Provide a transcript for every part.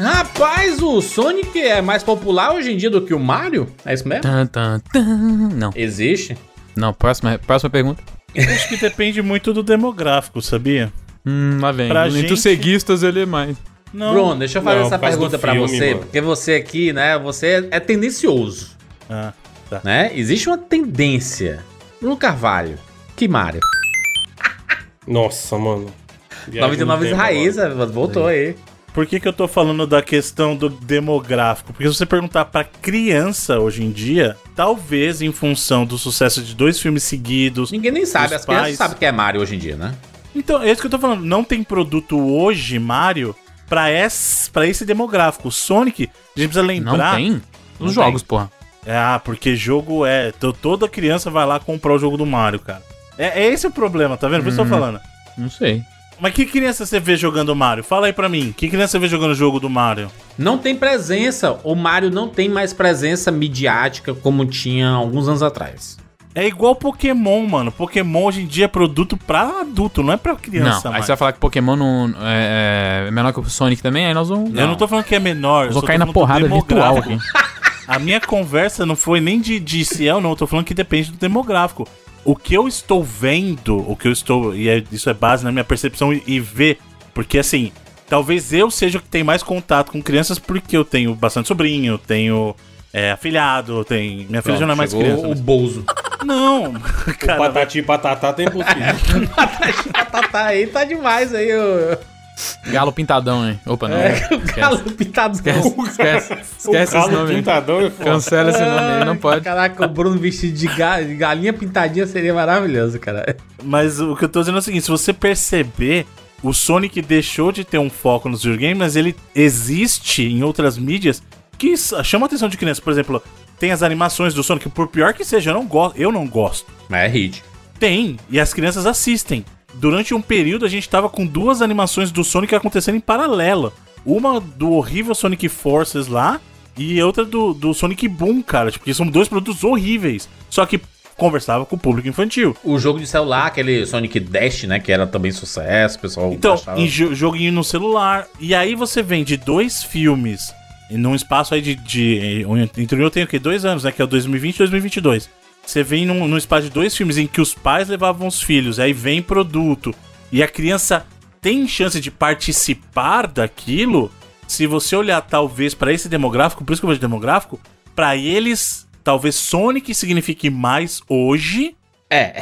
Rapaz, o Sonic é mais popular hoje em dia do que o Mario? É isso mesmo? Tan, tan, tan. Não, Existe? não, próxima, próxima pergunta. Acho que depende muito do demográfico, sabia? Hum, lá vem. Pra Entre gente- os ceguistas ele é mais. Não. Bruno, deixa eu fazer Não, essa por causa do pergunta pra filme, você, mano. porque você aqui, né, você é tendencioso, Ah, tá. né? Existe uma tendência. Bruno Carvalho, que Mario? Nossa, mano. Viagem 99 no tempo Raiz, é, voltou aí. Por que, que eu tô falando da questão do demográfico? Porque se você perguntar pra criança hoje em dia, talvez em função do sucesso de dois filmes seguidos. Ninguém nem sabe, Os as crianças pais- sabem o que é Mario hoje em dia, né? Então, é isso que eu tô falando. Não tem produto hoje, Mario, pra esse, pra esse demográfico. Sonic, a gente precisa Não lembrar. tem? Nos Não jogos, porra. Ah, porque jogo é. to- Toda criança vai lá comprar o jogo do Mario, cara. É, é esse o problema, tá vendo? Por isso que eu tô Uhum. falando. Não sei. Mas que criança você vê jogando Mario? Fala aí pra mim. Que criança você vê jogando o jogo do Mario? Não tem presença. O Mario não tem mais presença midiática como tinha alguns anos atrás. É igual Pokémon, mano. Pokémon hoje em dia é produto pra adulto, não é pra criança, não, aí mais. você vai falar que Pokémon não, é, é menor que o Sonic também, aí nós vamos. Eu não tô falando que é menor. eu Vou só cair tô na falando porrada do virtual demográfico. aqui. A minha conversa não foi nem de, de se é ou não, eu tô falando que depende do demográfico. O que eu estou vendo, o que eu estou. E é- isso é base na minha percepção e, e ver. Porque assim, talvez eu seja o que tem mais contato com crianças, porque eu tenho bastante sobrinho, eu tenho é, afilhado, tem. Minha filha já não é mais Chegou criança. o Bozo. mas- Não! agora. O patati e patatá tá impossível. Tá aí, tá demais aí. O, Galo pintadão, hein? Opa, não. É. o galo pitado. Esquece, esquece o esse galo nome. hein? pintadão e foda. Cancela esse nome, É. ele não pode. Caraca, o Bruno vestido de ga- de galinha pintadinha seria maravilhoso, cara. Mas o que eu tô dizendo é o seguinte: se você perceber, o Sonic deixou de ter um foco nos videogames, mas ele existe em outras mídias que s- chama a atenção de crianças. Por exemplo, tem as animações do Sonic, por pior que seja, eu não, go eu não gosto. Mas é hit. Tem, e as crianças assistem. Durante um período a gente tava com duas animações do Sonic acontecendo em paralelo. Uma do horrível Sonic Forces lá e outra do, do Sonic Boom, cara. Tipo, que são dois produtos horríveis. Só que conversava com o público infantil. O jogo de celular, aquele Sonic Dash, né? Que era também sucesso, o pessoal. Então, baixava. em jo- joguinho no celular. E aí você vende dois filmes e num espaço aí de. de entre eu tenho o quê? Dois anos, né? Que é o 2020 e 2022. Você vem num, num espaço de dois filmes em que os pais levavam os filhos, aí vem produto. E a criança tem chance de participar daquilo. Se você olhar, talvez, pra esse demográfico, por isso que eu vejo demográfico, pra eles, talvez Sonic signifique mais hoje É,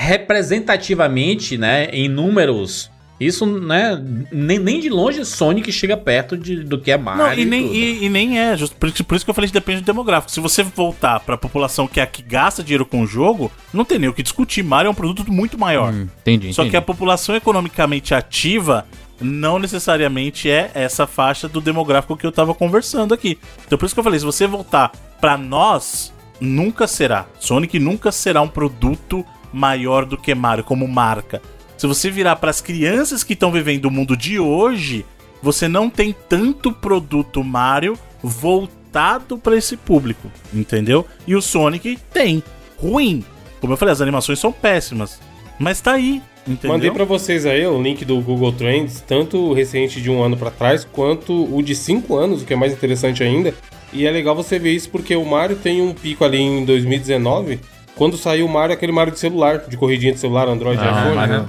representativamente, né, em números, isso, né, nem, nem de longe Sonic chega perto de, do que é Mario. Não, e nem, tudo. e, e nem é, justo. Por, isso- por isso que eu falei que depende do demográfico. Se você voltar pra população que é a que gasta dinheiro com o jogo, não tem nem o que discutir. Mario é um produto muito maior. Hum, entendi, Só que entendi. a população economicamente ativa não necessariamente é essa faixa do demográfico que eu tava conversando aqui. Então por isso que eu falei, se você voltar pra nós, nunca será. Sonic nunca será um produto maior do que Mario como marca. Se você virar pras crianças que estão vivendo o mundo de hoje, você não tem tanto produto Mario voltado pra esse público, entendeu? E o Sonic tem. Ruim. Como eu falei, as animações são péssimas. Mas tá aí, entendeu? Mandei pra vocês aí o link do Google Trends, tanto o recente de um ano pra trás, quanto o de cinco anos, o que é mais interessante ainda. E é legal você ver isso porque o Mario tem um pico ali em 2019, quando saiu o Mario, aquele Mario de celular, de corridinha de celular, é Android, Ah, iPhone, Mario- né?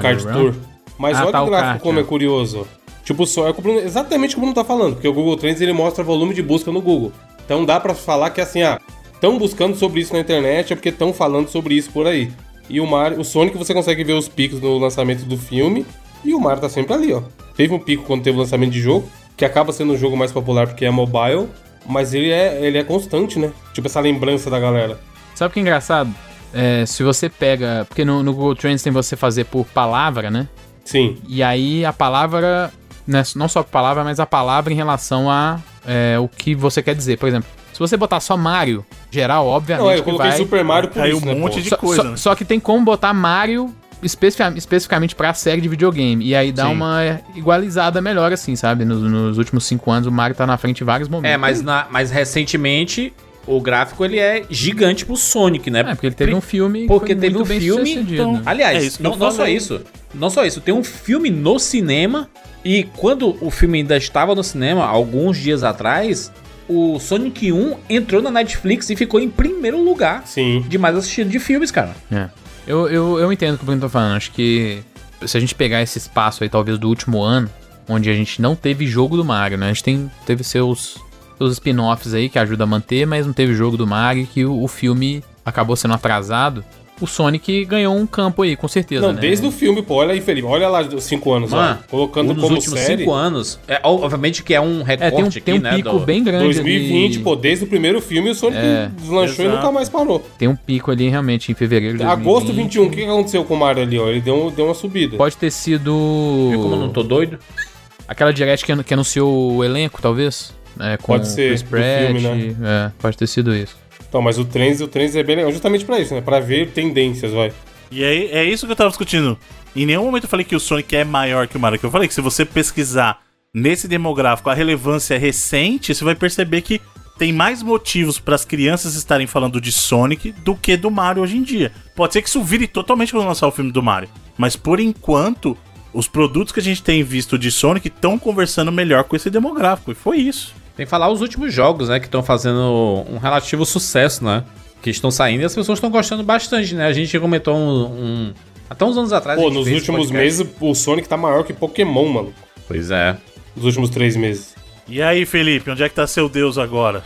Mario Kart Run. Tour. Mas Ah, olha tá, o o gráfico kart, como é né? curioso. Tipo, só é o que o Bruno- exatamente como o Bruno tá falando, porque o Google Trends ele mostra volume de busca no Google. Então dá pra falar que assim, ah, estão buscando sobre isso na internet, é porque estão falando sobre isso por aí. E o Mario, o Sonic você consegue ver os picos no lançamento do filme, e o Mario tá sempre ali, ó. Teve um pico quando teve o lançamento de jogo, que acaba sendo o jogo mais popular porque é mobile, mas ele é, ele é constante, né? Tipo essa lembrança da galera. Sabe o que é engraçado? É, se você pega. Porque no, no Google Trends tem você fazer por palavra, né? Sim. E aí a palavra. né, não só a palavra, mas a palavra em relação a é, o que você quer dizer. Por exemplo, se você botar só Mario, geral, obviamente. Não, eu que coloquei vai- Super Mario por Caiu isso, um né, monte pô? de- Só, coisa, só- né? só que tem como botar Mario especifica- especificamente pra série de videogame. E aí dá Sim. uma igualizada melhor, assim, sabe? Nos, nos últimos cinco anos o Mario tá na frente em vários momentos. É, mas, na- mas recentemente o gráfico ele é gigante pro Sonic, né? É, porque ele teve um filme que Porque foi teve muito um bem filme, sucedido. então, Aliás, É isso que não, eu não só falei. isso. Não só isso. Tem um filme no cinema. E quando o filme ainda estava no cinema, alguns dias atrás, o Sonic 1 entrou na Netflix e ficou em primeiro lugar Sim. de mais assistido de filmes, cara. É. Eu, eu, eu entendo o que o Bruno tá falando. Acho que se a gente pegar esse espaço aí, talvez, do último ano, onde a gente não teve jogo do Mario, né? A gente tem, teve seus, seus spin-offs aí que ajuda a manter, mas não teve jogo do Mario e que o, o filme acabou sendo atrasado. O Sonic ganhou um campo aí, com certeza, Não, né? Ah, desde o filme, pô. Olha aí, Felipe. Olha lá os cinco anos, Mano, ó. Colocando nos como últimos série. cinco anos. É, obviamente que é um É, recorte tem um, aqui, tem um né? pico do- bem grande 2020, ali. pô. Desde o primeiro filme, o Sonic É, deslanchou e exato. nunca mais parou. Tem um pico ali, realmente, em fevereiro de Agosto 2020. 21, o que aconteceu com o Mario ali, ó? Ele deu, um, deu uma subida. Pode ter sido... Viu como eu não tô doido? Aquela direct que, que anunciou o elenco, talvez? É, com Pode ser, Chris do Pratt, filme, né? é, pode ter sido isso. Então, mas o Trends, o Trends é bem legal. Justamente pra isso, né? Pra ver tendências, vai. E aí, é isso que eu tava discutindo. Em nenhum momento eu falei que o Sonic é maior que o Mario. Que eu falei que se você pesquisar nesse demográfico a relevância é recente, você vai perceber que tem mais motivos para as crianças estarem falando de Sonic do que do Mario hoje em dia. Pode ser que isso vire totalmente quando lançar o filme do Mario. Mas por enquanto, os produtos que a gente tem visto de Sonic estão conversando melhor com esse demográfico. E foi isso. Tem que falar os últimos jogos, né? Que estão fazendo um relativo sucesso, né? Que estão saindo e as pessoas estão gostando bastante, né? A gente comentou um. um- até uns anos atrás. a Pô, gente nos fez últimos podcast. meses, o Sonic tá maior que Pokémon, mano. Pois é. Nos últimos três meses. E aí, Felipe, onde é que tá seu Deus agora?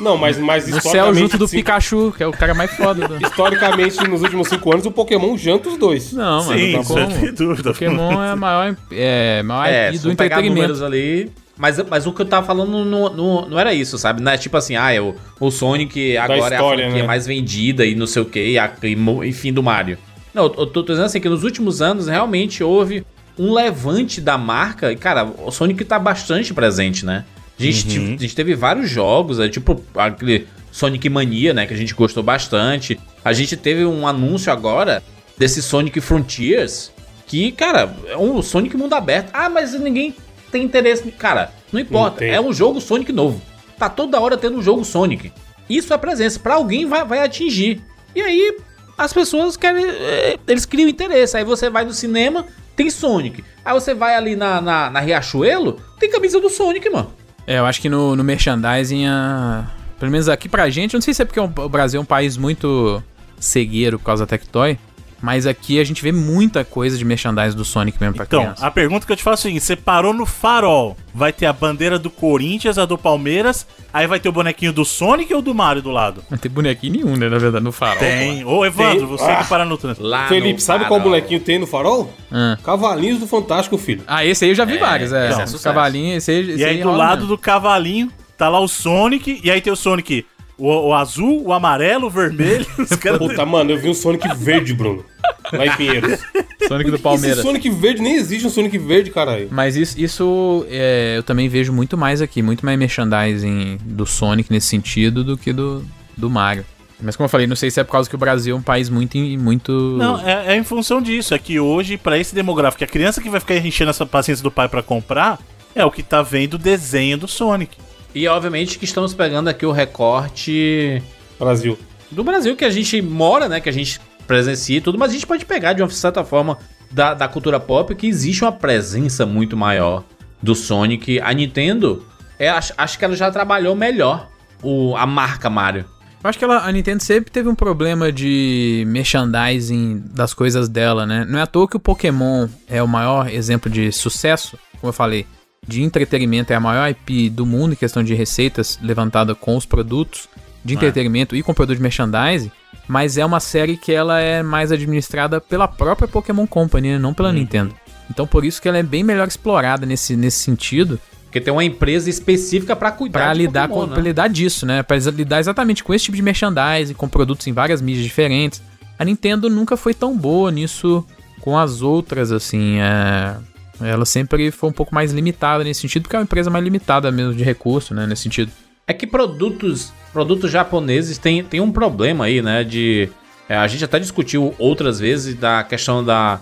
Não, mas, mas No céu é junto do sim, Pikachu, que é o cara mais foda. Do... historicamente, nos últimos cinco anos, o Pokémon janta os dois. Não, mano, tá não tem isso é sem como. dúvida. Pokémon é a maior, é, a maior É, IP se do for pegar entretenimento. números ali. Mas, mas o que eu tava falando não, não, não era isso, sabe? Não é tipo assim, ah, é o, o Sonic agora história, é a franquia né? mais vendida e não sei o que, e, a- e mo- e fim do Mario. Não, eu tô, tô dizendo assim que nos últimos anos realmente houve um levante da marca. E, cara, o Sonic tá bastante presente, né? A gente, Uhum. te- a gente teve vários jogos, é, tipo aquele Sonic Mania, né? Que a gente gostou bastante. A gente teve um anúncio agora desse Sonic Frontiers. Que, cara, é um Sonic mundo aberto. Ah, mas ninguém tem interesse. Cara, não importa. tem. é um jogo Sonic novo. Tá toda hora tendo um jogo Sonic. Isso é presença. Pra alguém vai, vai atingir. E aí, as pessoas querem. é, Eles criam interesse. Aí você vai no cinema, tem Sonic. Aí você vai ali na, na, na Riachuelo, tem camisa do Sonic, mano. É, eu acho que no, no merchandising, a- pelo menos aqui pra gente, eu não sei se é porque é um- o Brasil é um país muito cegueiro por causa da Tectoy, mas aqui a gente vê muita coisa de merchandising do Sonic mesmo pra Então, criança. a pergunta que eu te faço é a seguinte: você parou no farol, vai ter a bandeira do Corinthians, a do Palmeiras, aí vai ter o bonequinho do Sonic ou do Mario do lado? Não tem bonequinho nenhum, né, na verdade, no farol. Tem. Ô, Evandro, Tem. você Ah. que para no trânsito. Lá Felipe, no sabe qual farol. bonequinho tem no farol? Ah. Cavalinhos do Fantástico, filho. Ah, esse aí eu já vi vários, é. esse é Os sucesso. cavalinhos, esse Ah. aí. E aí do lado do cavalinho, tá lá o Sonic, e aí tem o Sonic. O, o azul, o amarelo, o vermelho. Os caras. Puta, mano, eu vi um Sonic verde, Bruno. Lá em Pinheiros. do Sonic do Esse Palmeiras. Sonic verde nem existe um Sonic verde, caralho. Mas isso, isso é, eu também vejo muito mais aqui, muito mais merchandising do Sonic nesse sentido do que do, do Mario. Mas como eu falei, não sei se é por causa que o Brasil é um país muito. em- muito Não, é, é em função disso. É que hoje, pra esse demográfico, a criança que vai ficar enchendo essa paciência do pai pra comprar é o que tá vendo o desenho do Sonic. E obviamente que estamos pegando aqui o recorte Brasil. do Brasil que a gente mora, né? Que a gente presencia e tudo, mas a gente pode pegar de uma certa forma da, da cultura pop que existe uma presença muito maior do Sonic. A Nintendo, é, acho, acho que ela já trabalhou melhor o, a marca Mario. Eu acho que ela, a Nintendo sempre teve um problema de merchandising das coisas dela, né? Não é à toa que o Pokémon é o maior exemplo de sucesso, como eu falei, de entretenimento, é a maior IP do mundo em questão de receitas levantada com os produtos de entretenimento e com produto de merchandising, mas é uma série que ela é mais administrada pela própria Pokémon Company, né? não pela Nintendo. Então por isso que ela é bem melhor explorada nesse, nesse sentido, Porque tem uma empresa específica pra cuidar Pra de lidar Pokémon, com né? pra lidar disso, né? Pra exa- lidar exatamente com esse tipo de merchandising, com produtos em várias mídias diferentes. A Nintendo nunca foi tão boa nisso com as outras, assim. é. Ela sempre foi um pouco mais limitada nesse sentido, porque é uma empresa mais limitada mesmo de recurso, né? Nesse sentido. É que produtos, produtos japoneses tem, tem um problema aí, né? De é, a gente até discutiu outras vezes da questão da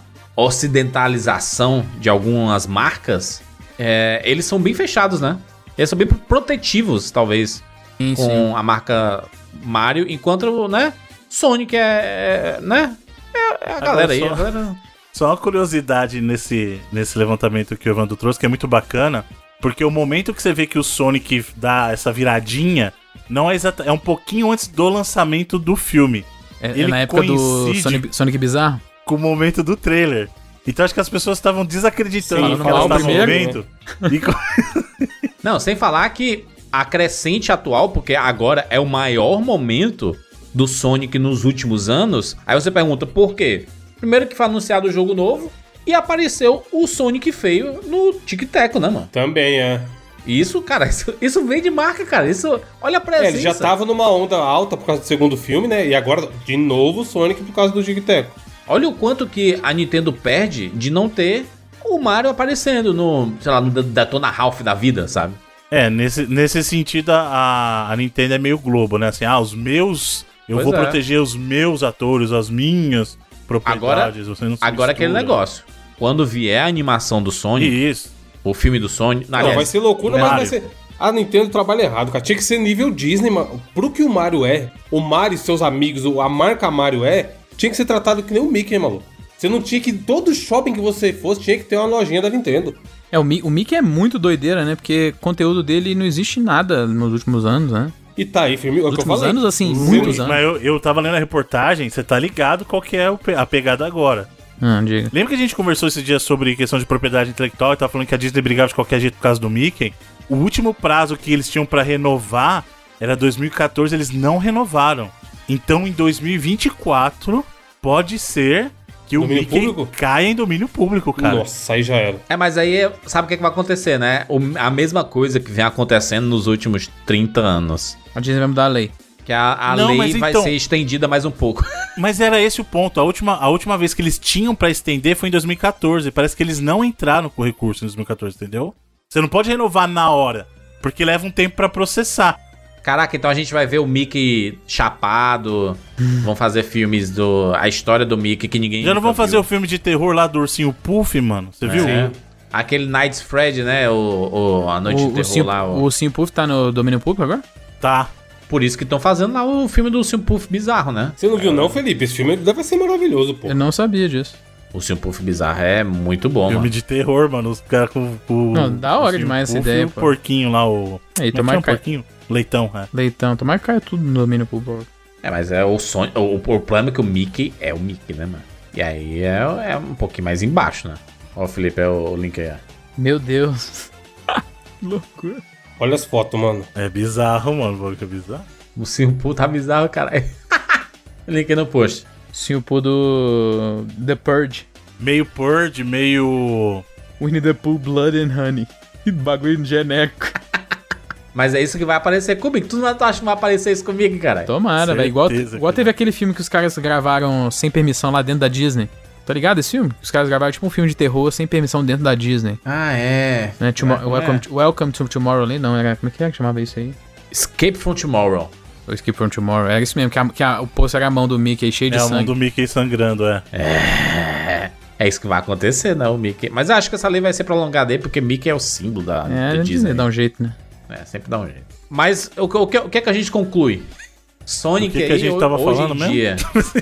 ocidentalização de algumas marcas. É, eles são bem fechados, né? Eles são bem protetivos, talvez. Sim, com sim. a marca Mario, enquanto, né? Sonic é. é, né? É, é a galera aí. só- a galera- Só uma curiosidade nesse, nesse levantamento que o Evandro trouxe, que é muito bacana, porque o momento que você vê que o Sonic dá essa viradinha, não é exata, é um pouquinho antes do lançamento do filme, É, é ele na época do coincide- Sonic, Sonic Bizarro? com o momento do trailer. Então acho que as pessoas estavam desacreditando no Sim, que elas falar o estavam primeiro, né? vendo. E co- Não, sem falar que a crescente atual, porque agora é o maior momento do Sonic nos últimos anos. Aí você pergunta por quê? Primeiro que foi anunciado o jogo novo e apareceu o Sonic feio no Tic Teco, né, mano? Também, é. E Isso, cara, isso, isso vem de marca, cara. Isso, olha a presença. É, ele já tava numa onda alta por causa do segundo filme, né? E agora, de novo, o Sonic por causa do Tic Teco. Olha o quanto que a Nintendo perde de não ter o Mario aparecendo no, sei lá, no Datona Ralph da vida, sabe? é, nesse, nesse sentido a, a Nintendo é meio globo, né? Assim, ah, os meus, eu Pois vou é. proteger os meus atores, as minhas propriedades. você não se Agora é aquele mistura. né? negócio. Quando vier a animação do Sonic, Isso. o filme do É, Sonic, na Não, vai ser loucura, mas vai Mario. ser. A Nintendo trabalha errado, cara. Tinha que ser nível Disney, mano. Pro que o Mario é, o Mario e seus amigos, o- a marca Mario é, tinha que ser tratado que nem o Mickey, maluco. Você não tinha que. Todo shopping que você fosse tinha que ter uma lojinha da Nintendo. É, o, Mi- o Mickey é muito doideira, né? Porque conteúdo dele não existe nada nos últimos anos, né? E tá aí, firme. É o que eu últimos falei. anos, assim, Sim. muitos anos. Mas eu, eu tava lendo a reportagem, você tá ligado qual que é o pe- a pegada agora. Ah, diga. Lembra que a gente conversou esse dia sobre questão de propriedade intelectual e tava falando que a Disney brigava de qualquer jeito por causa do Mickey? O último prazo que eles tinham pra renovar era 2014, eles não renovaram. Então em 2024 pode ser que o Domínio Mickey público? caia em domínio público, cara. Nossa, aí já era. É, mas aí sabe o que, é que vai acontecer, né? O- a mesma coisa que vem acontecendo nos últimos 30 anos. A Disney vai mudar a lei. Que a, a Não, lei mas vai então- ser estendida mais um pouco. Mas era esse o ponto. A última, a última vez que eles tinham pra estender foi em 2014. Parece que eles não entraram com o recurso em 2014, entendeu? Você não pode renovar na hora, porque leva um tempo pra processar. Caraca, então a gente vai ver o Mickey chapado. Vão fazer filmes do. A história do Mickey que ninguém. Já não vão nunca fazer viu. o filme de terror lá do Ursinho Puff, mano? Você viu? É. Aquele Night's Fred, né? O, o- a Noite de O, o, Terror Sim, lá. o- o Sim Puff tá no domínio público agora? Tá. Por isso que estão fazendo lá o filme do Ursinho Puff bizarro, né? Você não viu, não, Felipe? Esse filme deve ser maravilhoso, pô. Eu não sabia disso. O Ursinho Puff bizarro é muito bom, filme mano. de terror, mano. Os caras com, com. Não, da hora Ursinho demais essa Puff ideia, e O pô. porquinho lá, o. Aí, tomara Como é que que chama caia. porquinho? Leitão, é. Leitão, tomara que caia tudo no domínio público. É, mas é o sonho. O, o problema é que o Mickey é o Mickey, né, mano? E aí é, é um pouquinho mais embaixo, né? Ó, o Felipe, é o, o link aí. ó. Meu Deus. que loucura. Olha as fotos, mano. É bizarro, mano. O bagulho é bizarro. O Ursinho Puff tá bizarro, caralho. link aí no post. Sim, o Poo do The Purge. Meio Purge, meio. Winnie the Pooh, Blood and Honey. Que bagulho genérico. Mas é isso que vai aparecer comigo. Tu não acha que vai aparecer isso comigo, Então, caralho? Tomara, Certeza velho. Igual, que igual não. teve aquele filme que os caras gravaram sem permissão lá dentro da Disney. Tá ligado esse filme? Os caras gravaram tipo um filme de terror sem permissão dentro da Disney. Ah, é. Né? Tomo- É. Welcome, to, Welcome to Tomorrowland, não, era. Como é que era que chamava isso aí? Escape from Tomorrow. O Skip from Tomorrow. Era isso mesmo, que, a- que a- o pôster era a mão do Mickey cheio de É o mão sangue. do Mickey sangrando, é. É isso que vai acontecer, não, o Mickey. Mas eu acho que essa lei vai ser prolongada aí, porque Mickey é o símbolo da É, do a Disney dá um jeito, né? É, sempre dá um jeito. Mas o, que- o que, o que é que a gente conclui? Sonic O que aí, que a gente ho- tava hoje falando em mesmo? dia.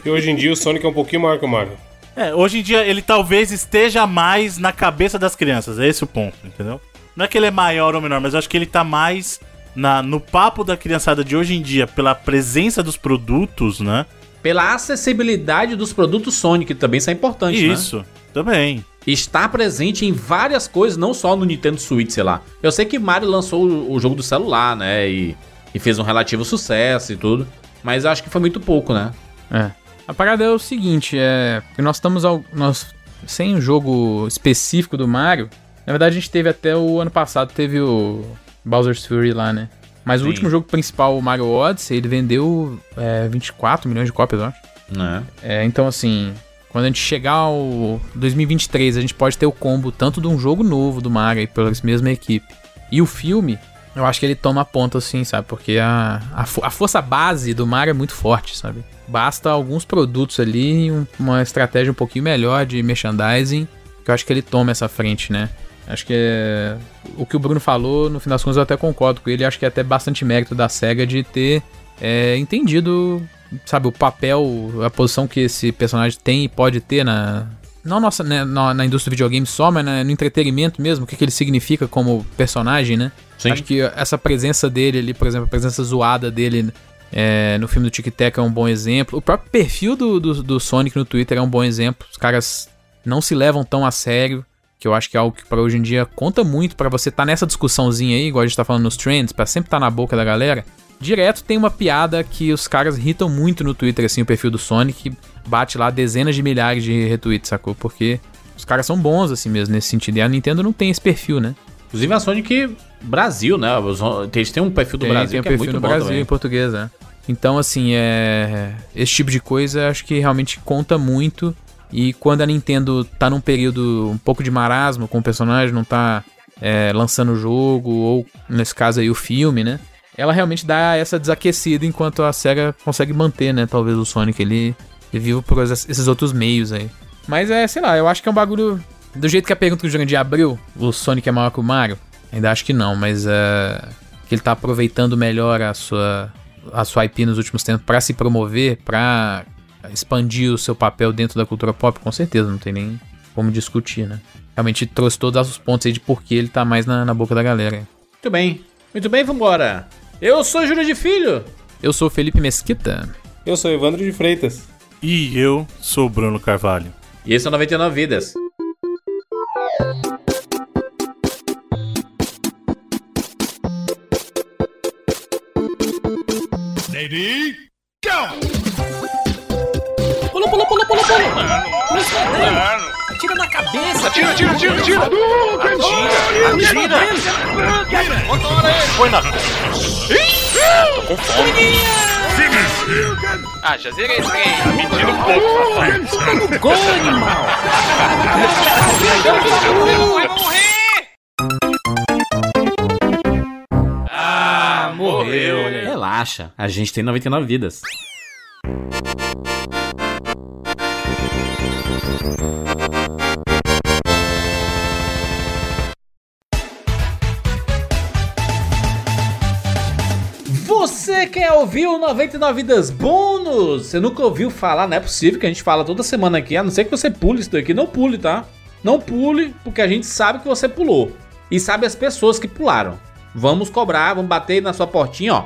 E hoje em dia o Sonic é um pouquinho maior que o Mario. É, hoje em dia ele talvez esteja mais na cabeça das crianças, é esse o ponto, entendeu? Não é que ele é maior ou menor, mas eu acho que ele tá mais na, no papo da criançada de hoje em dia, pela presença dos produtos, né? Pela acessibilidade dos produtos Sonic também, isso é importante, né? Isso, também. Está presente em várias coisas, não só no Nintendo Switch, sei lá. Eu sei que Mario lançou o, o jogo do celular, né? E, e fez um relativo sucesso e tudo. Mas eu acho que foi muito pouco, né? É. A parada é o seguinte, é. que Nós estamos ao. Nós, sem um jogo específico do Mario. Na verdade, a gente teve até o ano passado, teve o Bowser's Fury lá, né? Mas o Sim. último jogo principal, o Mario Odyssey, ele vendeu é, 24 milhões de cópias, eu acho. Né? É, então, assim, quando a gente chegar ao 2023, a gente pode ter o combo tanto de um jogo novo do Mario e pela mesma equipe. E o filme, eu acho que ele toma ponto, assim, sabe? Porque a, a, fo- a força base do Mario é muito forte, sabe? Basta alguns produtos ali e um- uma estratégia um pouquinho melhor de merchandising, que eu acho que ele toma essa frente, né? Acho que é. O que o Bruno falou, no fim das contas, eu até concordo com ele. Acho que é até bastante mérito da SEGA de ter é, entendido, sabe, o papel, a posição que esse personagem tem e pode ter na. Não nossa, né, na, na indústria do videogame só, mas na- no entretenimento mesmo, o que, que ele significa como personagem, né? Sim. Acho que essa presença dele ali, por exemplo, a presença zoada dele é, no filme do Tic Tac é um bom exemplo. O próprio perfil do, do, do Sonic no Twitter é um bom exemplo. Os caras não se levam tão a sério, que eu acho que é algo que pra hoje em dia conta muito pra você estar nessa discussãozinha aí, igual a gente tá falando nos trends, pra sempre estar na boca da galera. Direto tem uma piada que os caras irritam muito no Twitter, assim, o perfil do Sonic, que bate lá dezenas de milhares de retweets, sacou? Porque os caras são bons, assim mesmo, nesse sentido. E a Nintendo não tem esse perfil, né? Inclusive a Sonic Brasil, né? Os- Eles têm um perfil do Tem- Brasil tem o que é perfil muito no bom Brasil em também. português, é. Então, assim, é... esse tipo de coisa acho que realmente conta muito. E quando a Nintendo tá num período um pouco de marasmo com o personagem, não tá é, lançando o jogo, ou nesse caso aí o filme, né? Ela realmente dá essa desaquecida enquanto a SEGA consegue manter, né? Talvez o Sonic ele, ele viva por es- esses outros meios aí. Mas é, sei lá, eu acho que é um bagulho. Do jeito que a pergunta que o Jurandir abriu, o Sonic é maior que o Mario? Ainda acho que não, mas é. Que ele tá aproveitando melhor a sua, a sua IP nos últimos tempos pra se promover, pra expandir o seu papel dentro da cultura pop, com certeza, não tem nem como discutir, né? Realmente trouxe todos os pontos aí de por que ele tá mais na, na boca da galera. Muito bem. Muito bem, vambora. Eu sou Júlio de Filho. Eu sou o Felipe Mesquita. Eu sou Evandro de Freitas. E eu sou o Bruno Carvalho. E esse é o 99 Vidas. Pula, pula, pula, pula, pula! Não escondeu! Atira na cabeça! Atira, atira, atira, atira! Atira! Atira! Foi na. Ah, já zerei esse game! Tira um pouco pra frente. Gol, animal! Vai morrer! Relaxa, a gente tem 99 vidas. Você quer ouvir o 99 Vidas Bônus? Você nunca ouviu falar? Não é possível que a gente fala toda semana aqui, a não ser que você pule isso daqui. Não pule, tá? Não pule, porque a gente sabe que você pulou. E sabe as pessoas que pularam. Vamos cobrar, vamos bater na sua portinha, ó.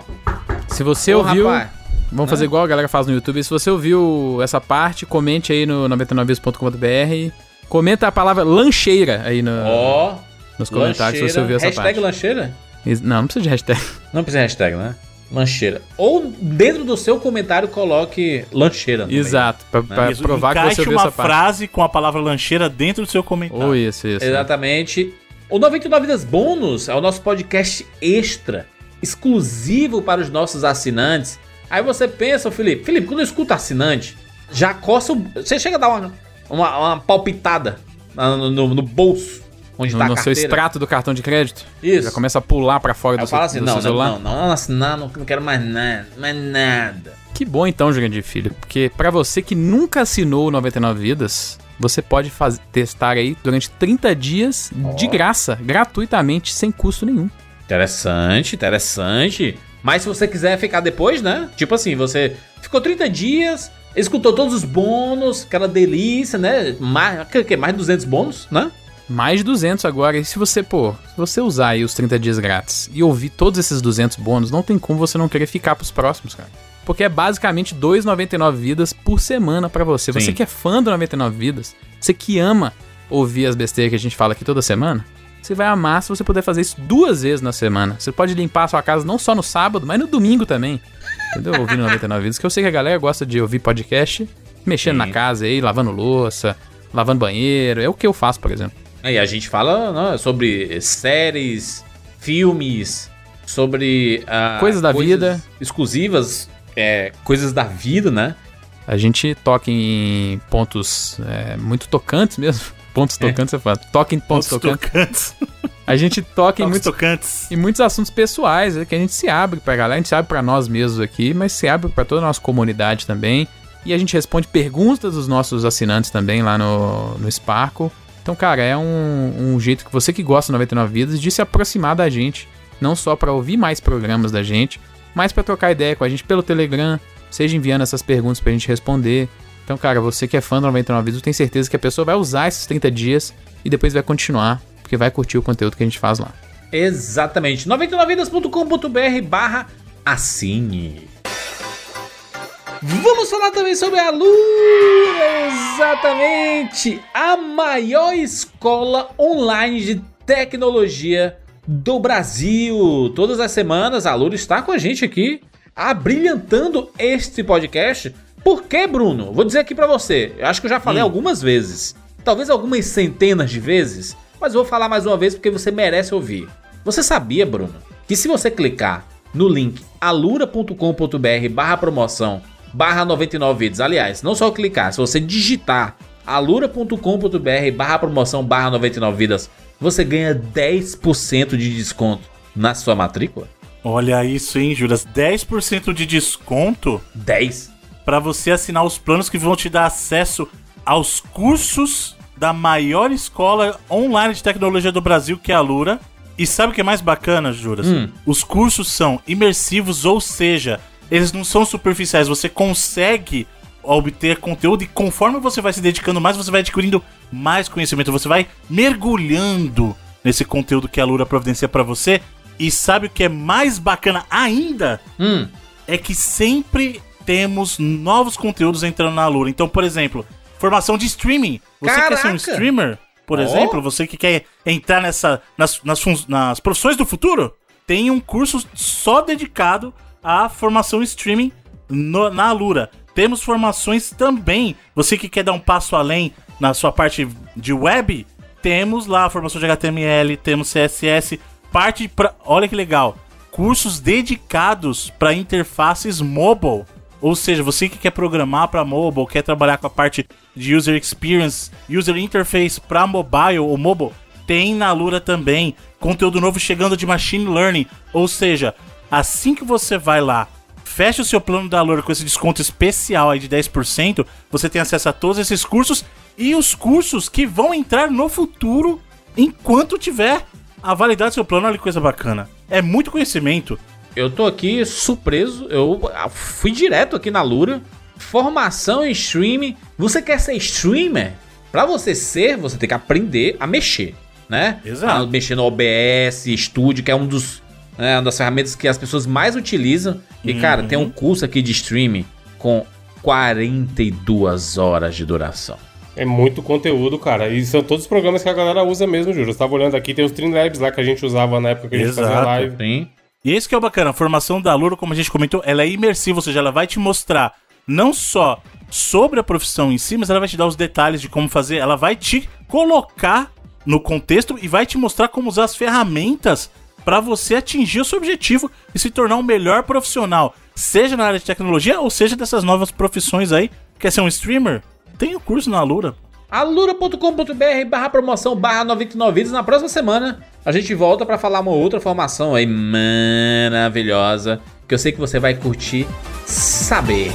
Se você Ô, ouviu. rapaz. né? Vamos fazer igual a galera faz no YouTube. Se você ouviu essa parte, comente aí no 99vias.com.br. Comenta a palavra lancheira aí no- Ó, Ah, nos comentários se você ouviu essa hashtag parte. lancheira? Ex- Não, não precisa de hashtag. Não precisa de hashtag, né? Lancheira. Ou dentro do seu comentário coloque lancheira. no meio. Exato, pra, pra Isso, provar que encaixe você ouviu uma essa parte. frase com a palavra lancheira dentro do seu tá. comentário. Ou isso, isso. Exatamente. O 99 Vidas Bônus é o nosso podcast extra, exclusivo para os nossos assinantes. Aí você pensa, Felipe, Felipe, quando eu escuto assinante, já coça o... Você chega a dar uma, uma, uma palpitada na- no, no- no bolso, onde está No, tá a no seu carteira. extrato do cartão de crédito. Isso. Já começa a pular pra fora Aí eu do, seu, falo assim, do não, seu não, celular. não, não, não assinar, não, não quero mais nada, mais nada. Que bom então, Jurandir Filho, porque pra você que nunca assinou o 99 Vidas, você pode faz- testar aí durante 30 dias de graça, gratuitamente, sem custo nenhum. Interessante, interessante. Mas se você quiser ficar depois, né? Tipo assim, você ficou 30 dias, escutou todos os bônus, aquela delícia, né? Mais, que, que, mais de 200 bônus, né? Mais de 200 agora, e se você, pô, se você usar aí os 30 dias grátis e ouvir todos esses 200 bônus, não tem como você não querer ficar pros próximos, cara. Porque é basicamente 2,99 vidas por semana pra você. Sim. Você que é fã do 99 vidas, você que ama ouvir as besteiras que a gente fala aqui toda semana, você vai amar se você puder fazer isso duas vezes na semana. Você pode limpar a sua casa não só no sábado, mas no domingo também. Entendeu? Ouvindo 99 vidas, que eu sei que a galera gosta de ouvir podcast, mexendo Sim. na casa aí, lavando louça, lavando banheiro. É o que eu faço, por exemplo. Aí a gente fala né, sobre séries, filmes, sobre. ah, Coisas da vida. Exclusivas, é, coisas da vida, né? A gente toca em pontos é, muito tocantes mesmo. Pontos tocantes, você fala. Toca em pontos Pontos tocantes. tocantes. A gente toca em Pontos muitos, tocantes. em muitos assuntos pessoais, é, que a gente se abre pra galera, a gente se abre pra nós mesmos aqui, mas se abre pra toda a nossa comunidade também. E a gente responde perguntas dos nossos assinantes também lá no, no Sparkle. Então, cara, é um, um jeito que você que gosta do 99 Vidas de se aproximar da gente, não só pra ouvir mais programas da gente, mas pra trocar ideia com a gente pelo Telegram, seja enviando essas perguntas pra gente responder. Então, cara, você que é fã do 99 Vidas, eu tenho certeza que a pessoa vai usar esses 30 dias e depois vai continuar, porque vai curtir o conteúdo que a gente faz lá. Exatamente. 99vidas.com.br barra assine. Vamos falar também sobre a Lura, exatamente, a maior escola online de tecnologia do Brasil. Todas as semanas a Lura está com a gente aqui, abrilhantando este podcast. Por quê, Bruno? Vou dizer aqui pra você, eu acho que eu já falei algumas vezes, talvez algumas centenas de vezes, mas eu vou falar mais uma vez porque você merece ouvir. Você sabia, Bruno, que se você clicar no link alura.com.br barra promoção barra 99 vidas, aliás, não só clicar, se você digitar alura.com.br barra promoção barra 99 vidas, você ganha 10% de desconto na sua matrícula? Olha isso, hein, Juras? 10% de desconto 10? pra você assinar os planos que vão te dar acesso aos cursos da maior escola online de tecnologia do Brasil, que é a Lura. E sabe o que é mais bacana, Juras? Hum. Os cursos são imersivos, ou seja, eles não são superficiais. Você consegue obter conteúdo e conforme você vai se dedicando mais, você vai adquirindo mais conhecimento. Você vai mergulhando nesse conteúdo que a Lura providencia pra você. E sabe o que é mais bacana ainda? Hum, é que sempre temos novos conteúdos entrando na Lura. Então, por exemplo, formação de streaming. Você quer ser Caraca! um streamer, por Ó. exemplo? Você que quer entrar nessa, nas, nas, fun- nas profissões do futuro? Tem um curso só dedicado à formação streaming no- na Lura. Temos formações também. Você que quer dar um passo além na sua parte de web, temos lá a formação de HTML, temos CSS, parte pra. Olha que legal cursos dedicados para interfaces mobile. Ou seja, você que quer programar para mobile, quer trabalhar com a parte de user experience, user interface para mobile ou mobile, tem na Lura também conteúdo novo chegando de machine learning. Ou seja, assim que você vai lá, fecha o seu plano da Lura com esse desconto especial aí de 10%, você tem acesso a todos esses cursos e os cursos que vão entrar no futuro enquanto tiver a validade do seu plano, olha que coisa bacana. É muito conhecimento. eu tô aqui surpreso, eu ah, fui direto aqui na Lura. Formação em streaming. Você quer ser streamer? Pra você ser, você tem que aprender a mexer, né? Exato. A mexer no OBS, Studio, que é um dos, né, uma das ferramentas que as pessoas mais utilizam. E, cara, tem um curso aqui de streaming com 42 horas de duração. É muito conteúdo, cara. E são todos os programas que a galera usa mesmo, Júlio. Você tava olhando aqui, tem os Streamlabs lá que a gente usava na época que a gente fazia Exato. live. Sim. E esse que é o bacana, a formação da Lura, como a gente comentou, ela é imersiva, ou seja, ela vai te mostrar não só sobre a profissão em si, mas ela vai te dar os detalhes de como fazer, ela vai te colocar no contexto e vai te mostrar como usar as ferramentas para você atingir o seu objetivo e se tornar um melhor profissional, seja na área de tecnologia ou seja dessas novas profissões aí. Quer ser um streamer? Tem o curso na Lura. alura.com.br barra promoção barra 99 vidas. Na próxima semana a gente volta pra falar uma outra formação aí maravilhosa que eu sei que você vai curtir saber.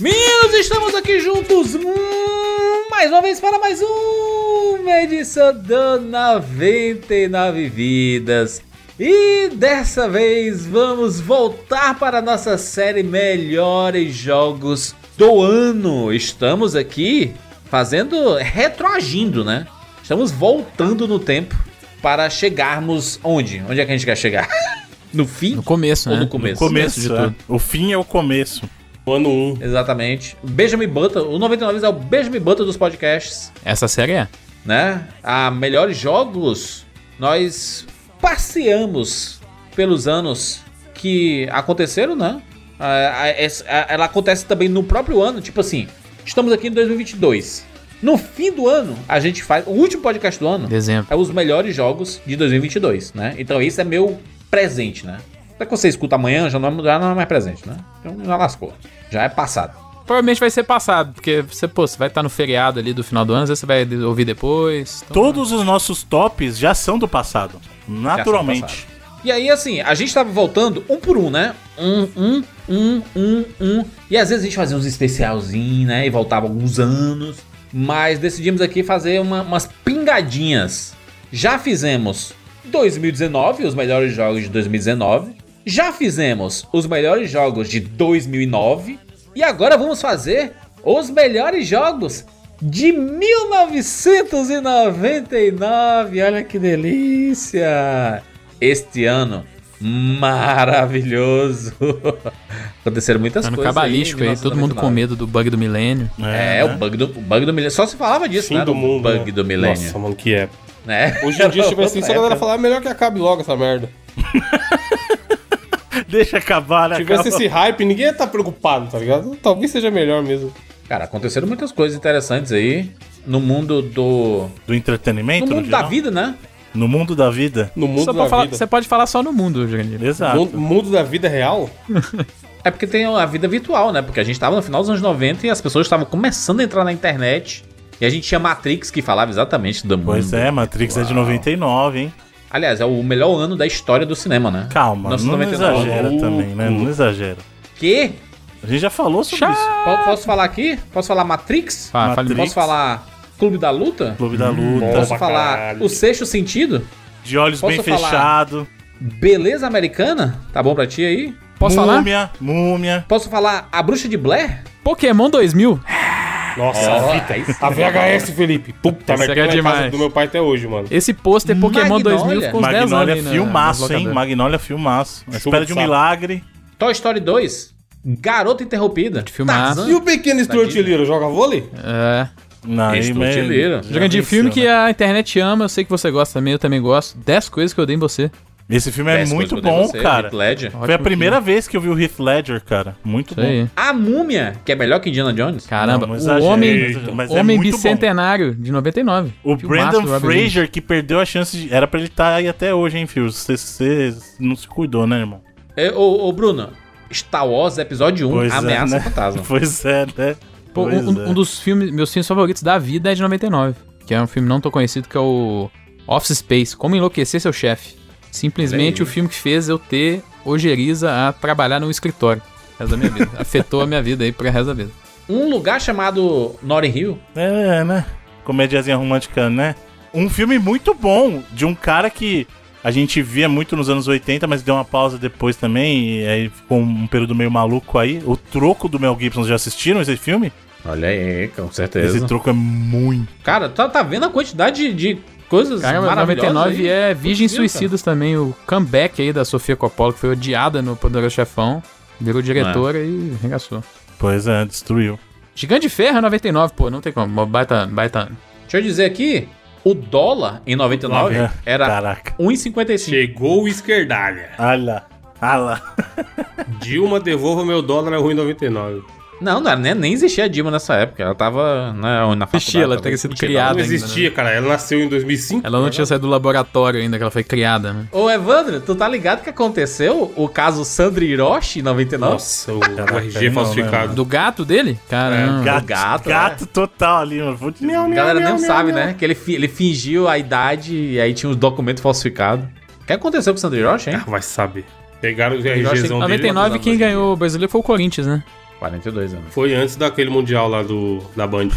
Meninos, estamos aqui juntos hum, mais uma vez para mais uma edição do 99 Vidas. E dessa vez vamos voltar para a nossa série Melhores Jogos do Ano. Estamos aqui fazendo, retroagindo, né? Estamos voltando no tempo para chegarmos onde? Onde é que a gente quer chegar? No fim No começo, ou né? no começo? Começo de Começo de tudo. O fim é o começo. O ano 1. Exatamente. Benjamin Button, o 99 é o Benjamin Button dos podcasts, Essa série é. né? A melhores jogos, nós passeamos pelos anos que aconteceram, né? Ah, ah, essa- ah, Ela acontece também no próprio ano, tipo assim, estamos aqui em 2022. No fim do ano, a gente faz. O último podcast do ano Dezembro. é os melhores jogos de 2022, né? Então isso é meu presente, né? Até que você escuta amanhã, já não é, já não é mais presente, né? Então já lascou. Já é passado. Provavelmente vai ser passado, porque você, pô, você vai estar no feriado ali do final do ano, às vezes você vai de- ouvir depois. Então, Todos os nossos tops já são do passado. Naturalmente. E aí, assim, a gente tava voltando um por um, né? Um, um, um, um, um. E às vezes a gente fazia uns especialzinhos, né? E voltava alguns anos. Mas decidimos aqui fazer uma- umas pingadinhas. Já fizemos 2019, os melhores jogos de 2019. Já fizemos os melhores jogos de 2009. E agora vamos fazer os melhores jogos de 1999. Olha que delícia! Este ano maravilhoso. Aconteceram muitas ano coisas. cabalístico aí, todo mundo né? com medo do bug do milênio. É, o bug do, o bug do milênio. Só se falava disso, Fim né? do mundo. bug né? do milênio. Nossa, mano, que época. Né? Hoje em dia, Era se tivesse isso, outra a galera época. falar, "Ah, melhor que acabe logo essa merda. Deixa acabar, né? Se tivesse Acaba- esse hype, ninguém ia estar preocupado, tá ligado? Talvez seja melhor mesmo. Cara, aconteceram muitas coisas interessantes aí no mundo do. Do entretenimento? No no mundo da geral? vida, né? No mundo da vida. No mundo Só da pra falar- é vida. você pode falar só no mundo, Jurandir. Exato. Mundo, mundo da vida real? É porque tem a vida virtual, né? Porque a gente tava no final dos anos 90 e as pessoas estavam começando a entrar na internet. E a gente tinha Matrix que falava exatamente do mundo. Pois é, Matrix é de 99, hein? Aliás, é o melhor ano da história do cinema, né? Calma, não 1999. exagera também, né? Não exagera. Que? A gente já falou sobre isso. Po- Posso falar aqui? Posso falar Matrix? Fala, fala Matrix. Posso falar Clube da Luta? Clube da Luta, Posso falar caralho. O Sexto Sentido? de olhos posso bem falar? fechados, Beleza Americana? Tá bom pra ti aí? Posso falar? múmia, múmia. Posso falar A Bruxa de Blair? Pokémon 2000? É, Nossa, É. Ó, a fita. aí sim. A VHS, Felipe. Puta Isso merda, aqui é tá na demais. casa do meu pai até hoje, mano. Esse pôster Pokémon Magnolia. 2000 ficou uns 10 anos Magnólia aí na- filmaço, nas hein? locadoras. Magnólia filmaço. A Chuva espera de de um sapo. milagre. Toy Story 2? Garota Interrompida? Filmaço. Tarzan? E o pequeno Strutiliro joga vôlei? É. Não, aí, Estou mas- te lendo. já Jurandir, venceu, filme que né? a internet ama, eu sei que você gosta também, eu também gosto. 10 coisas que eu dei em você. Esse filme é Dez muito Coisas que Eu Odeio bom, Tá Você, cara. Heath Ledger. Foi a Ótimo primeira vez que eu vi o Heath Ledger, cara. Muito Isso bom. aí. A Múmia, que é melhor que Indiana Jones. Caramba, Não, não o exagera, não Homem, exagera, mas é homem muito bom. Bicentenário, de 99. O Filmaço Brandon do Robin Williams. Fraser que perdeu a chance de. Era pra ele estar aí até hoje, hein, filho? Você, você não se cuidou, né, irmão? É, ô, ô, Bruno, Star Wars Episódio 1, Pois é, Ameaça né? Fantasma. Pois é, né? Pô, Pois um, é. um dos filmes, meus filmes favoritos da vida é de 99. Que é um filme não tão conhecido, que é o Office Space, Como Enlouquecer Seu Chefe. Simplesmente Olha o filme que fez eu ter ojeriza a trabalhar no escritório. O resto da minha vida. Afetou a minha vida aí pra resto da vida. Um lugar chamado Notting Hill. É, né? Comédiazinha romântica, né? Um filme muito bom de um cara que a gente via muito nos anos 80, mas deu uma pausa depois também, e aí ficou um período meio maluco aí. O Troco do Mel Gibson, já assistiram esse filme? Olha aí, com Esse Troco é muito... Cara, tá, tá vendo a quantidade de, de coisas Caramba, maravilhosas 99 aí? é Virgem Putz, grilo, Suicidas também, o comeback aí da Sofia Coppola, que foi odiada no Poderoso Chefão. Virou É. diretora e regaçou. Pois é, destruiu. Gigante de Ferro é 99, pô, não tem como. Uma Baita, baita. Deixa eu dizer aqui, o dólar em 99 É, né? era Caraca. 1,55. Chegou o esquerdalha. Olha lá. Olha lá. Dilma, devolva meu dólar, é ruim 99. Não, não era, nem, nem existia a Dilma nessa época. Ela tava né, na faculdade. Existia, ela tava- teria sido Mentira, criada Não ainda, né? existia, cara. Ela nasceu em 2005. Ela É não tinha saído do laboratório ainda, que ela foi criada, né? Ô, Evandro, tu tá ligado que aconteceu o caso Sandra Hiroshi em 99? Nossa, o, Caraca, o RG não, falsificado. Do gato dele? Caramba. É, Gato, gato, né? gato, total ali, mano. Vou te dizer. A galera não sabe, né? Que ele, fi- ele fingiu a idade e aí tinha os documentos falsificados. O que aconteceu com o Sandro Hiroshi, hein? Ah, vai saber. Pegaram o Hiroshi RGzão dele. 99, quem ganhou o brasileiro foi o Corinthians, né? 42 anos. Foi antes daquele mundial lá do, da Band.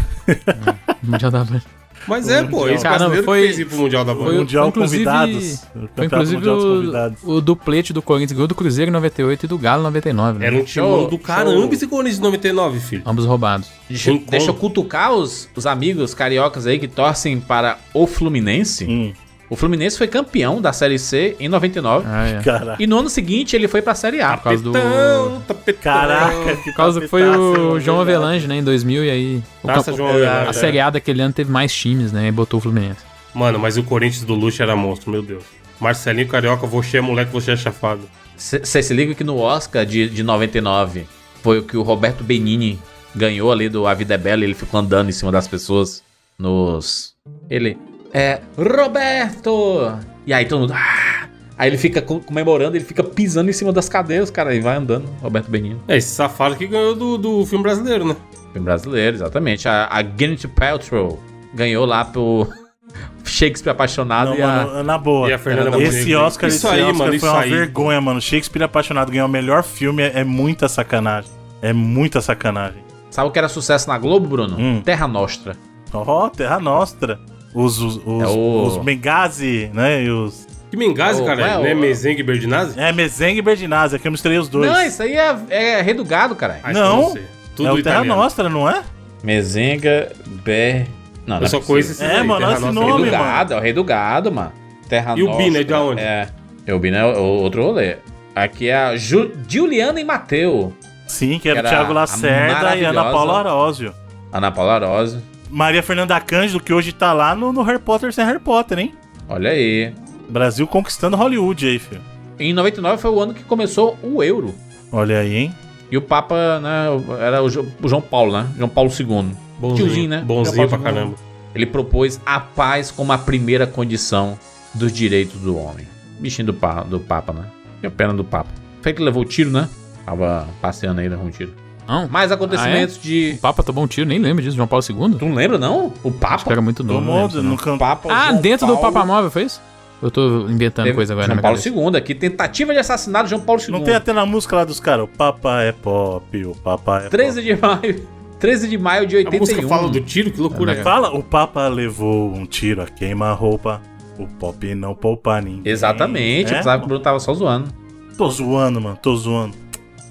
Mundial da Band. Mas é, pô, esse Caramba, brasileiro foi- que fez ir pro mundial da Band. Foi, o- Mundial foi inclusive, Convidados. O Foi Campeonato inclusive Mundial dos o, Convidados. o duplete do Corinthians ganhou do Cruzeiro em 98 e do Galo em 99, né? Era um time Show, do caramba esse Corinthians de 99, filho. Ambos roubados. Deixa, Tem deixa eu como. cutucar os, os amigos cariocas aí que torcem para o Fluminense. Hum, O Fluminense foi campeão da Série C em 99. Ah, é. caraca. E no ano seguinte ele foi pra Série A. Por causa do. Tapetão, tapetão. Caraca. que Por causa que foi tapetaço, o João verdade. Avelange, né? Em 2000 e aí. o Taça campo- João Avelange, A é. Série A daquele ano teve mais times, né? E botou o Fluminense. Mano, mas o Corinthians do Luxo era monstro, meu Deus. Marcelinho Carioca, você é moleque, você é chafado. Você se liga que no Oscar de, de 99 foi o que o Roberto Benini ganhou ali do A Vida é Bela e ele ficou andando em cima das pessoas nos. Ele. É. Roberto! E aí todo mundo. Ah, Aí ele fica com- comemorando, ele fica pisando em cima das cadeiras, cara, e vai andando. Roberto Benigno, É, esse safado que ganhou do, do filme brasileiro, né? filme um brasileiro, exatamente. A, a Gwyneth Paltrow ganhou lá pro Shakespeare Apaixonado Não, e a... mano, na boa. e a Fernanda esse Montenegro. Oscar, Isso esse aí, Oscar mano, foi isso uma aí. vergonha, mano. Shakespeare Apaixonado ganhou o melhor filme é, é muita sacanagem. É muita sacanagem. Sabe o que era sucesso na Globo, Bruno? Hum. Terra Nostra. Então, Ó, Terra Nostra. Os, os, os, É o- os Benghazi, né? E os... Que mengase, Ô, cara. qual é, não é ô? Mezengue e Berdinazzi? É, Mezengue e Berdinazzi, aqui eu misturei os dois. Não, isso aí é, é redugado, cara. Ah, isso eu Não. sei. é o Terra Nostra, não é? Mezenga, Ber... Não, Eu só conheço esses É, aí, mano, Terra olha esse Nostra. É o nome. rei do mano. gado, é o rei do gado, mano. Terra E o Nostra, Bina é de onde? É. E o Bina é o- outro rolê. Aqui é a Ju- Juliana e Mateu. Sim, que era Era o Thiago a Lacerda e Ana maravilhosa- Paula Arósio. Ana Paula Arósio. Maria Fernanda Cândido, que hoje tá lá no, no Harry Potter sem Harry Potter, hein? Olha aí. Brasil conquistando Hollywood aí, filho. Em 99 foi o ano que começou o euro. Olha aí, hein? E o Papa, né, era o Jo- o João Paulo, né? João Paulo II. Bonzinho, Tiozinho, né? Bonzinho Eu pra posso- caramba. Ele propôs a paz como a primeira condição dos direitos do homem. Bichinho do, pa- do Papa, né? E a pena do Papa. Foi que levou o tiro, né? Tava passeando aí, levou um tiro. Não, Mais acontecimentos de. o Papa tomou um tiro, nem lembro disso, João Paulo II? Tu não lembra, não? O Acho que Papa? era muito novo. não Tomou lembro, não. no canto. Papa Ah, João dentro do Paulo- Papa Móvel, foi isso? Eu tô inventando Teve- coisa agora João na minha Paulo cabeça. II aqui. Tentativa de assassinato de João Paulo II. Não tem até na música lá dos caras, o Papa é pop, o Papa é 13 de maio. 13 de maio de A música 81. fala do tiro, que loucura é. pop. Fala, o Papa levou um tiro a queima-roupa, o pop não poupa ninguém. Exatamente. Eu É? pensava que o Bruno tava só zoando. Tô zoando, mano, tô zoando.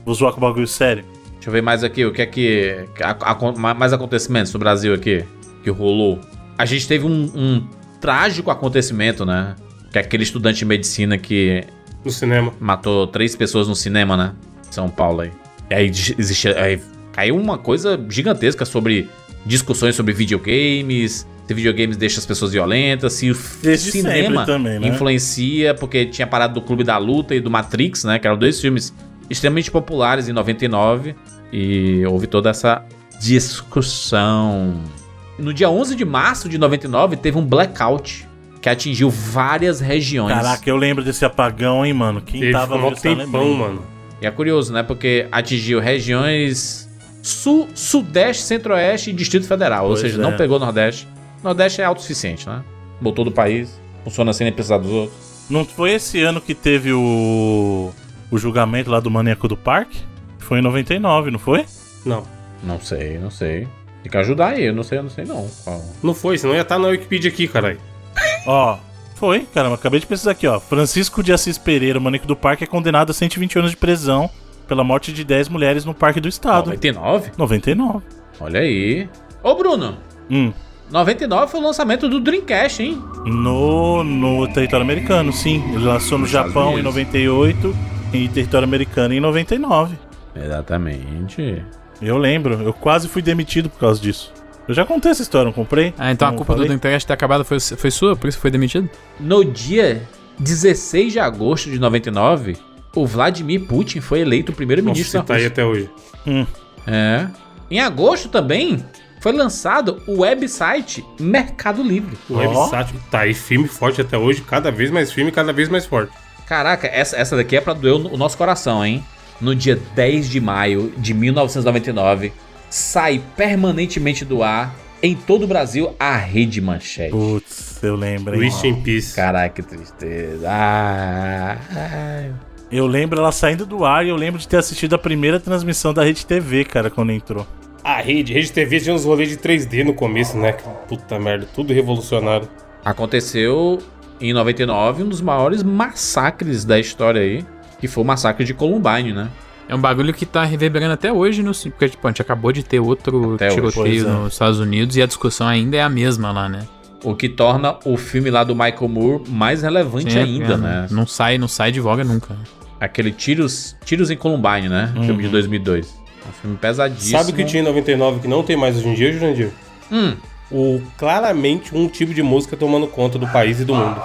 Vou zoar com o bagulho sério. Deixa eu ver mais aqui. O que é que. a- a- ma- mais acontecimentos do Brasil aqui. Que rolou. A gente teve um, um trágico acontecimento, né? Que é aquele estudante de medicina que No cinema. matou três pessoas no cinema, né? Em São Paulo aí. E aí de- existe. Aí caiu uma coisa gigantesca sobre discussões sobre videogames. Se videogames deixa as pessoas violentas, se o f- Desde cinema sempre também, né? influencia, porque tinha parado do Clube da Luta e do Matrix, né? Que eram dois filmes extremamente populares em 99. E houve toda essa discussão. No dia 11 de março de 99, teve um blackout que atingiu várias regiões. Caraca, eu lembro desse apagão, hein, mano. Quem Ele tava ficou mó vivo, tá tempão, lembrando. mano. E é curioso, né? Porque atingiu regiões sul, sudeste, centro-oeste e Distrito Federal. ou Pois seja, é. não pegou Nordeste. Nordeste é autossuficiente, né? Botou do país, funciona sem nem precisar dos outros. Não foi esse ano que teve o, o julgamento lá do Maníaco do Parque? Foi em 99, não foi? Não. Não sei, não sei. Tem que ajudar aí, eu não sei, eu não sei não. Qual- Não foi, senão ia estar na Wikipedia aqui, caralho. Ó, foi, caramba, acabei de pesquisar aqui, ó. Francisco de Assis Pereira, o Maníaco do Parque, é condenado a 120 anos de prisão pela morte de 10 mulheres no Parque do Ah, Estado. 99? 99. Olha aí. Ô, Bruno, Hum. 99 foi o lançamento do Dreamcast, hein? No, no território americano, sim. Ele lançou no Estados Japão em Unidos. 98 e território americano em 99. Exatamente. Eu lembro, eu quase fui demitido por causa disso. Eu já contei essa história, não comprei? Ah, então a Não culpa do falei? Dreamcast ter acabado foi, foi sua, por isso foi demitido? No dia 16 de agosto de 99, o Vladimir Putin foi eleito Nossa, primeiro-ministro você da tá aí até hoje. É. Em agosto também foi lançado o website Mercado Livre. O Ó. website tá aí firme e forte até hoje, cada vez mais firme, cada vez mais forte. Caraca, essa, essa daqui é pra doer o o nosso coração, hein? No dia 10 de maio de 1999, sai permanentemente do ar em todo o Brasil a Rede Manchete. Putz, eu lembro. hein? Rest in peace. Caraca, que tristeza. Ah, ai. Eu lembro ela saindo do ar e eu lembro de ter assistido a primeira transmissão da Rede TV, cara, quando entrou. A rede, rede TV tinha uns rolês de 3D no começo, né? Que Puta merda, tudo revolucionário. Aconteceu em 99 um dos maiores massacres da história aí, que foi o massacre de Columbine, né? É um bagulho que tá reverberando até hoje no. Porque, tipo, a gente acabou de ter outro Até hoje, tiroteio pois é. nos Estados Unidos e a discussão ainda é a mesma lá, né? O que torna o filme lá do Michael Moore mais relevante Sempre, ainda, é, né? Não sai, não sai de voga nunca. Aquele Tiros, Tiros em Columbine, né? Uhum. Filme de 2002. Um filme pesadíssimo. Sabe o né? que tinha em 99 que não tem mais hoje em dia, Jurandir? Hum, O, claramente um tipo de música tomando conta do país e do mundo.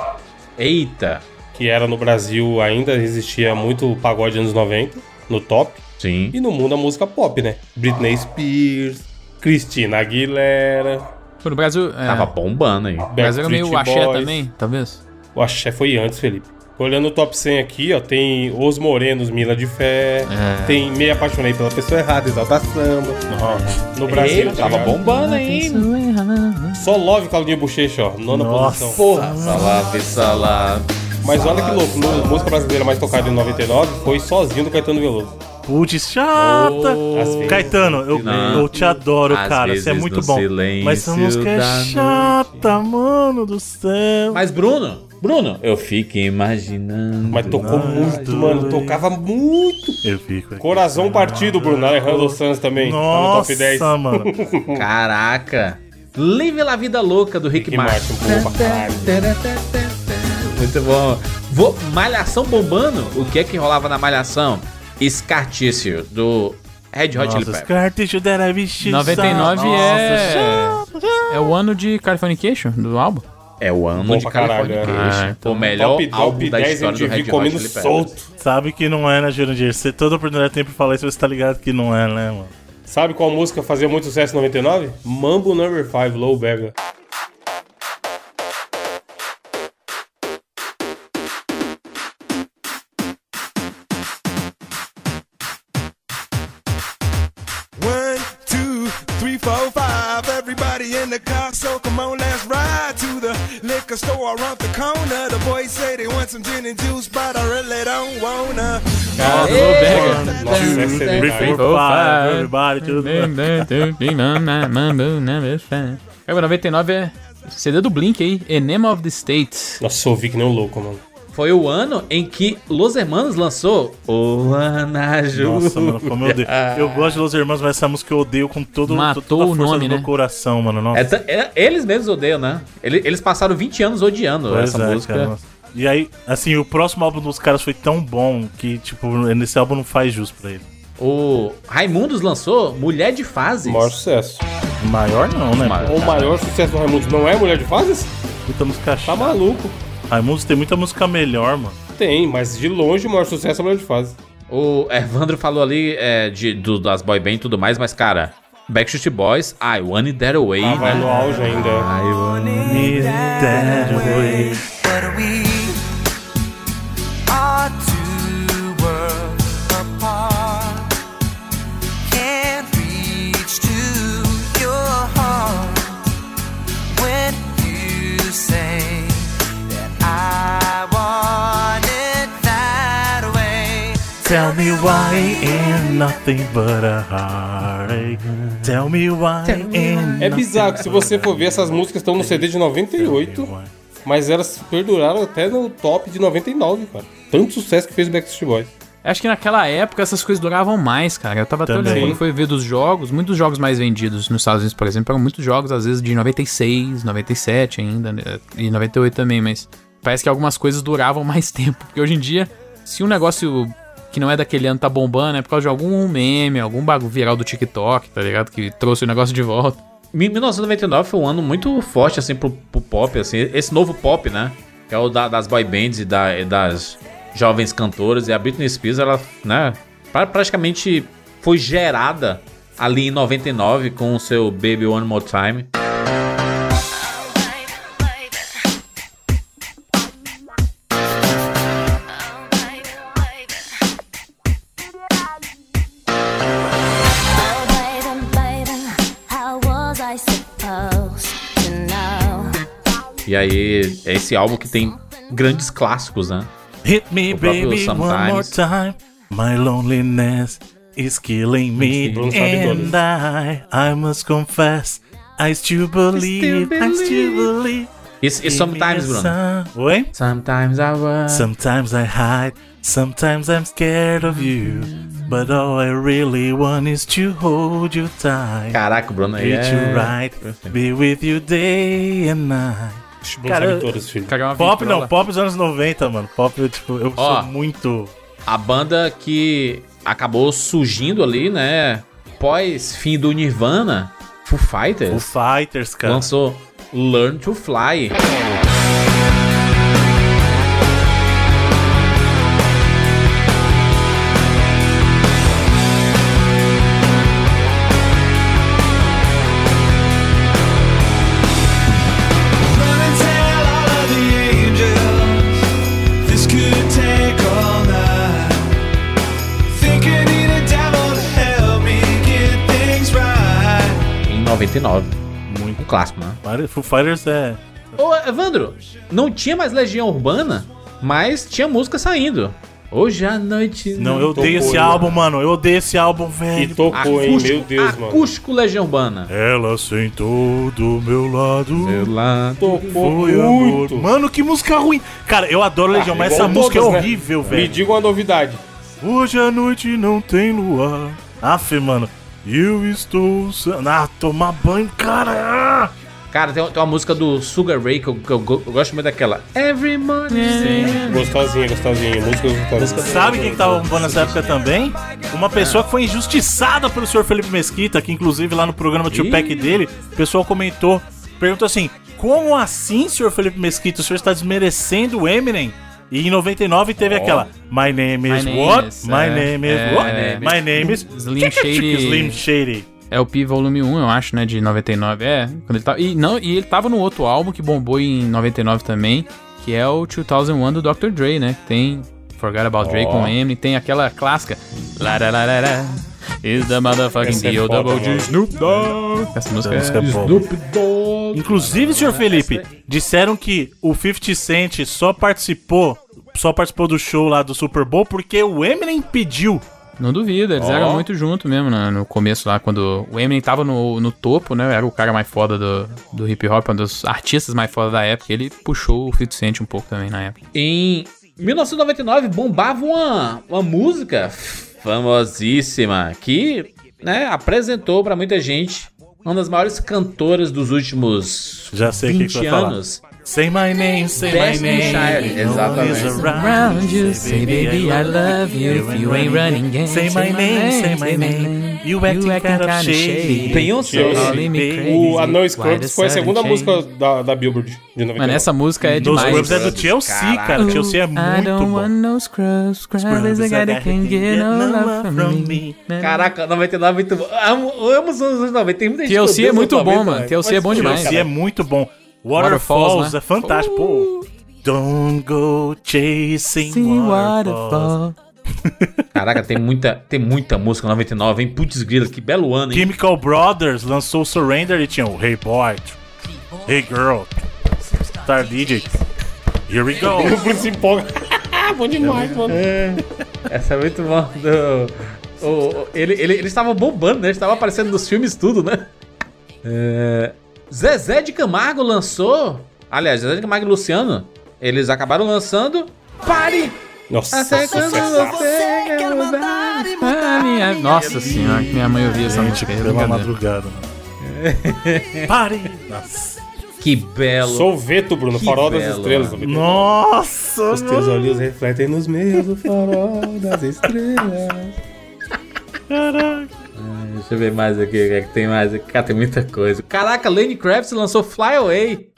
eita. Que era no Brasil, ainda existia muito o pagode anos 90, no top. Sim. E no mundo a música pop, né? Britney Spears, Christina Aguilera, Pô, no Brasil. É, Tava bombando aí. Ah, o Brasil era meio Backstreet axé Boys. também, talvez. O axé é, foi antes, Felipe. Olhando o top 100 aqui, ó, tem Os Morenos, Mila de Fé, É. tem Me Apaixonei pela Pessoa Errada, Exalta Samba. No Brasil, tá Eita, tava ligado? bombando aí. né? Só Love Claudinho Bochecha, ó, nona Nossa. posição. Porra. Salave, salave. Mas olha que louco, no, música brasileira mais tocada em 99 foi Sozinho do Caetano Veloso. Putz, chata. Às vezes. Caetano, eu, Não. eu te adoro, Às cara. Você é vezes muito no bom. silêncio Mas essa música é da noite. chata, mano do céu. Mas Bruno, Bruno, Eu fico imaginando. Mas tocou muito, tudo mano, bem. tocava muito. Eu fico aqui. Coração Partido, Bruno, Alejandro Sanz também, tá no Nossa, top 10. mano. Caraca. Live La Vida Louca do Rick, Que Martin. Martin, pô, pra caralho. Muito bom. Vou- Malhação bombando. O que é que rolava na Malhação? Escartício do Red Hot Chili Nossa, Peppers. Scarlet Dera Vichy. 99 Nossa, é. É o ano de Californication, do álbum. É o ano Bom de pra caralho, né? Californication. é. Ah, então, O melhor Top, álbum top da 10 história do Red MTV Hot comendo Chili Peppers. solto. Sabe que não é, né, Jurandir? Você toda oportunidade tem pra falar isso, você tá ligado que não é, né, mano? Sabe qual música fazia muito sucesso em 99? Mambo Number 5, Low Bega. One, two, three, four, five. Everybody in the car, so come on, let's ride to the liquor store around the corner. The boys say they want some gin and juice, but I really don't wanna. Ah, Nossa, essa é Before lendária. five, everybody, tudo. Cara, 99 é CD do Blink aí, Enema of the States. Nossa, eu ouvi que nem um louco, mano. Foi o ano em que Los Hermanos lançou O Ana Júlia. Nossa, mano, como eu odeio. Eu gosto de Los Hermanos, mas essa música eu odeio com todo Matou toda a o força nome, do meu né? coração, mano. Nossa, É tan- é- eles mesmos odeiam, né? Ele- Eles passaram 20 anos odiando pois essa é, música. cara, nossa. E aí, assim, o próximo álbum dos caras foi tão bom que, tipo, nesse álbum não faz jus pra ele. O Raimundos lançou Mulher de Fases. O maior sucesso. Maior não, né? Maior. O maior sucesso do Raimundo não é Mulher de Fases? Puta música Tá chata. maluco. Raimundos tem muita música melhor, mano. Tem, mas de longe o maior sucesso é Mulher de Fases. O é, Evandro falou ali é, de, do- das boy band e tudo mais, mas, cara, Backstreet Boys, I Want It That Way. Ah, vai no auge ainda. Me that way. But we are two worlds apart. Can't reach to your heart when you say that I want it that way. Tell me why ain't nothing but a heartache. Tell me why ain't É bizarro que se você for ver, essas músicas estão no CD de 98, mas elas perduraram até no top de 99, cara. Tanto sucesso que fez o Backstreet Boys. Acho que naquela época essas coisas duravam mais, cara. Eu tava até Também. olhando quando foi ver dos jogos, muitos jogos mais vendidos nos Estados Unidos, por exemplo, eram muitos jogos, às vezes, de 96, 97 ainda, né? e 98 também, mas parece que algumas coisas duravam mais tempo. Porque hoje em dia, se um negócio que não é daquele ano tá bombando, é por causa de algum meme, algum bagulho viral do TikTok, tá ligado? Que trouxe o negócio de volta. Mi- 1999 foi um ano muito forte, assim, pro, pro pop, assim. Esse novo pop, né? Que é o da- das boy bands e, da- e das jovens cantoras. E a Britney Spears, ela, né? pra- praticamente foi gerada ali em 99 com o seu Baby One More Time. E aí, é esse álbum que tem grandes clássicos, né? Hit me, O próprio baby, one more Sometimes. time. My loneliness is killing me. Bruno And sabe I, I must confess, I still believe, I still believe. E, e Sometimes, Bruno. Bruno. Oi? Sometimes I was... Sometimes I hide, sometimes I'm scared of you. But all I really want is to hold you tight. Caraca, o Bruno aí Treat é... you right, be with you day and night. Bruno Cara, sabe todos, filho. Cara, é uma Pop vitrola. não, pop dos anos 90, mano. Pop, eu, tipo, eu Ó. sou muito. A banda que acabou surgindo ali, né? Pós fim do Nirvana, Foo O Fighters Fighters, cara. lançou Learn to Fly. Run and tell all of the angels this could 89. Muito. Um clássico, né? Fire- Foo Fighters é. Ô, Evandro, não tinha mais Legião Urbana, mas tinha música saindo. Hoje à noite. Não, eu Tocou, odeio esse né? álbum, mano. Eu odeio esse álbum, E velho. tocou, hein? Meu Deus, mano. Acústico Legião Urbana. Ela sentou do meu lado. lá. Tocou Foi amor. muito. Ah, Mano, que música ruim. Cara, eu adoro Legião, mas essa Igual música todas, é né? horrível, Me velho. diga uma novidade. Hoje à noite não tem luar. Aff, mano. Eu estou. sa- Ah, tomar banho, cara. Cara, tem, tem uma música do Sugar Ray que eu, que eu go- eu gosto muito daquela. Every morning. Gostosinha, gostosinha. Música gostosinha. Sabe quem que tava bombando nessa época também? Uma pessoa que foi injustiçada pelo senhor Felipe Mesquita, que inclusive lá no programa Tio Pack dele, o pessoal comentou, perguntou assim: como assim, senhor Felipe Mesquita, o senhor está desmerecendo o Eminem? E em 99 teve aquela My name is My name what? is, My é, name is é, what? é. My name is Slim Shady. Slim Shady. LP É volume 1, eu acho, né? De 99. É, quando ele tava. E, não, e ele tava no outro álbum que bombou em 99 também, que é o 2001 do Dr. Dre, né? Que tem Forgot About Dre com Eminem, tem aquela clássica. Lararara, is the motherfucking Essa é deal foda, double mano. G Snoop Dogg. Essa música Música é. boa. Inclusive, senhor Felipe, disseram que o 50 Cent só participou, só participou do show lá do Super Bowl porque o Eminem pediu. Não duvido, eles eram muito junto mesmo né, no começo lá, quando o Eminem tava no, no topo, né? Era o cara mais foda do, do hip hop, um dos artistas mais foda da época. Ele puxou o 50 Cent um pouco também na época. Em 1999 bombava uma, uma música famosíssima que né, apresentou pra muita gente uma das maiores cantoras dos últimos Já sei o que que 20 vai falar. anos. Say my name, say Destiny my name. Child, no one is exatamente. around you, say baby I love you. If you ain't running, game, say my name, say my name. You acting kind of shady. Beyoncé. Calling me Baby. crazy. O Why Anão the Scrubs foi a sudden segunda change? música da, da Billboard de um. 99. Mano, essa música é Nos demais. Scrubs é do Chelsea, cara. O Chelsea é I muito don't want bom. no scrubs, scrubs is Scrubs a guy that can get no love from me. Caraca, 99 é muito bom. Amo, amo os anos 90. Tem muita gente que TLC odeia é os muito anos bom, 90, mano. né? TLC é bom Mas, demais. Chelsea é muito bom. Waterfalls, Waterfalls né? é fantástico. Pô. Don't go chasing See waterfalls. waterfall. Caraca, tem muita, tem muita música 99, hein? Putz grila, que belo ano, hein? Chemical Brothers lançou Surrender e tinha o Hey Boy, Hey Girl, Star DJ. Here we go. O Bruno se empolga. Bom demais, mano. Essa é muito bom. Do... o- o- ele, ele, ele estava bombando, né? Ele estava aparecendo nos filmes tudo, né? É, Zezé de Camargo lançou... Aliás, Zezé de Camargo e Luciano, eles acabaram lançando... Pare! Nossa, Até quando sucesso. você quer mudar. Ah, minha- Nossa senhora, que minha mãe ouvia essa Gente, música. é pela brincadeira. madrugada. Mano. Pare! Nossa! Que belo. Solveto, Bruno. Que farol das belo, estrelas. mano. 99. Nossa! Os teus olhos refletem nos meus o farol das estrelas. Deixa eu ver mais aqui, o que é que tem mais aqui? Cara, tem muita coisa. Caraca, Lenny Kravitz lançou Fly Away.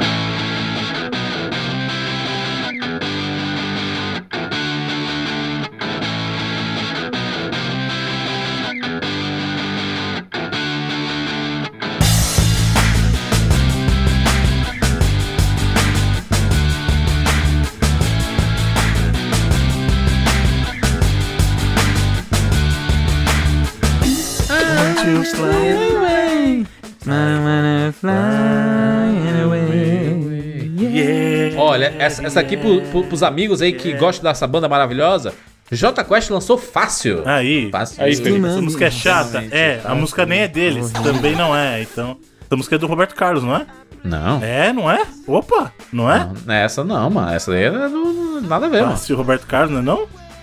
I'm gonna fly away. Yeah. Olha, essa, essa aqui pro, pro, pros amigos aí que gostam dessa banda maravilhosa. J Quest lançou Fácil. Aí, Fácil. Ah, Aí, Felipe. essa música é chata. É, a música nem é deles, também não é, então. Essa música é do Roberto Carlos, não é? Não, É, não é? Opa, não é? não é essa não, mano. Essa daí não, não- nada a ver, Ah, mano. se o Roberto Carlos, não é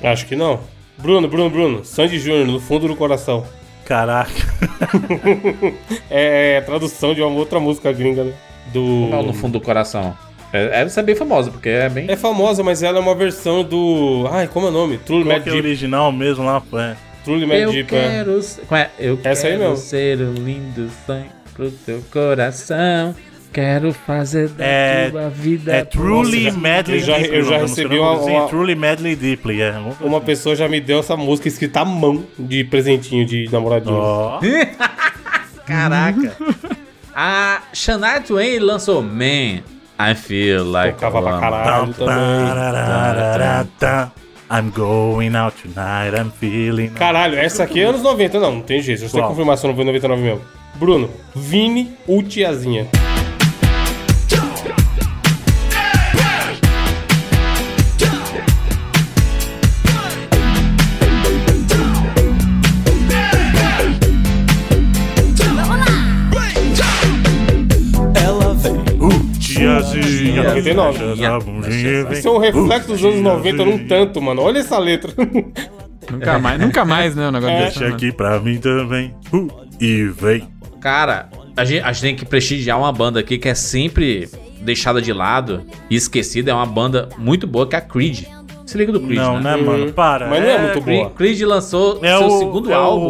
não? Acho que não. Bruno, Bruno, Bruno. Sandy Júnior, no fundo do coração. Caraca. É tradução de uma outra música gringa, né? Do. Pau no fundo do coração. É, essa é bem famosa, porque é bem. É famosa, mas ela é uma versão do. Ai, como é o nome? Truly Qual Mad que é o Deep. original mesmo lá? É. Truly Mad Eu Deep, é. quero ser... Como é? Eu Essa aí quero mesmo. ser o lindo sangue pro teu coração. Quero fazer da É- tua vida... É Truly Nossa, já- Madly eu já- Deeply. eu o já nome da música, recebi não? uma- Sim, uma- Truly Madly Deeply, é. Uma pessoa já me deu essa música escrita à mão de presentinho de namoradinho. Ó. Caraca. A Ah, Shania Twain lançou Man, I Feel Like Tocava a É, pra Woman. caralho Ah, também. Tarararararata. I'm going out tonight, I'm feeling. Caralho, essa aqui é anos 90, não, não tem jeito. Eu sei que Qual? confirmação não foi 99 mesmo. Bruno, Vini ou Tiazinha? Ela vem. Uh, Tiazinha, 99. essa bundinha vem. Uh, Isso é um reflexo dos anos 90 num Tiazinha, tanto, mano. Olha essa letra. Nunca mais, nunca mais, né? O negócio desse. Deixa né? aqui pra mim também. Uh, e vem. Cara, a gente, a gente tem que prestigiar uma banda aqui que é sempre deixada de lado e esquecida. É uma banda muito boa, que é a Creed. Se liga do Creed, Não, né? né, mano? Para. Mas não é muito Creed, boa. Creed lançou É seu o, segundo é álbum.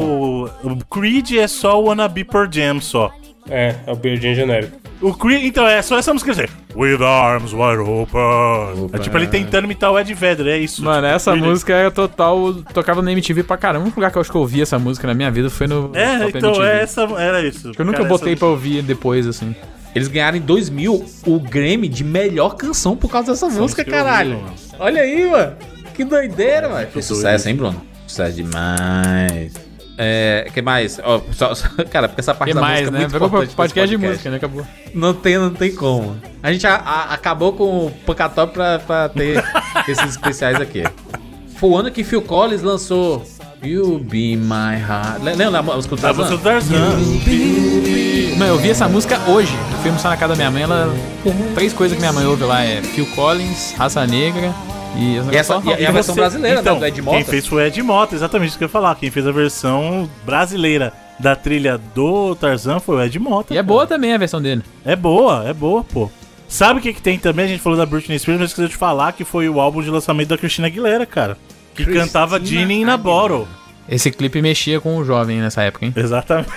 O, o Creed é só o Wannabe Pearl Jam, só. É, é o Beardinho genérico. O Creed, então, é só essa música assim. With arms wide open. É tipo ele tentando imitar o Ed Vedder, é isso. Mano, Tipo, essa ele- música é total. Tocava na MTV pra caramba. O único lugar que eu acho que eu ouvi essa música na minha vida foi no. É, Top então, MTV. é essa, era isso. Que eu nunca Cara, botei essa- pra ouvir depois, assim. Eles ganharam em 2000 o Grammy de melhor canção por causa dessa música, que eu ouvi, caralho. mano. É, Olha aí, mano. Que doideira, mano. Fez doido. sucesso, hein, Bruno? Sucesso demais. É, que mais? Ó, só- só- cara, porque essa parte Que da mais, música né? é muito Virou importante podcast, nesse de música, né? Acabou. Não tem, não tem como. A gente a- a- acabou com o Pancatop pra, pra ter esses especiais aqui. Foi o ano que Phil Collins lançou You Be My Heart. Le- Lembra da música do A música Ah, tá Tarzan? do Tarzan. Não, eu vi essa música hoje. O filme está na casa da minha mãe. Ela. Três coisas que minha mãe ouve lá é Phil Collins, Raça Negra e. E essa- e é a- e a versão brasileira, né, do Ed Mota? Então, Quem fez foi o Ed Mota, exatamente isso que eu ia falar. Quem fez a versão brasileira da trilha do Tarzan foi o Ed Mota. E é pô. boa também a versão dele. É boa, é boa, pô. Sabe o que, que tem também? A gente falou da Britney Spears, mas esqueceu de falar que foi o álbum de lançamento da Christina Aguilera, cara. Que cantava Genie in a Bottle. Esse clipe mexia com o jovem nessa época, hein? Exatamente.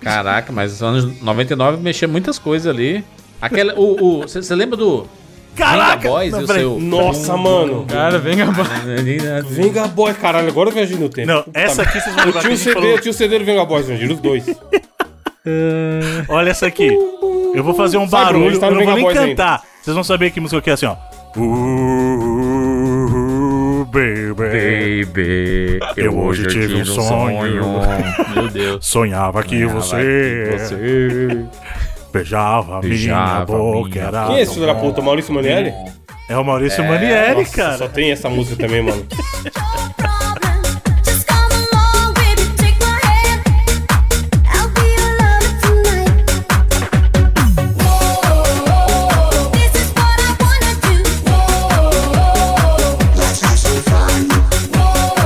Caraca, mas os anos 99 mexia muitas coisas ali. Aquela, o, Você lembra do Venga Boys Não, e o peraí. seu... Hum, Nossa, mano. Cara, vem acabar. Venga Boys, caralho, agora eu viajei no tempo. Não, Puta essa aqui vocês vão Eu lembrar. que tinha a o gente CD, falou- eu tinha o CD do Venga Boys, Jurandir, os dois. Olha essa aqui. Eu vou fazer um Sai, Bruno, barulho, a gente tá eu não vou no nem Venga Boys ainda. cantar. Vocês vão saber que música que é assim, ó. Uh, baby. Baby, Eu hoje tive um sonho. Meu Deus. Sonhava que você, é. beijava, minha Beijava boca. minha era Quem é esse filho da puta? Maurício Manieri? É o Maurício Manieri, Nossa, cara. só tem essa música também, mano. Just come along, baby, take my hand. I'll be your lover tonight. This is what I wanna do.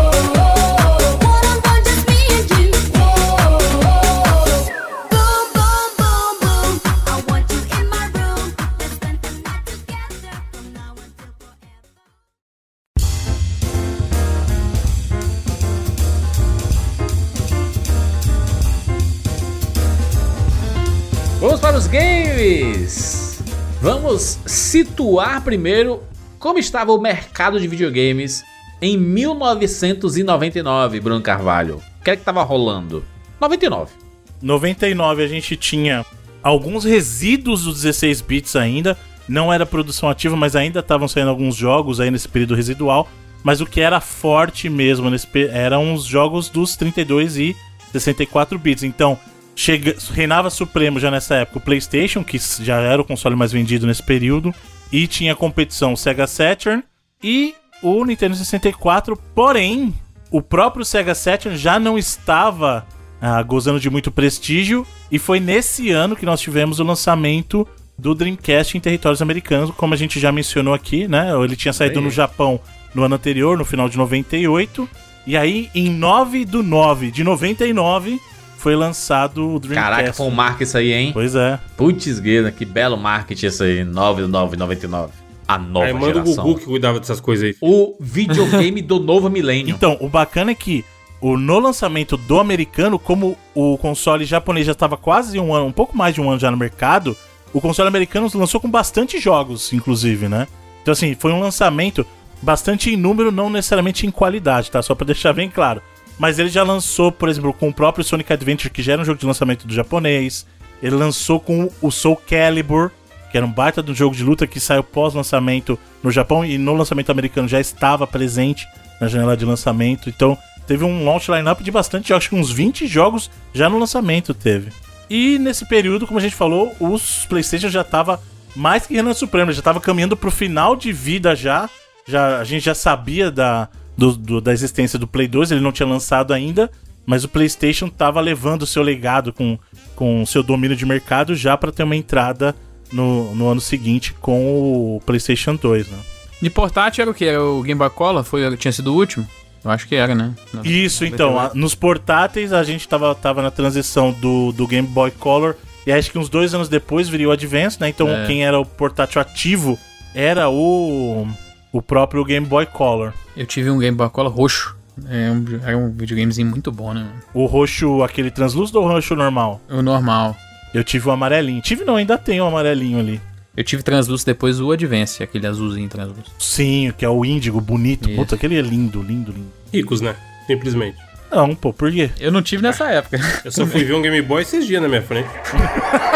One on one, just me and you. Boom, boom, boom, boom. I want you in my room. Let's spend the night together from now until forever. Vamos para os games! Vamos situar primeiro como estava o mercado de videogames em 1999, Bruno Carvalho. O que é que estava rolando? 99. 99 a gente tinha alguns resíduos dos 16 bits ainda. Não era produção ativa, mas ainda estavam saindo alguns jogos aí nesse período residual. Mas o que era forte mesmo nesse pe- eram os jogos dos 32 e 64 bits. Então, chega, reinava supremo já nessa época o PlayStation, que s- já era o console mais vendido nesse período, e tinha competição o Sega Saturn e o Nintendo 64. Porém, o próprio Sega Saturn já não estava ah, gozando de muito prestígio. E foi nesse ano que nós tivemos o lançamento do Dreamcast em territórios americanos, como a gente já mencionou aqui, né? Ele tinha saído no Japão no ano anterior, no final de 98. E aí, em 9 do 9 de 99, foi lançado o Dreamcast. Caraca, foi um marca isso aí, hein? Pois é. Putz, gueda, que belo marketing isso aí. 9999. A nova Aí É, manda o geração. Gugu que cuidava dessas coisas aí. O videogame do novo milênio. Então, o bacana é que o, no lançamento do americano, como o console japonês já estava quase um ano, um pouco mais de um ano já no mercado, o console americano lançou com bastante jogos, inclusive, né? Então, assim, foi um lançamento bastante em número, não necessariamente em qualidade, tá? Só pra deixar bem claro. Mas ele já lançou, por exemplo, com o próprio Sonic Adventure, que já era um jogo de lançamento do japonês. Ele lançou com o Soul Calibur, que era um baita de um jogo de luta que saiu pós-lançamento no Japão e no lançamento americano já estava presente na janela de lançamento. Então, teve um launch lineup de bastante jogos, acho que uns 20 jogos já no lançamento teve. E nesse período, como a gente falou, os PlayStation já tava mais que Renan Supremo, já tava caminhando pro final de vida já. já a gente já sabia da, do- do- da existência do Play 2, ele não tinha lançado ainda, mas o PlayStation tava levando o seu legado com com o seu domínio de mercado já pra ter uma entrada no, no ano seguinte com o PlayStation 2, né? De portátil era o que? Era o Game Boy Color? Foi, tinha sido o último? Eu acho que era, né? Não. Isso, então. a- nos portáteis a gente tava, tava na transição do, do Game Boy Color. E acho que uns dois anos depois viria o Advance, né? Então quem era o portátil ativo era o, o próprio Game Boy Color. Eu tive um Game Boy Color roxo. É um- era um videogamezinho muito bom, né? mano? O roxo, aquele translúcido ou o roxo normal? O normal. Eu tive o amarelinho. Tive não, ainda tem o amarelinho ali. Eu tive translúcido depois o Advance, aquele azulzinho translúcido. Sim, o que é o índigo, bonito. Isso. Puta, aquele é lindo, lindo, lindo. Ricos, né? Simplesmente. Não, pô, por quê? Eu não tive nessa época. Eu só fui ver um Game Boy esses dias na minha frente.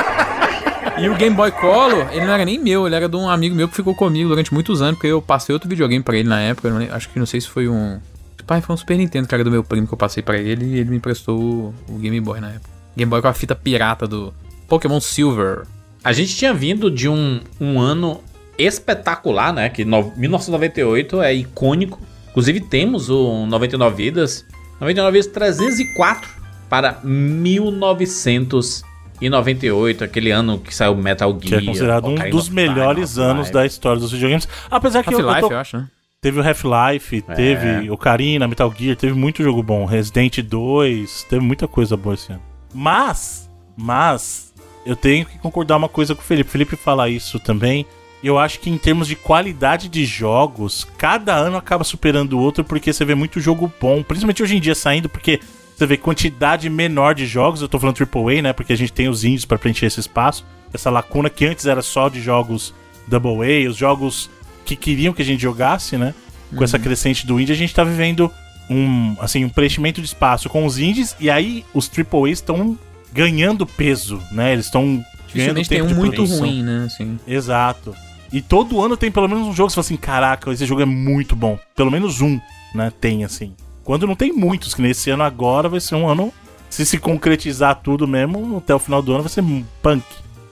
E o Game Boy Color, ele não era nem meu, ele era de um amigo meu que ficou comigo durante muitos anos, porque eu passei outro videogame pra ele na época. eu não lem- acho que não sei se foi um. Pai, foi um Super Nintendo, cara, do meu primo que eu passei pra ele e ele me emprestou o, o Game Boy na época. Game Boy com a fita pirata do Pokémon Silver. A gente tinha vindo de um, um ano espetacular, né? Que no- 1998 é icônico. Inclusive temos o 99 Vidas. 99 Vidas 304 para 1998, aquele ano que saiu Metal Que Gear. é considerado um Ocarina dos of Time, melhores Half-Life. anos da história dos videogames. Apesar que eu, eu Half-Life, tô eu acho, né? Teve o Half-Life, teve o Karina, Metal Gear, teve muito jogo bom. Resident 2, teve muita coisa boa esse ano. Mas, mas, eu tenho que concordar uma coisa com o Felipe. O Felipe fala isso também. Eu acho que em termos de qualidade de jogos, cada ano acaba superando o outro porque você vê muito jogo bom. Principalmente hoje em dia saindo, porque você vê quantidade menor de jogos. Eu tô falando AAA, né? Porque a gente tem os indies pra preencher esse espaço. Essa lacuna que antes era só de jogos Double A, os jogos que queriam que a gente jogasse, né? Com essa Uhum. crescente do indie, a gente tá vivendo um, assim, um preenchimento de espaço com os indies e aí os AAA estão ganhando peso, né? Eles estão ganhando Dificilmente tempo tem um de muito produção. ruim, né? Assim. Exato. E todo ano tem pelo menos um jogo que você fala assim, caraca, esse jogo é muito bom. Pelo menos um, né? Tem, assim. Quando não tem muitos, que nesse ano agora vai ser um ano... Se se concretizar tudo mesmo, até o final do ano vai ser um punk.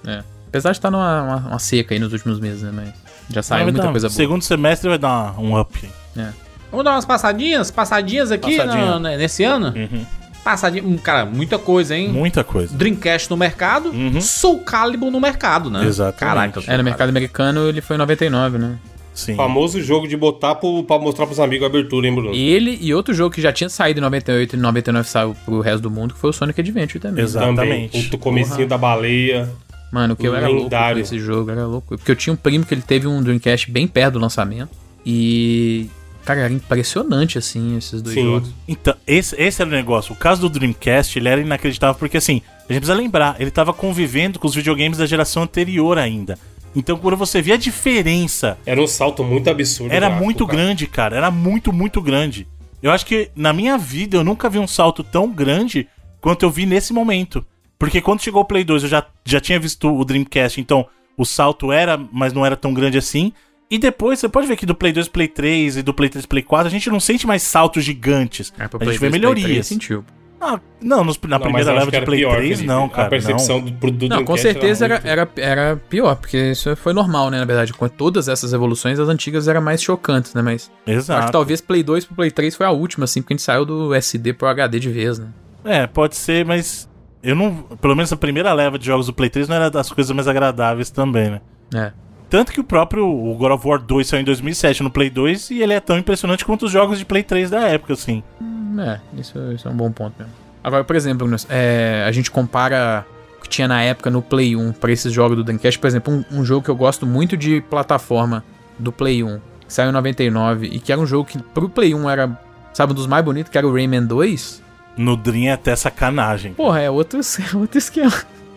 É. Apesar de estar numa uma, uma seca aí nos últimos meses, né? Mas já saiu Vai muita dar- coisa boa. Segundo semestre vai dar uma- um up. Vamos dar umas passadinhas? Passadinhas aqui Passadinha. na- na- nesse ano? Uhum. Passadinha. hum, Cara, muita coisa, hein? Muita coisa. Dreamcast no mercado, Uhum. Soul Calibur no mercado, né? Exatamente. Caraca, É, no mercado americano ele foi em 99, né? Sim. Famoso jogo de botar pro, pra mostrar pros amigos a abertura, hein, Bruno? Ele e outro jogo que já tinha saído em 98 e em 99 saiu pro resto do mundo, que foi o Sonic Adventure também. Exato. Também. exatamente. O comecinho da baleia. Mano, o que eu era louco por Lendário. esse jogo, era louco. Porque eu tinha um primo que ele teve um Dreamcast bem perto do lançamento. E. Cara, era impressionante, assim, esses dois Sim. jogos. Então, esse, esse era o negócio. O caso do Dreamcast, ele era inacreditável porque, assim, a gente precisa lembrar, ele tava convivendo com os videogames da geração anterior ainda. Então, quando você via a diferença, Era um salto muito absurdo. era gráfico, muito cara. grande, cara. Era muito, muito grande. Eu acho que na minha vida eu nunca vi um salto tão grande quanto eu vi nesse momento. Porque quando chegou o Play 2, eu já, já tinha visto o Dreamcast, então o salto era, mas não era tão grande assim. E depois, você pode ver que do Play 2, Play 3 e do Play 3, Play 4, a gente não sente mais saltos gigantes. É, Era pra a Play gente vê 2, Play 3, melhorias. sentiu. Ah, não, nos- na Não, mas primeira eu acho leva que de era Play pior, 3, Felipe. não, cara. A percepção não. do, pro- do Não, com Dreamcast certeza era, muito- era, era pior, porque isso foi normal, né? Na verdade, com todas essas evoluções, as antigas eram mais chocantes, né? Mas acho que Exato. talvez Play 2 pro Play 3 foi a última, assim, porque a gente saiu do SD pro HD de vez, né? É, pode ser, mas eu não. Pelo menos a primeira leva de jogos do Play 3 não era das coisas mais agradáveis também, né? É. Tanto que o próprio o God of War 2 saiu em 2007 no Play 2 e ele é tão impressionante quanto os jogos de Play 3 da época, assim. É, isso, isso é um bom ponto mesmo. Agora, por exemplo, Bruno, é, a gente compara o que tinha na época no Play 1 pra esses jogos do Dreamcast. Por exemplo, um, um jogo que eu gosto muito de plataforma do Play 1, que saiu em 99 e que era um jogo que pro Play 1 era, sabe, um dos mais bonitos, que era o Rayman 2. No Dream é até sacanagem. Porra, é outro, é outro esquema.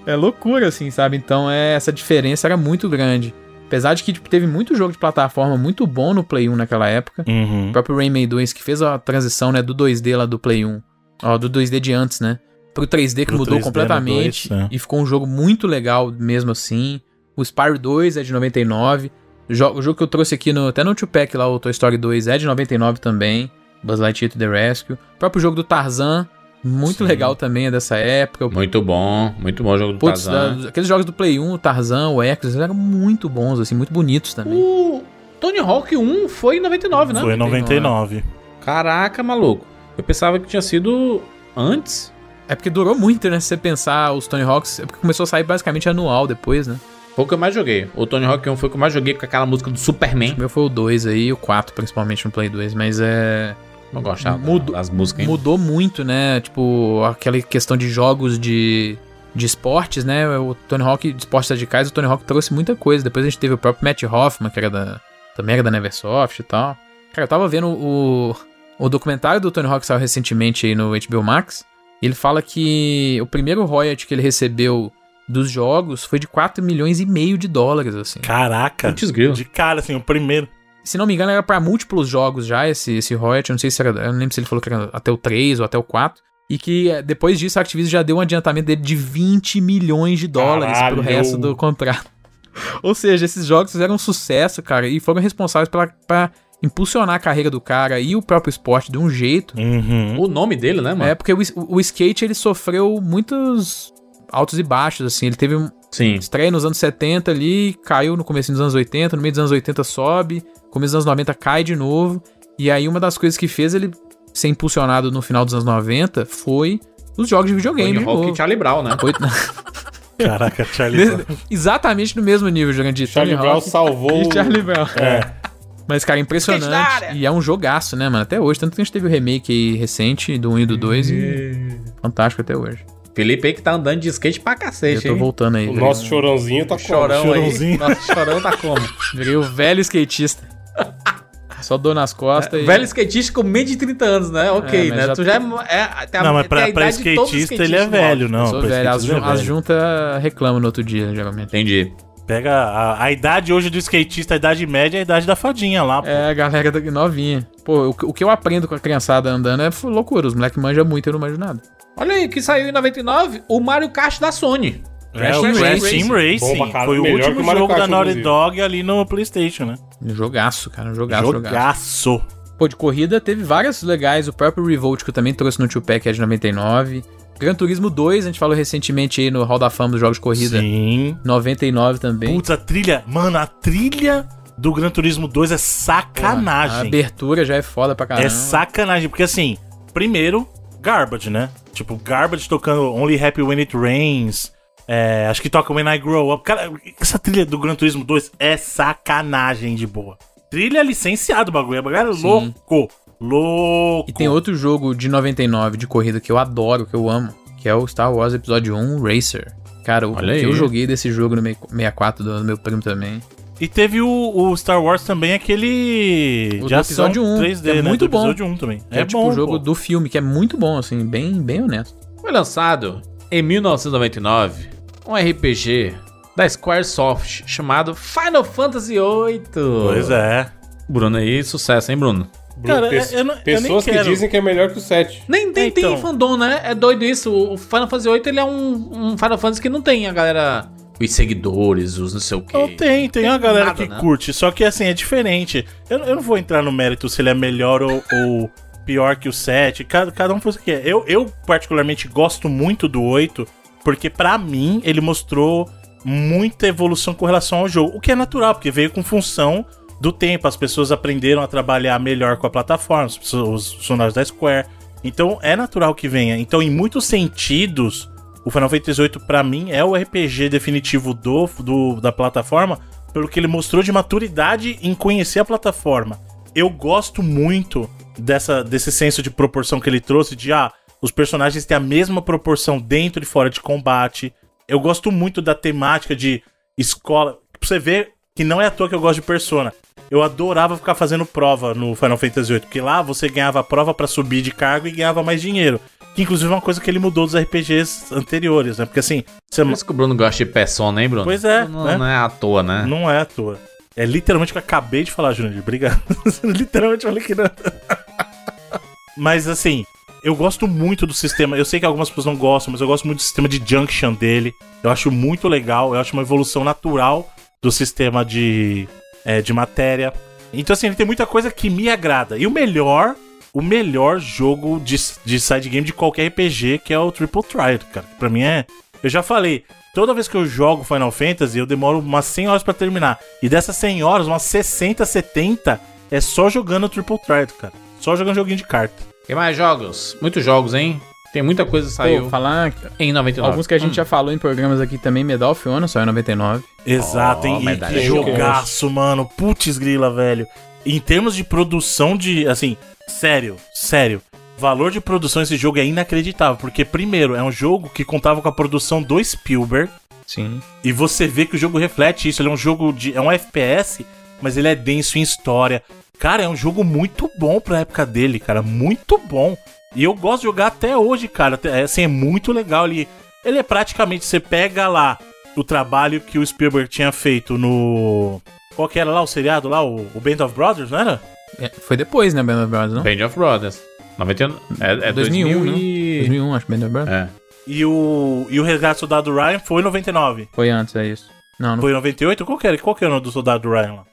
É loucura, assim, sabe? Então, é, essa diferença era muito grande. Apesar de que tipo, teve muito jogo de plataforma muito bom no Play 1 naquela época. O Uhum. próprio Rayman 2 que fez a transição, né, do 2D lá do Play 1. Ó, do 2D de antes, né? Pro 3D que Pro mudou né, 3D no completamente 2, é. e ficou um jogo muito legal mesmo assim. O Spyro 2 é de 99. O jo- o jogo que eu trouxe aqui no, até no 2-pack lá, o Toy Story 2 é de 99 também. Buzz Lightyear to the Rescue. O próprio jogo do Tarzan Muito legal também, é dessa época. O Muito bom, muito bom o jogo do Putz, Tarzan. da- aqueles jogos do Play 1, o Tarzan, o Echoes, eles eram muito bons, assim, muito bonitos também. O Tony Hawk 1 foi em 99, né? Foi em 99. Caraca, maluco. Eu pensava que tinha sido antes. É porque durou muito, né? Se você pensar, os Tony Hawks, é porque começou a sair basicamente anual depois, né? Foi o que eu mais joguei. O Tony Hawk 1 foi o que eu mais joguei com aquela música do Superman. O meu foi o 2 aí, e o 4 principalmente no Play 2, mas é... Não gostava Mudou- das músicas, hein? Mudou muito, né? Tipo, aquela questão de jogos de, de esportes, né? O Tony Hawk, de esportes radicais, o Tony Hawk trouxe muita coisa. Depois a gente teve o próprio Matt Hoffman, que era da, também era da Neversoft e tal. Cara, eu tava vendo o, o documentário do Tony Hawk que saiu recentemente aí no HBO Max. E ele fala que o primeiro royalty que ele recebeu dos jogos foi de 4 milhões e meio de dólares, assim. Caraca. Putz, grilo. De cara, assim, o primeiro. Se não me engano, era pra múltiplos jogos já, esse, esse royalty. Eu não sei se era. Eu não lembro se ele falou que era até o 3 ou até o 4. E que eh, depois disso a Activision já deu um adiantamento dele de 20 milhões de dólares pro Caralho! resto do contrato. Ou seja, esses jogos fizeram um sucesso, cara, e foram responsáveis pela, pra impulsionar a carreira do cara e o próprio esporte de um jeito. Uhum. O nome dele, né, mano? É, porque o, is- o skate ele sofreu muitos altos e baixos, assim. Ele teve um- Sim. Estreia nos anos 70 ali, caiu no começo dos anos 80, no meio dos anos 80 sobe, começo dos anos 90 cai de novo. E aí uma das coisas que fez ele ser impulsionado no final dos anos 90 foi os jogos de videogame Tony de Hawk novo. e Charlie Brown, né? Foi- Caraca, Charlie. Brown. Exatamente no mesmo nível, Jurandir. Charlie Tony Brown Hawk salvou. e Charlie Brown. É. Mas, Skate cara, na impressionante. área. E é um jogaço, né, mano? Até hoje. Tanto que a gente teve o remake aí recente do 1 e do 2 e... Fantástico até hoje. Felipe aí que tá andando de skate pra Eu cacete, tô hein? voltando aí. um- O velho. nosso chorãozinho tá chorando. Chorão aí. Chorãozinho. Nosso chorão tá como? Virei o velho skatista. Só dor nas costas É, e... Velho skatista com menos de 30 anos, né? É, Ok, mas né? já tu já é. é tem a- Não, mas tem pra, a pra idade de todos os skatista ele é skatistas novos. velho, não. Sou pra velho, as, skatista jun ele é as velho. juntas reclamam no outro dia, geralmente. Entendi. Pega a, a idade hoje do skatista, a idade média, é a idade da fadinha lá. pô. É, a galera da novinha. Pô, o, que- o que eu aprendo com a criançada andando é f- loucura. Os moleques manjam muito, eu não manjo nada. Olha aí, que saiu em 99, o Mario Kart da Sony. É, Team o Crash Team Bom pra Racing. caralho, Foi o melhor que último o Mario jogo Kart, da Naughty inclusive. Dog ali no PlayStation, né? Um Jogaço, cara. Jogaço, jogaço. Jogaço. Pô, de corrida teve várias legais. O próprio Revolt, que eu também trouxe no 2-Pack, é de 99. Gran Turismo 2, a gente falou recentemente aí no Hall da Fama dos Jogos de Corrida. Sim. 99 também. Putz, a trilha. Mano, a trilha do Gran Turismo 2 é A sacanagem. abertura já é foda pra caramba. É sacanagem, porque assim, primeiro, Garbage, né? Tipo, Garbage tocando Only Happy When It Rains. é, acho que toca When I Grow Up. Cara, essa trilha do Gran Turismo 2 é sacanagem de boa. Trilha licenciado o bagulho. O bagulho é louco. Louco. E tem outro jogo de 99 de corrida que eu adoro, que eu amo, que é o Star Wars Episódio 1 Racer. Cara, o Olha que aí. eu joguei desse jogo no mei- 64 do do meu primo também. E teve o, o Star Wars também, aquele. O do de ação episódio um, 3D, que é né? muito do bom. episódio 1 também. É, tipo o jogo do filme, que é muito bom, assim, bem, bem honesto. Foi lançado em 1999 um RPG da Squaresoft chamado Final Fantasy VIII. Pois é. Bruno, aí sucesso, hein, Bruno? Cara, Pe- eu- eu não- eu nem Pessoas que quero. dizem que é melhor que o 7. Nem tem, Então. tem fandom, né? É doido isso. O Final Fantasy VIII ele é um, um Final Fantasy que não tem a galera. Os seguidores, os não sei o quê. Então tem, tem uma galera nada, que né? curte, só que assim, é diferente. Eu, eu não vou entrar no mérito se ele é melhor ou, ou pior que o 7. Cada, cada um faz o que é. Eu, eu, particularmente, gosto muito do 8, porque pra mim ele mostrou muita evolução com relação ao jogo. O que é natural, porque veio com função do tempo. As pessoas aprenderam a trabalhar melhor com a plataforma, os pessoas- os funcionários da Square. Então é natural que venha. Então, em muitos sentidos, o Final Fantasy VIII, pra mim, é o RPG definitivo do, do- da plataforma, pelo que ele mostrou de maturidade em conhecer a plataforma. Eu gosto muito dessa, desse senso de proporção que ele trouxe, de ah, os personagens têm a mesma proporção dentro e fora de combate. Eu gosto muito da temática de escola. Pra você ver que não é à toa que eu gosto de Persona. Eu adorava ficar fazendo prova no Final Fantasy VIII, porque lá você ganhava a prova pra subir de cargo e ganhava mais dinheiro. Que inclusive é uma coisa que ele mudou dos RPGs anteriores, né? Porque assim, você... Por isso que o Bruno gosta de persona, hein, Bruno? Pois é, Não, né? não é à toa, né? não é à toa. É literalmente o que eu acabei de falar, Jurandir. Obrigado. literalmente eu falei que não. é mas assim, eu gosto muito do sistema. Eu sei que algumas pessoas não gostam, mas eu gosto muito do sistema de junction dele. Eu acho muito legal. Eu acho uma evolução natural do sistema de, é, de matéria. Então, assim, ele tem muita coisa que me agrada. E o melhor o melhor jogo de, de side game de qualquer RPG, que é o Triple Triad, cara. Pra mim é. Eu já falei, toda vez que eu jogo Final Fantasy, eu demoro umas 100 horas pra terminar. E dessas 100 horas, umas 60, 70 é só jogando o Triple Triad, cara. Só jogando joguinho de carta. Tem mais jogos? Muitos jogos, hein? Tem muita coisa Tá que saiu Pô, falar em 99. alguns que a gente já falou em programas aqui também, Medal of Honor saiu em 99. Exato, hein? E medalha que de jogaço, mano. Putz, grila, velho. Em termos de produção de. Assim, sério, sério. Valor de produção desse jogo é inacreditável. Porque, primeiro, é um jogo que contava com a produção do Spielberg. Sim. E você vê que o jogo reflete isso. Ele é um jogo de. É um FPS, mas ele é denso em história. Cara, é um jogo muito bom pra época dele, cara. Muito bom. E eu gosto de jogar até hoje, cara. Até- É, assim, é muito legal. Ele, ele é praticamente. Você pega lá o trabalho que o Spielberg tinha feito no. Qual que era lá o seriado lá? O, o Band of Brothers, não era? É, foi depois, né, Band of Brothers, não? Band of Brothers. 99. É, é 2001, 2000 né? e... 2001, acho, Band of Brothers. É. E o. E o Resgate do Soldado Ryan foi em 99. Foi antes, é isso. Não, não Foi em 98? Qual que era, qual que era o nome do Soldado Ryan lá?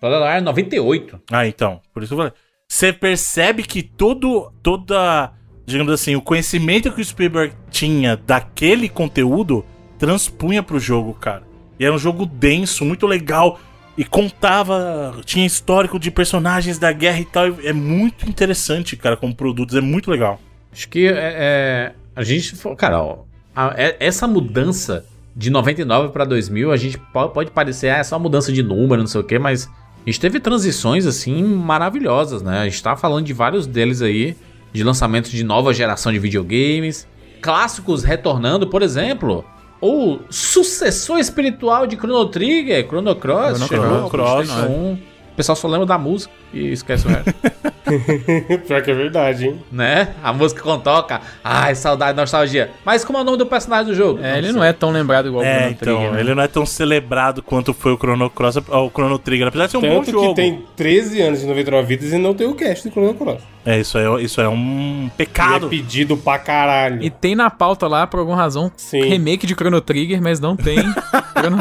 Soldado Ryan, 98. Ah, então. Por isso que eu falei. Você percebe que todo, toda, digamos assim, o conhecimento que o Spielberg tinha daquele conteúdo transpunha pro jogo, cara. E era um jogo denso, muito legal. E contava, tinha histórico de personagens da guerra e tal. e É muito interessante, cara, como produtos. É muito legal. Acho que é, é, a gente. fo- Cara, ó, a- é- essa mudança de 99 pra 2000, a gente po- pode parecer, ah, é só mudança de número, não sei o quê, mas a gente teve transições assim maravilhosas, né? A gente tá falando de vários deles aí, de lançamentos de nova geração de videogames, clássicos retornando, por exemplo, o sucessor espiritual de Chrono Trigger, Chrono Cross, Chrono chegou, Cross, PlayStation 1. O pessoal só lembra da música e esquece o resto. Pior que é verdade, hein? né? A música quando toca. Ai, saudade, nostalgia. Mas como é o nome do personagem do jogo? É, ele não é tão lembrado igual o é, Chrono então, Trigger, né? ele não é tão celebrado quanto foi o Chrono Cross, ó, o Chrono Trigger, apesar de ser um bom Tanto jogo. que tem 13 anos de 99 vidas e não tem o cast do Chrono Cross. É, isso é, isso é um E é pecado. pedido pra caralho. E tem na pauta lá, por alguma razão, Sim. remake de Chrono Trigger, mas não tem. Chrono...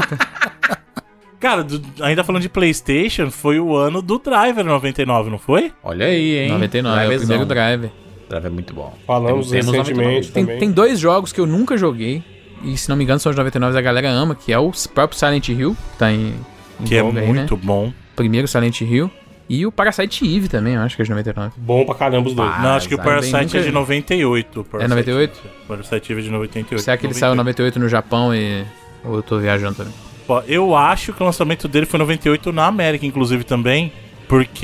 Cara, do- ainda falando de PlayStation, foi o ano do Driver 99, não foi? Olha aí, hein? 99, é o Drivezão. primeiro driver. Drive é muito bom. Falamos um Temos- temos recentemente Tem, também. tem dois jogos que eu nunca joguei, e se não me engano são os 99 a galera ama, que é o próprio Silent Hill, que tá em... em Que é voga aí, né? muito bom. Primeiro Silent Hill. E o Parasite Eve também, eu acho que é de 99. Bom pra caramba os dois. Ah, não, acho que o Zion Parasite nunca- É é de 98. o Parasite. 98? O Parasite é de 98. Será que ele saiu em 98 no Japão e... Ou eu tô viajando também? Ó, Eu acho que o lançamento dele foi 98 na América, inclusive, também.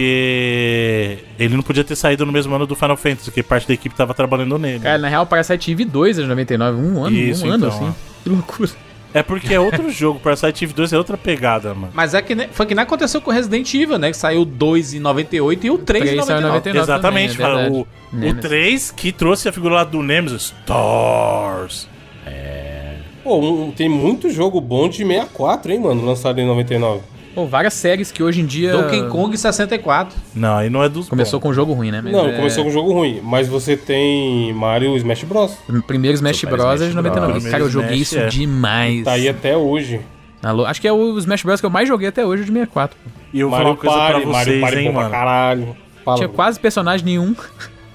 Porque ele não podia ter saído no mesmo ano do Final Fantasy, porque parte da equipe tava trabalhando nele. Cara, na real, Parasite Eve 2 é de 99, um ano, Isso, um ano então, assim. Que loucura. É porque é outro jogo, Parasite Eve 2 é outra pegada, mano. Mas é que nem- foi que nem aconteceu com Resident Evil, né? Que saiu 2 em 98 e o 3 em Três saiu em 99. Exatamente, também, é fala, verdade. o, o Nemesis. 3 que trouxe a figura lá do Nemesis, Thors. Pô, um- tem muito jogo bom de 64, hein, mano, lançado em 99. Pô, várias séries que hoje em dia. Donkey Kong 64. Não, aí não é dos Começou com um jogo ruim, né? Mas não, é- começou com um jogo ruim, mas você tem Mario Smash Bros. Primeiro Smash Super Bros. é de Smash 99. Bros. Cara, eu joguei Smash, isso é. demais. Tá aí até hoje. Alô, Acho que é o Smash Bros. que eu mais joguei até hoje, é o de 64. pô. E eu vou falar Mario uma coisa pra Party, vocês, Mario Party hein, bom pra mano. caralho. Fala. Tinha quase personagem nenhum.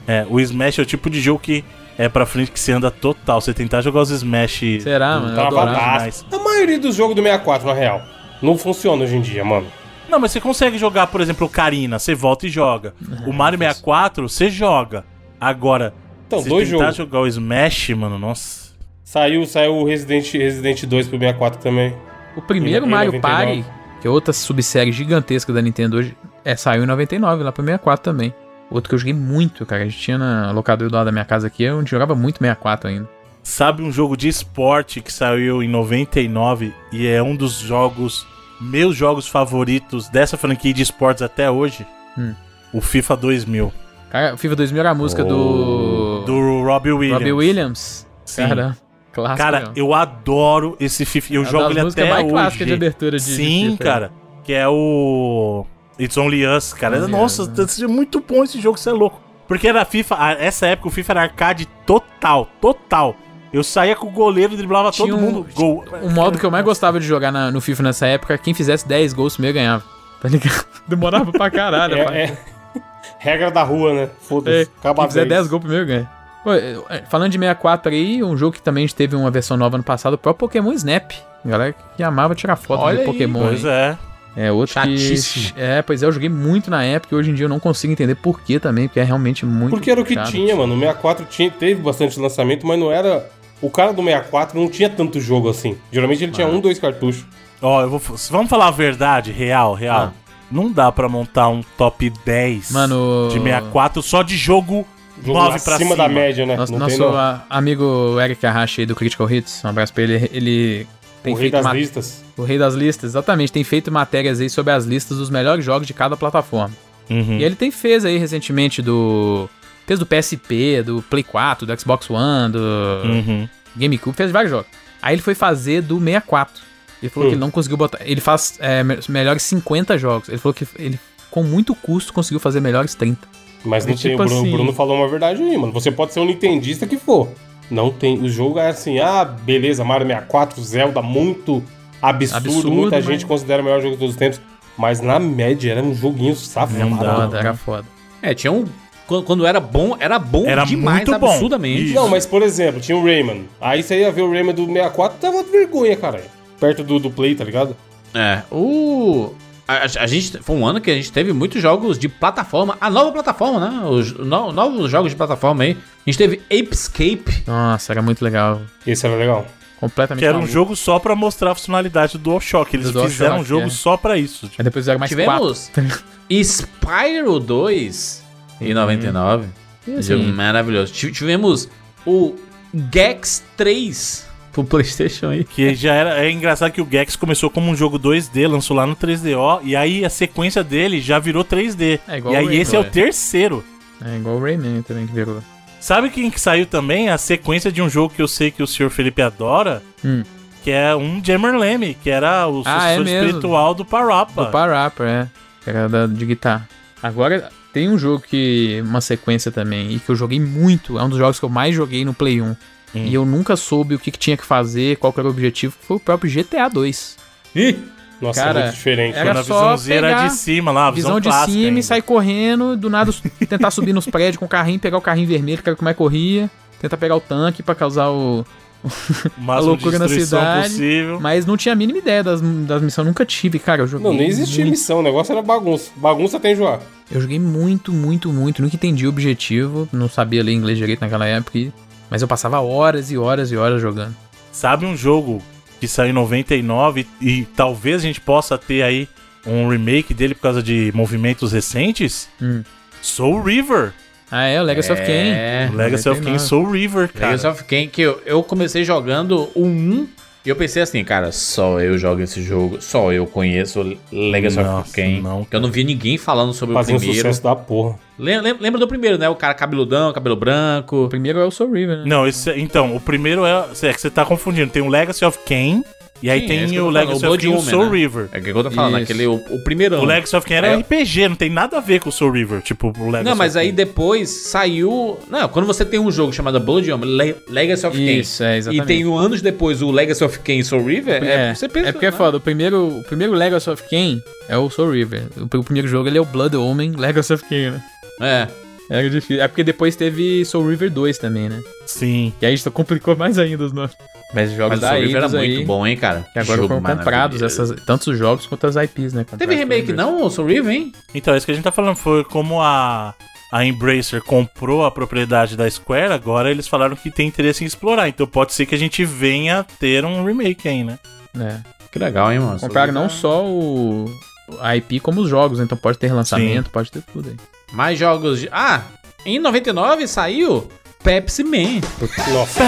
É, o Smash é o tipo de jogo que é pra frente que você anda total. Você tentar jogar os Smash. Será, mano? Eu adorava. travadaço. A maioria dos jogos do 64, na real, não funciona hoje em dia, mano. Não, mas você consegue jogar, por exemplo, o Karina, você volta e joga. o Mario 64, você joga. Agora, Então, se dois tentar jogos. jogar o Smash, mano, nossa. Saiu, saiu o Resident, Resident 2 pro 64 também. O primeiro Em- em Mario 99. Party, que é outra subsérie gigantesca da Nintendo hoje, é, saiu em 99, lá pro 64 também. Outro que eu joguei muito, cara. A gente tinha na locadora do lado da minha casa aqui, onde jogava muito 64 ainda. Sabe um jogo de esporte que saiu em 99 e é um dos jogos, meus jogos favoritos dessa franquia de esportes até hoje? Hum. O FIFA 2000, Cara, o FIFA 2000 era a música do. do Robbie Williams. Robbie Williams. Sim. Cara, é clássico. Cara, mesmo. eu adoro esse FIFA. Eu É jogo das ele músicas até mais hoje. clássicas de abertura de- de Sim, FIFA, cara. Que é o It's Only Us, cara. Only Nossa, Us, né? isso é muito bom esse jogo, você é louco. Porque era FIFA, a- essa época o FIFA era arcade total, total. Eu saía com o goleiro, driblava Tinha todo um- mundo. Gol. O modo que eu mais gostava de jogar na- no FIFA nessa época, quem fizesse 10 gols primeiro ganhava. Tá ligado? Demorava pra caralho, É, pai. é, Regra da rua, né? É, Foda-se. Acaba quem a fizer vez. 10 gols primeiro ganha. Pô, é, falando de 64 aí, um jogo que também teve uma versão nova no passado, o próprio Pokémon Snap. Galera que amava tirar foto Olha de aí, Pokémon. Pois hein? é. É, outro Chatíssimo. que... É, pois é, eu joguei muito na época e hoje em dia eu não consigo entender por que também, porque é realmente muito Porque era o que chato. tinha, mano. O 64 tinha, teve bastante lançamento, mas não era. O cara do 64 não tinha tanto jogo assim. Geralmente ele tinha um, dois cartuchos. Ó, eu vou. f- Vamos falar a verdade, real, real. Não dá pra montar um top 10 Ah. Mano- de 64 só de jogo, Jogo 9 pra acima cima. da média, né? Nosso, não nosso tem não. a- amigo Eric Arrache aí do Critical Hits, um abraço pra ele. Ele tem O rei feito das ma- listas. o rei das listas, exatamente, tem feito matérias aí sobre as listas dos melhores jogos de cada plataforma. Uhum. E é ele tem fez aí recentemente do. Fez do PSP, do Play 4, do Xbox One, do Uhum. GameCube, fez vários jogos. Aí ele foi fazer do 64. Ele falou que Hum. ele não conseguiu botar. Ele faz é, me- melhores 50 jogos. Ele falou que ele, com muito custo, conseguiu fazer melhores 30. Mas não É tem. O tipo Bruno, assim- o Bruno falou uma verdade aí, mano. Você pode ser um nintendista que for. Não tem. O jogo é assim, ah, beleza, Mario 64, Zelda, muito absurdo. Absurdo, muita mas- gente considera o melhor jogo de todos os tempos. Mas na média era um joguinho safado. Não dá. Foda, era foda. É, tinha um. Quando, quando era bom, era bom Era demais, muito bom. absurdamente. Isso. Não, mas por exemplo, tinha o Rayman. Aí você ia ver o Rayman do 64, tava de vergonha, caralho. Perto do, do Play, tá ligado? É. O. A, a- a gente. Foi um ano que a gente teve muitos jogos de plataforma. A nova plataforma, né? Os no- novos jogos de plataforma aí. A gente teve Apescape. Nossa, era muito legal. Esse era legal. Completamente Que era um maluco. jogo só pra mostrar a funcionalidade do DualShock. Eles Do DualShock, fizeram um jogo é. só pra isso. tipo. Aí depois fizeram mais Tivemos Spyro 2 Uhum. em 99. quatro. Jogo maravilhoso. Ti- Tivemos o Gex 3 pro PlayStation aí. Que já era. É engraçado que o Gex começou como um jogo 2D, lançou lá no 3DO, e aí a sequência dele já virou 3D. É igual e o aí Rayman, esse é é. o terceiro. É igual o Rayman também que virou. Sabe quem que saiu também? A sequência de um jogo que eu sei que o senhor Felipe adora. Hum. Que é um Jammer Leme, que era o sucessor Ah, é mesmo. espiritual do Parappa. Do Parappa, é. Que era da, de guitarra. Agora, tem um jogo que. Uma sequência também. E que eu joguei muito. É um dos jogos que eu mais joguei no Play 1. E eu nunca soube o que, que tinha que fazer, qual que era o objetivo. Foi o próprio GTA 2. Nossa, Cara, é muito diferente. era- Quando a mano. só visãozinha era pegar de cima lá, a visão, Visão de clássica cima ainda. e sair correndo. Do nada, su- tentar subir nos prédios com o carrinho, pegar o carrinho vermelho, que era como é que corria. Tentar pegar o tanque pra causar o. O máximo de loucura na destruição cidade. possível. Mas não tinha a mínima ideia das, das missões. Nunca tive, cara. Eu joguei. Não, nem existia muito. missão, o negócio era bagunça. Bagunça até enjoar. Eu joguei muito, muito, muito. Nunca entendi o objetivo. Não sabia ler inglês direito naquela época. e- Mas eu passava horas e horas e horas jogando. Sabe um jogo que saiu em 99 e, e talvez a gente possa ter aí um remake dele por causa de movimentos recentes? Hum. Soul River. Ah, é? O Legacy of Kain. É. Legacy of Kain 99. Soul River, cara. Legacy of Kain, que eu, eu comecei jogando o 1 e eu pensei assim, cara, só eu jogo esse jogo, só eu conheço Legacy Nossa, of Kain. não, eu não vi ninguém falando sobre Fazia o um primeiro. sucesso da porra. Lem- lem- Lembra, do primeiro, né? O cara cabeludão, cabelo branco. O primeiro é o Soul River, né? Não, esse, então, o primeiro é, é que você tá confundindo. Tem o Legacy of Kain e aí Sim, é tem isso que eu o tô Legacy falando, o of Kain e o Blood Omen, Soul né? River. É o que eu tô falando, Isso. aquele, o, o primeirão. O Legacy of Kain era É. RPG, não tem nada a ver com o Soul River, tipo o Legacy Não, mas of aí Kain. depois saiu. Não, quando você tem um jogo chamado Blood Omen, Le- Legacy of Kain. Isso, é, E exatamente. tem um, anos depois o Legacy of Kain e Soul River, é, É, você pensa. é porque é foda. O primeiro, o primeiro Legacy of Kain é o Soul River. O, pr- o primeiro jogo ele é o Blood Omen Legacy of Kain, né? É. Era difícil. É porque depois teve Soul River 2 também, né? Sim. E aí isso complicou mais ainda os nomes. Mas jogos Mas o da Soul River era Eidos muito aí, bom, hein, cara? que agora Jogo foram comprados, maravilhoso. essas, tanto os jogos quanto as IPs, né? Teve remake não, o Soul River, hein? Então, isso que a gente tá falando foi como a, a Embracer comprou a propriedade da Square, agora eles falaram que tem interesse em explorar. Então pode ser que a gente venha ter um remake aí, né? É. Que legal, hein, mano? Compraram não só o a IP como os jogos, né? então pode ter relançamento, pode ter tudo aí. Mais jogos de. Ah, em 99 saiu Pepsi Man. Nossa,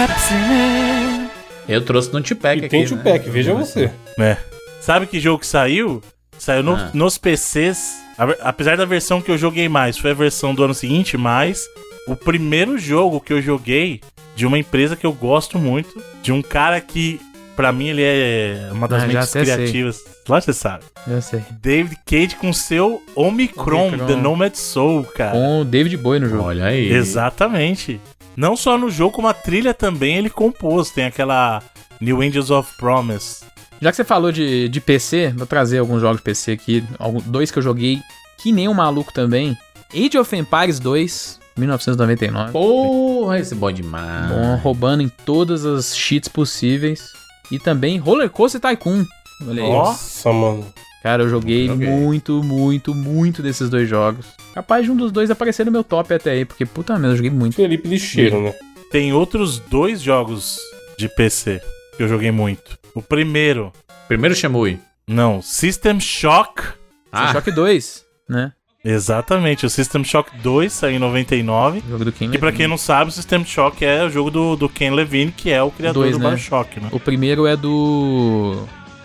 Eu trouxe no T-Pack e aqui. tem o né? pack, veja você. É. Sabe que jogo que saiu? Saiu no- Ah. nos PCs. A ver- apesar da versão que eu joguei mais, foi a versão do ano seguinte, mas o primeiro jogo que eu joguei de uma empresa que eu gosto muito, de um cara que, pra mim, ele é uma das Ah, já mentes até sei. criativas. Lógico que você sabe. Eu sei. David Cage com seu Omicron, Omicron. The Nomad Soul, cara. Com o David Bowie no jogo. Olha aí. Exatamente. Não só no jogo, como a trilha também ele compôs. Tem aquela New Angels of Promise. Já que você falou de, de PC, vou trazer alguns jogos de PC aqui. algum- dois que eu joguei que nem um maluco também. Age of Empires 2, 1999. Porra, esse é bom demais. Bom, roubando em todas as cheats possíveis. E também Roller Coaster Tycoon. Olha aí. Nossa, mano. Cara, eu joguei, Joguei. muito, muito, muito desses dois jogos. Capaz de um dos dois aparecer no meu top até aí, porque puta merda, eu joguei muito. Felipe lixeiro, né? Tem outros dois jogos de PC que eu joguei muito. O primeiro, Primeiro Shenmue. não, System Shock. Ah. Ah. Shock 2, né? Exatamente, o System Shock 2 saiu em 99. Jogo do Ken E pra Levine. quem não sabe, o System Shock é o jogo do, do Ken Levine, que é o criador Dois, do né? Bioshock, né? O primeiro é do.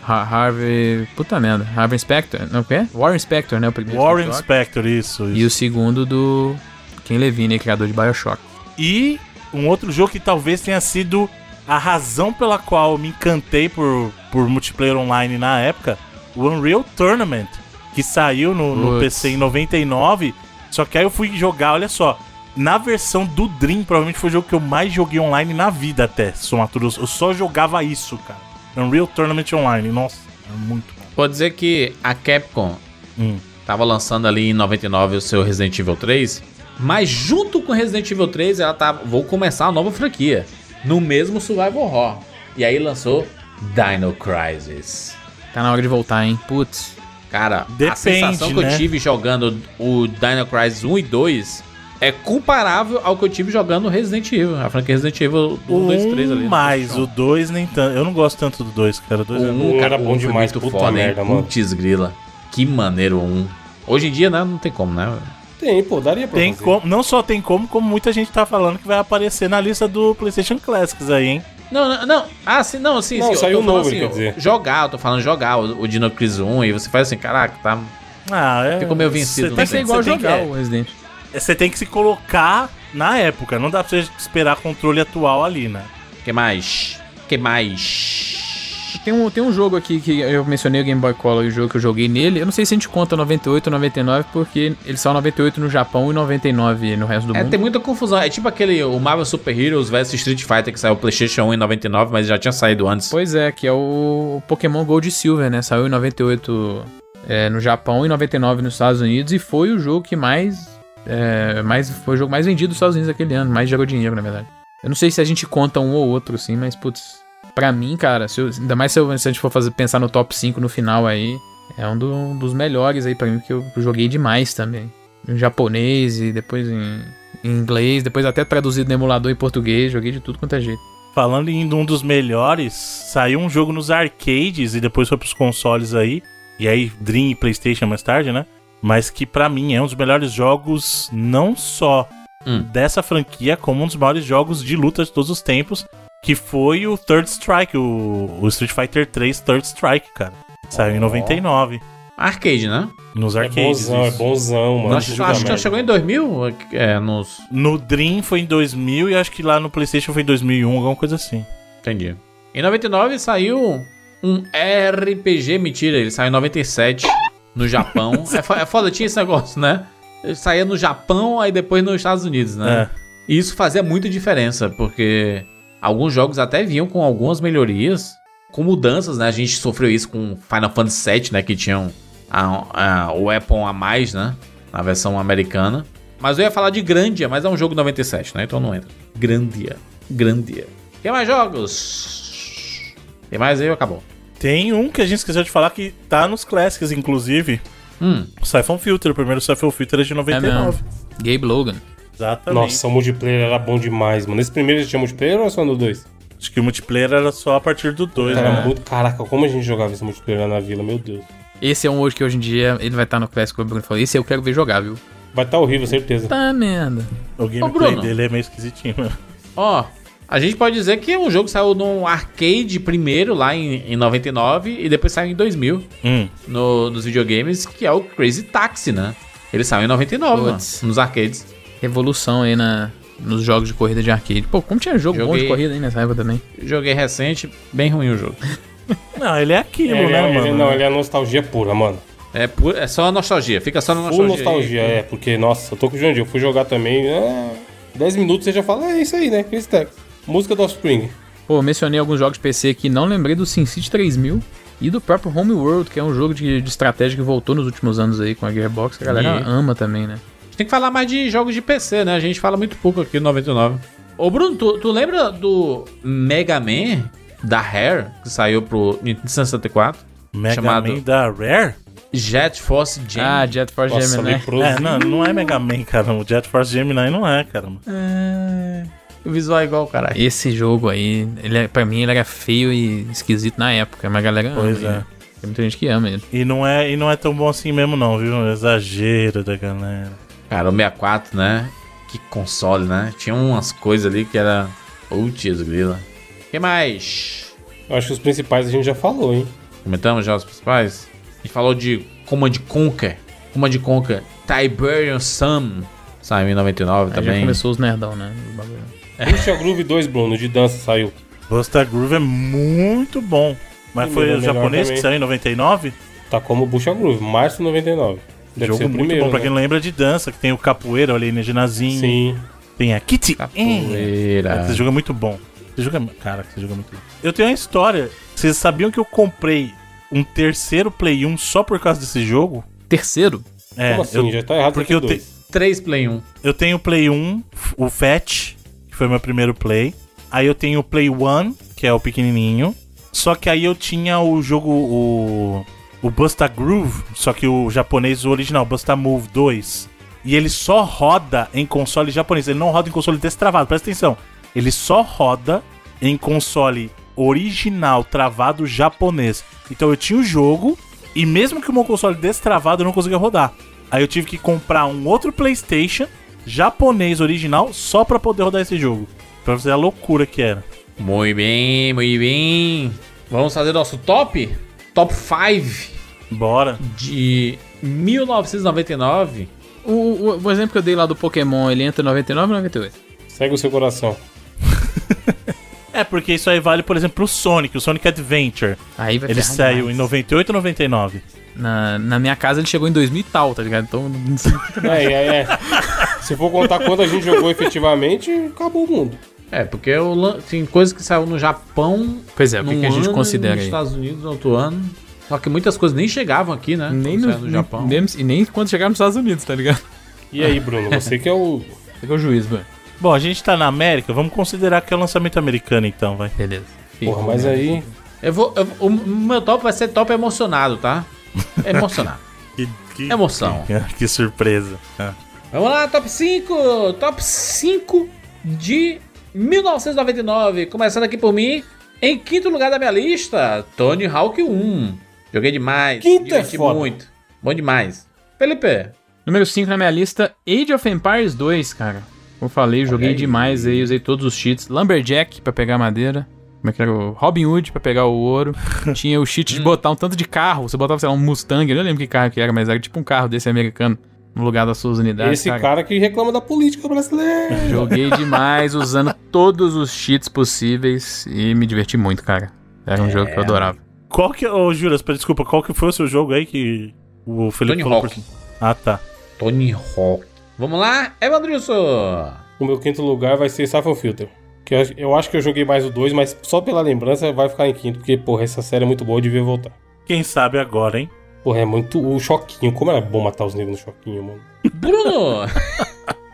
Ha- Harvey. Puta merda. Harvey Spector. Não, o quê? Warren Spector, né? O primeiro. Warren Spector. Spector, isso, E isso. o segundo do. Ken Levine, criador de Bioshock. E um outro jogo que talvez tenha sido a razão pela qual eu me encantei por, por multiplayer online na época, o Unreal Tournament, que saiu no, no Putz. PC em 99. Só que aí eu fui jogar, olha só, na versão do Dream, provavelmente foi o jogo que eu mais joguei online na vida até, soma tudo. Eu só jogava isso, cara. Unreal Tournament Online, nossa, era muito bom. Pode dizer que a Capcom Hum. tava lançando ali em 99 o seu Resident Evil 3, mas junto com Resident Evil 3 ela tava, vou começar a nova franquia, no mesmo survival horror. E aí lançou Dino Crisis. Tá na hora de voltar, hein? Putz. Cara, a Depende, sensação que né? eu tive jogando o Dino Crisis 1 e 2 é comparável ao que eu tive jogando Resident Evil, a franquia Resident Evil 1, 2, 3 ali. né? Um mais, o 2 nem tanto. Eu não gosto tanto do 2, cara. O 2 é um era bom demais, puta merda, mano. Putz grila. Um Que maneiro o um. Hoje em dia, né, não tem como, né? Tem, pô, daria pra Tem fazer. como, não só tem como, como muita gente tá falando que vai aparecer na lista do PlayStation Classics aí, hein? Não, não, não. Ah, sim, não, sim, Não, sim. eu saiu tô falando assim, novo, ele quer ó, dizer. Jogar, eu tô falando jogar o, o Dino Crisis 1 e você faz assim, caraca, tá. Ah, é. Ficou meio vencido, né? Você tem, Vai que- ser igual você tem jogar que- o Resident. é, Você tem que se colocar na época, não dá pra você esperar controle atual ali, né? Que mais? Que mais? Tem um, tem um jogo aqui que eu mencionei o Game Boy Color e o jogo que eu joguei nele. Eu não sei se a gente conta 98 ou 99, porque eles são 98 no Japão e 99 no resto do É, mundo. tem muita confusão. É tipo aquele o Marvel Super Heroes vs Street Fighter que saiu PlayStation 1 em 99, mas já tinha saído antes. Pois é, que é o Pokémon Gold e Silver, né? Saiu em 98 é, no Japão e 99 nos Estados Unidos e foi o jogo que mais, é, mais. Foi o jogo mais vendido dos Estados Unidos aquele ano, mais gerou dinheiro, na verdade. Eu não sei se a gente conta um ou outro, assim, mas putz. Pra mim, cara, se eu- ainda mais se, eu- se a gente for fazer, pensar no top 5 no final aí, é um, do- um dos melhores aí pra mim, que eu joguei demais também. Em japonês e depois em, em inglês, depois até traduzido no emulador em português, joguei de tudo quanto é jeito. Falando em um dos melhores, saiu um jogo nos arcades e depois foi pros consoles aí. E aí, Dream e PlayStation mais tarde, né? Mas que pra mim é um dos melhores jogos, não só Hum. dessa franquia, como um dos maiores jogos de luta de todos os tempos. Que foi o Third Strike, o, o Street Fighter 3 Third Strike, cara. Saiu em 99, Arcade, né? nos É arcades. bonzão, é isso. bonzão, mano. Acho, Puta acho que já merda. chegou em 2000, é, nos... No Dream foi em 2000 e acho que lá no PlayStation foi em 2001, alguma coisa assim. Entendi. Em 99 saiu um RPG, mentira, ele saiu em 97 no Japão. é, fo- é foda, tinha esse negócio, né? Ele saía no Japão, aí depois nos Estados Unidos, É. né? E isso fazia muita diferença, porque alguns jogos até vinham com algumas melhorias, com mudanças, né? A gente sofreu isso com Final Fantasy VII, né? Que tinham a, a, o Weapon a mais, né? Na versão americana. Mas eu ia falar de Grandia, mas é um jogo 97, né? Então não entra. Grandia. Grandia. Tem mais jogos? Tem mais aí ou acabou? Tem um que a gente esqueceu de falar que tá nos Classics, inclusive. Hum, O Siphon Filter, o primeiro Siphon Filter é de É 99. mesmo. Gabe Logan. Exatamente. Nossa, o multiplayer era bom demais, mano. Esse primeiro já tinha multiplayer ou era só no 2? Acho que o multiplayer era só a partir do 2, Era né? muito. Caraca, como a gente jogava esse multiplayer lá na vila, meu Deus. Esse é um hoje que hoje em dia ele vai estar no Classic Club Bruno falou. Esse eu quero ver jogar, viu? Vai estar horrível, certeza. Tá merda. O gameplay Bruno. dele é meio esquisitinho, mano. ó, a gente pode dizer que o jogo saiu no arcade primeiro, lá em, em 99, e depois saiu em 2000 Hum. no, nos videogames, que é o Crazy Taxi, né? Ele saiu em 99, mano, Putz. nos arcades. Revolução aí na, nos jogos de corrida de arcade. Pô, como tinha jogo bom de Joguei. corrida aí nessa época também. Joguei recente, bem ruim o jogo. Não, ele é aquilo, Ele né, é- ele- mano? não, ele é nostalgia pura, mano. É, pu- é só nostalgia, fica só na Full nostalgia. nostalgia, é, porque, nossa, eu tô com o Jandir, eu fui jogar também. É, 10 minutos você já fala, é isso aí, né? Chris Tech. Música do Offspring. Pô, eu mencionei alguns jogos de PC aqui, não lembrei do SimCity 3000 e do próprio Homeworld, que é um jogo de, de estratégia que voltou nos últimos anos aí com a Gearbox, que a galera E- ama também, né? gente tem que falar mais de jogos de PC, né? A gente fala muito pouco aqui no 99. Ô, Bruno, tu, tu lembra do Mega Man da Rare, que saiu pro Nintendo 64? é Mega Chamado- Man da Rare? Jet Force Jam. Ah, Jet Force Nossa, Gemini, né? leproso. É, não, não é Mega Man, cara. O Jet Force Gemini não é, cara. O visual é igual, caralho. Esse jogo aí, ele, é- pra mim, ele era feio e esquisito na época, mas a galera ama. Pois ele, é. né? Tem muita gente que ama ele. E não é, e não é tão bom assim mesmo, não, viu? Exagero da galera. Cara, o 64, né? Que console, né? Tinha umas coisas ali que era. Putz, grila. O que mais? Eu acho que os principais a gente já falou, hein? Comentamos já os principais? A gente falou de Command Conquer. Command Conquer Tiberian Sun. Saiu em 99 Aí já também. começou os nerdão, né? Os bagulho. É. Puxa Groove 2, Bruno, de dança saiu. Busta Groove é muito bom. Mas Sim, foi mas é o melhor japonês que também. saiu em 99? Tá como Bucha Groove, março de 99. Deve Jogo ser o muito primeiro, bom, pra quem né? não lembra de dança, que tem o capoeira ali na ginazin, Sim. tem a Kitty. Capoeira. Cara, Esse jogo é muito bom. Esse jogo é... Cara, esse jogo é muito bom. Eu tenho uma história. Vocês sabiam que eu comprei um terceiro Play 1 só por causa desse jogo? Terceiro? É, Como assim? eu- já tá errado porque tem eu, te- dois. 3 Play 1. eu tenho o Play 1, o Fat, que foi meu primeiro Play. Aí eu tenho o Play 1, que é o pequenininho. Só que aí eu tinha o jogo, o, o Busta Groove, só que o japonês, o original, Busta Move 2. E ele só roda em console japonês, ele não roda em console destravado, presta atenção. Ele só roda em console original, travado japonês. Então eu tinha o jogo, e mesmo que o meu console destravado, eu não conseguia rodar. Aí eu tive que comprar um outro PlayStation japonês original só pra poder rodar esse jogo. Pra você ver a loucura que era. Muito bem, muito bem. Vamos fazer nosso top? Top 5 Bora. de 1999. O, o- o exemplo que eu dei lá do Pokémon, ele entra em 99 ou 98? Segue o seu coração. É, porque isso aí vale, por exemplo, pro Sonic, o Sonic Adventure. Aí vai Ele ferrar saiu demais. em 98 ou 99? Na, na minha casa ele chegou em 2000 e tal, tá ligado? Então, É, é, é. Se for contar quanto a gente jogou efetivamente, acabou o mundo. É, porque eu lan- tem coisas que saiu no Japão. pois é, o que, num que a gente ano, considera Nos aí? Estados Unidos, no outro ano. Só que muitas coisas nem chegavam aqui, né? Nem Quando no, saiu no Japão. Nem, e nem quando chegar nos Estados Unidos, tá ligado? E aí, Bruno, você que é o. Pegou o juiz, mano. Bom, a gente tá na América, vamos considerar que é o lançamento americano então, vai. Beleza. Porra, mas né? aí. Eu vou, eu- o meu top vai ser top emocionado, tá? Emocionado. Que, que, Emoção. que surpresa. Ah. Vamos lá, top 5! Top 5 de 1999. Começando aqui por mim, em quinto lugar da minha lista, Tony Hawk 1. Joguei demais, Quinto é diverti foda. muito. Bom demais. Felipe, Número 5 na minha lista, Age of Empires 2, cara. Como eu falei, joguei demais aí, usei todos os cheats. Lumberjack pra pegar madeira. Como é que era o Robin Hood pra pegar o ouro. Tinha o cheat de botar um tanto de carro. Você botava, sei lá, um Mustang, eu não lembro que carro que era, mas era tipo um carro desse americano no lugar das suas unidades. Esse cara que reclama da política brasileira. Joguei demais usando todos os cheats possíveis e me diverti muito, cara. Era um jogo que eu adorava. Qual que. Ô, Juras, pera, desculpa, qual que foi o seu jogo aí que o Felipe Tony falou? Hawk. Ah, tá. Tony Hawk. Vamos lá, Evandrilson. O meu quinto lugar vai ser Siphon Filter. Que eu, eu acho que eu joguei mais o 2, mas só pela lembrança vai ficar em quinto, porque, porra, essa série é muito boa, eu devia voltar. Quem sabe agora, hein? Porra, é muito. O choquinho. Como era bom matar os negros no choquinho, mano. Bruno.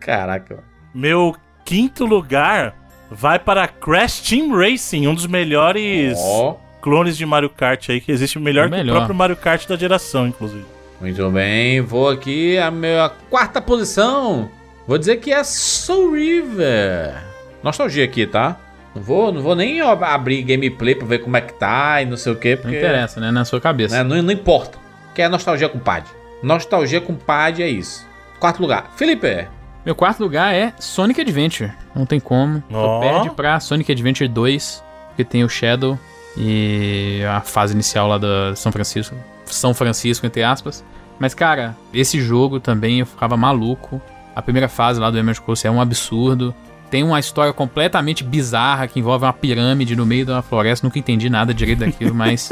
Caraca. Meu quinto lugar vai para Crash Team Racing, um dos melhores Ó, clones de Mario Kart aí que existe, melhor, O que melhor. o próprio Mario Kart da geração, inclusive. muito bem. Vou aqui a minha quarta posição. Vou dizer que é Soul River. Nostalgia aqui, tá? Não vou, não vou nem ab- abrir gameplay pra ver como é que tá e não sei o que, Não porque interessa, né? Na sua cabeça. né, não, não importa. Que é nostalgia com pad. Nostalgia com pad é isso. Quarto lugar. Felipe. Meu quarto lugar é Sonic Adventure. Não tem como. Só Ó. perde pra Sonic Adventure 2, que tem o Shadow e a fase inicial lá da São Francisco. São Francisco, entre aspas. Mas, cara, esse jogo também eu ficava maluco. A primeira fase lá do Emerald Coast é um absurdo. Tem uma história completamente bizarra que envolve uma pirâmide no meio de uma floresta. Nunca entendi nada direito daquilo, mas.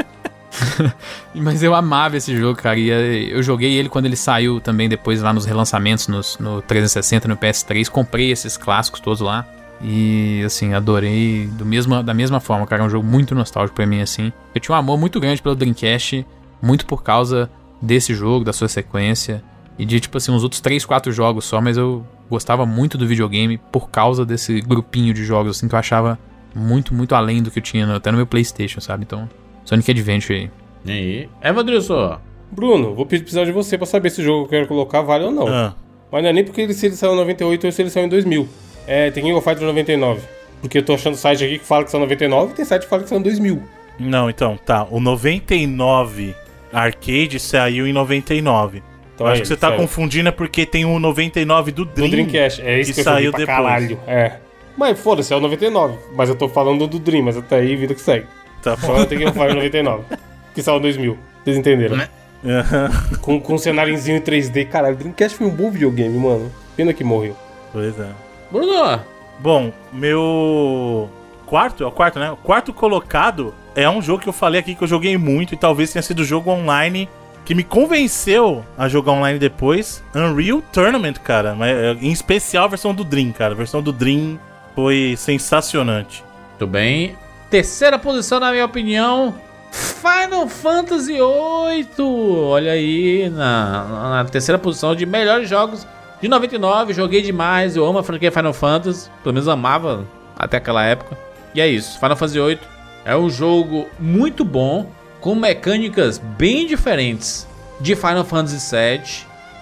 mas eu amava esse jogo, cara. E eh, eu joguei ele quando ele saiu também, depois lá nos relançamentos, nos- no 360, no PS3. Comprei esses clássicos todos lá. E, assim, adorei do mesmo, da mesma forma, cara. É um jogo muito nostálgico pra mim, assim. Eu tinha um amor muito grande pelo Dreamcast, muito por causa desse jogo, da sua sequência. e de, tipo assim, uns outros 3, 4 jogos só, mas eu gostava muito do videogame por causa desse grupinho de jogos, assim, que eu achava muito, muito além do que eu tinha no- até no meu Playstation, sabe? Então, Sonic Adventure aí. E aí? Evandrilson, Bruno, vou pe- precisar de você pra saber se o jogo que eu quero colocar vale ou não. Ah, Mas não é nem porque ele, se ele saiu em 98 ou se ele saiu em 2000. É, tem King of Fighters 99. Porque eu tô achando site aqui que fala que são 99 e tem site que fala que são 2000. não, então, tá. O 99 Arcade saiu em 99. Então eu acho que é ele, você tá saiu. confundindo é porque tem o 99 do Do Dream. Dreamcast. É isso que, que eu saiu saiu pra depois. caralho. É. Mas foda-se, é o 99. Mas eu tô falando do Dream, mas até aí vida que segue. Tá bom. Só tem que falar 99. Que saiu em 2000. Vocês entenderam? Né? Aham, Com, com um cenáriozinho em 3D. Caralho, o Dreamcast foi um bom videogame, mano. Pena que morreu. pois é. Bruno, Bom, meu quarto, é o quarto, né? O quarto colocado é um jogo que eu falei aqui que eu joguei muito e talvez tenha sido o jogo online que me convenceu a jogar online depois, Unreal Tournament, cara, mas é, em especial a versão do Dream, cara. A versão do Dream foi sensacionante. tudo bem. Terceira posição, na minha opinião, Final Fantasy VIII. Olha aí, na, na- na terceira posição de melhores jogos de 99. Joguei demais, eu amo a franquia Final Fantasy. Pelo menos amava até aquela época. E é isso, Final Fantasy VIII é um jogo muito bom, com mecânicas bem diferentes de Final Fantasy VII.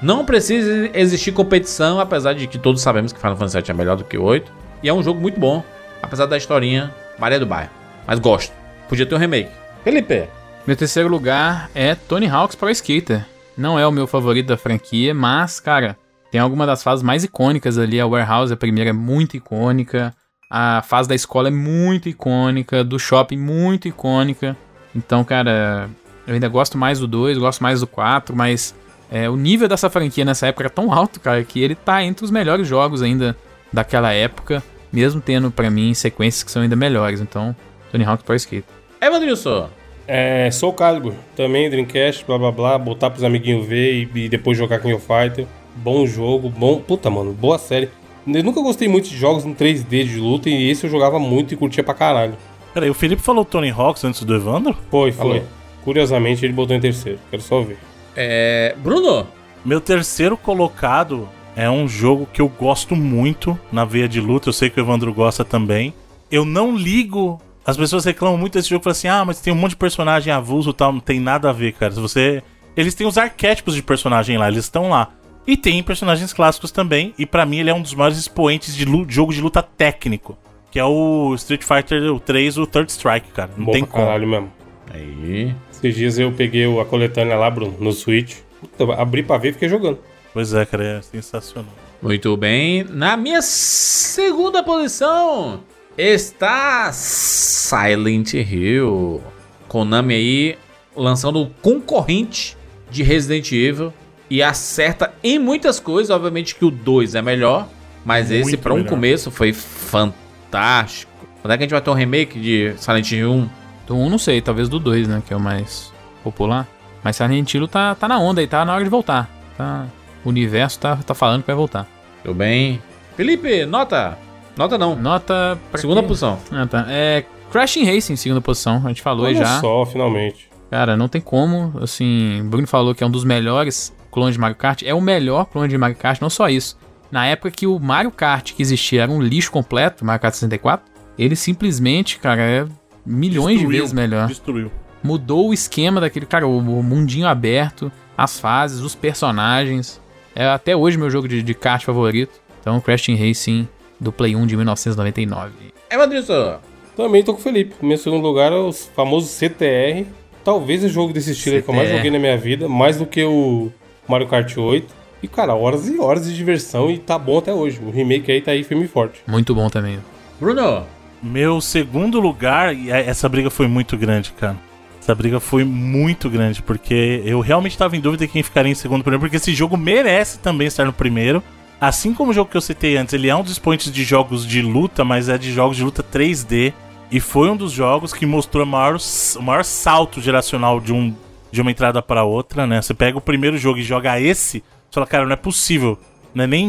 Não precisa existir competição, apesar de que todos sabemos que Final Fantasy VII é melhor do que o 8. E é um jogo muito bom, apesar da historinha Maria do Bairro. Mas gosto. Podia ter um remake. Felipe. Meu terceiro lugar é Tony Hawk's Pro Skater. Não é o meu favorito da franquia, mas, cara, tem alguma das fases mais icônicas ali. A Warehouse, a primeira, é muito icônica. A fase da escola é muito icônica. Do shopping, muito icônica. Então, cara, eu ainda gosto mais do 2, gosto mais do 4, mas é, o nível dessa franquia nessa época era tão alto, cara, que ele tá entre os melhores jogos ainda daquela época, mesmo tendo, pra mim, sequências que são ainda melhores. Então, Tony Hawk's Pro Skater. Evandrilson. É, Soul Calibur, também Dreamcast, blá blá blá, botar pros amiguinhos ver e, e depois jogar King of Fighter. Bom jogo, bom. Puta, mano, boa série. Eu nunca gostei muito de jogos em 3D de luta e esse eu jogava muito e curtia pra caralho. Peraí, o Felipe falou Tony Hawks antes do Evandro? Foi, foi. Curiosamente ele botou em terceiro, quero só ver. É. Bruno. Meu terceiro colocado é um jogo que eu gosto muito na veia de luta. Eu sei que o Evandro gosta também. Eu não ligo. As pessoas reclamam muito desse jogo, falam assim: ah, mas tem um monte de personagem avulso e tal. Não tem nada a ver, cara. Se você. Eles têm os arquétipos de personagem lá, eles estão lá. E tem personagens clássicos também. E pra mim ele é um dos maiores expoentes de lu- jogo de luta técnico. Que é o Street Fighter 3, o Third Strike, cara. Não bom tem pra como. caralho mesmo. Aí. Esses dias eu peguei o- a coletânea lá, Bruno, no Switch. Puta, abri pra ver e fiquei jogando. Pois é, cara, é sensacional. Muito bem. Na minha segunda posição está Silent Hill. Konami aí lançando o concorrente de Resident Evil e acerta em muitas coisas. Obviamente que o 2 é melhor, mas esse Muito para um melhor. começo foi fantástico. Quando é que a gente vai ter um remake de Silent Hill 1? Do 1 não sei, talvez do 2, né? Que é o mais popular. Mas Silent Hill tá, tá na onda e tá na hora de voltar. Tá, o universo tá, tá falando que vai voltar. Tudo bem. Felipe, nota. Nota não. Nota. pra Segunda quem- posição. Ah, tá. É. Crashing Racing, segunda posição. A gente falou aí Olha já. só, finalmente. Cara, não tem como. Assim, o Bruno falou que é um dos melhores clones de Mario Kart. É o melhor clone de Mario Kart, não só isso. Na época que o Mario Kart que existia era um lixo completo, Mario Kart 64, ele simplesmente, cara, é milhões de Destruiu. vezes melhor. Destruiu. mudou o esquema daquele, cara, o, o mundinho aberto, as fases, os personagens. É até hoje meu jogo de, de kart favorito. Então, Crash Team Racing do Play 1 de 1999. Evandrilson. Também tô com o Felipe. Meu segundo lugar é o famoso CTR. Talvez o jogo desse estilo aí que eu mais CTR. joguei na minha vida, mais do que o Mario Kart 8. E, cara, horas e horas de diversão e tá bom até hoje. O remake aí tá aí firme e forte. Muito bom também. Bruno. Meu segundo lugar, e é- essa briga foi muito grande, cara. Essa briga foi muito grande, porque eu realmente tava em dúvida quem ficaria em segundo primeiro, porque esse jogo merece também estar no primeiro. Assim como o jogo que eu citei antes, ele é um dos expoentes de jogos de luta, mas é de jogos de luta 3D. E foi um dos jogos que mostrou o maior, s- o maior salto geracional de, um, de uma entrada pra outra, né? Você pega o primeiro jogo e joga esse, você fala, cara, não é possível. Não é nem.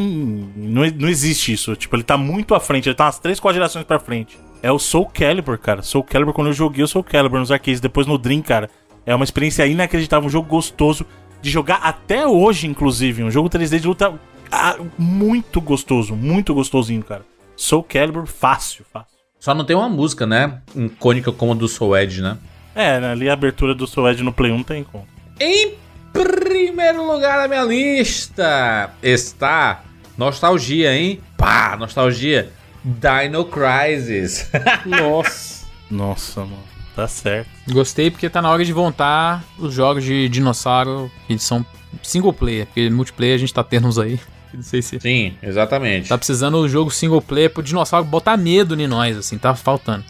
Não, e- não existe isso. Tipo, ele tá muito à frente, ele tá umas 3, 4 gerações pra frente. É o Soul Calibur, cara. Soul Calibur, quando eu joguei o Soul Calibur nos arcades, depois no Dream, cara. É uma experiência inacreditável, um jogo gostoso. de jogar até hoje, inclusive. Um jogo 3D de luta ah, muito gostoso, muito gostosinho, cara. Soul Calibur, fácil, fácil. Só não tem uma música, né? Icônica como a do Soul Edge, né? É, né, ali a abertura do Soul Edge no Play 1 tem como. Em primeiro lugar na minha lista está Nostalgia, hein? Pá, Nostalgia. Dino Crisis. Nossa. Nossa, mano, tá certo. Gostei porque tá na hora de voltar os jogos de dinossauro que são single player, porque multiplayer a gente tá tendo uns aí. que Não sei se. Sim, exatamente. Tá precisando o jogo single player pro dinossauro botar medo em nós, assim, tá faltando.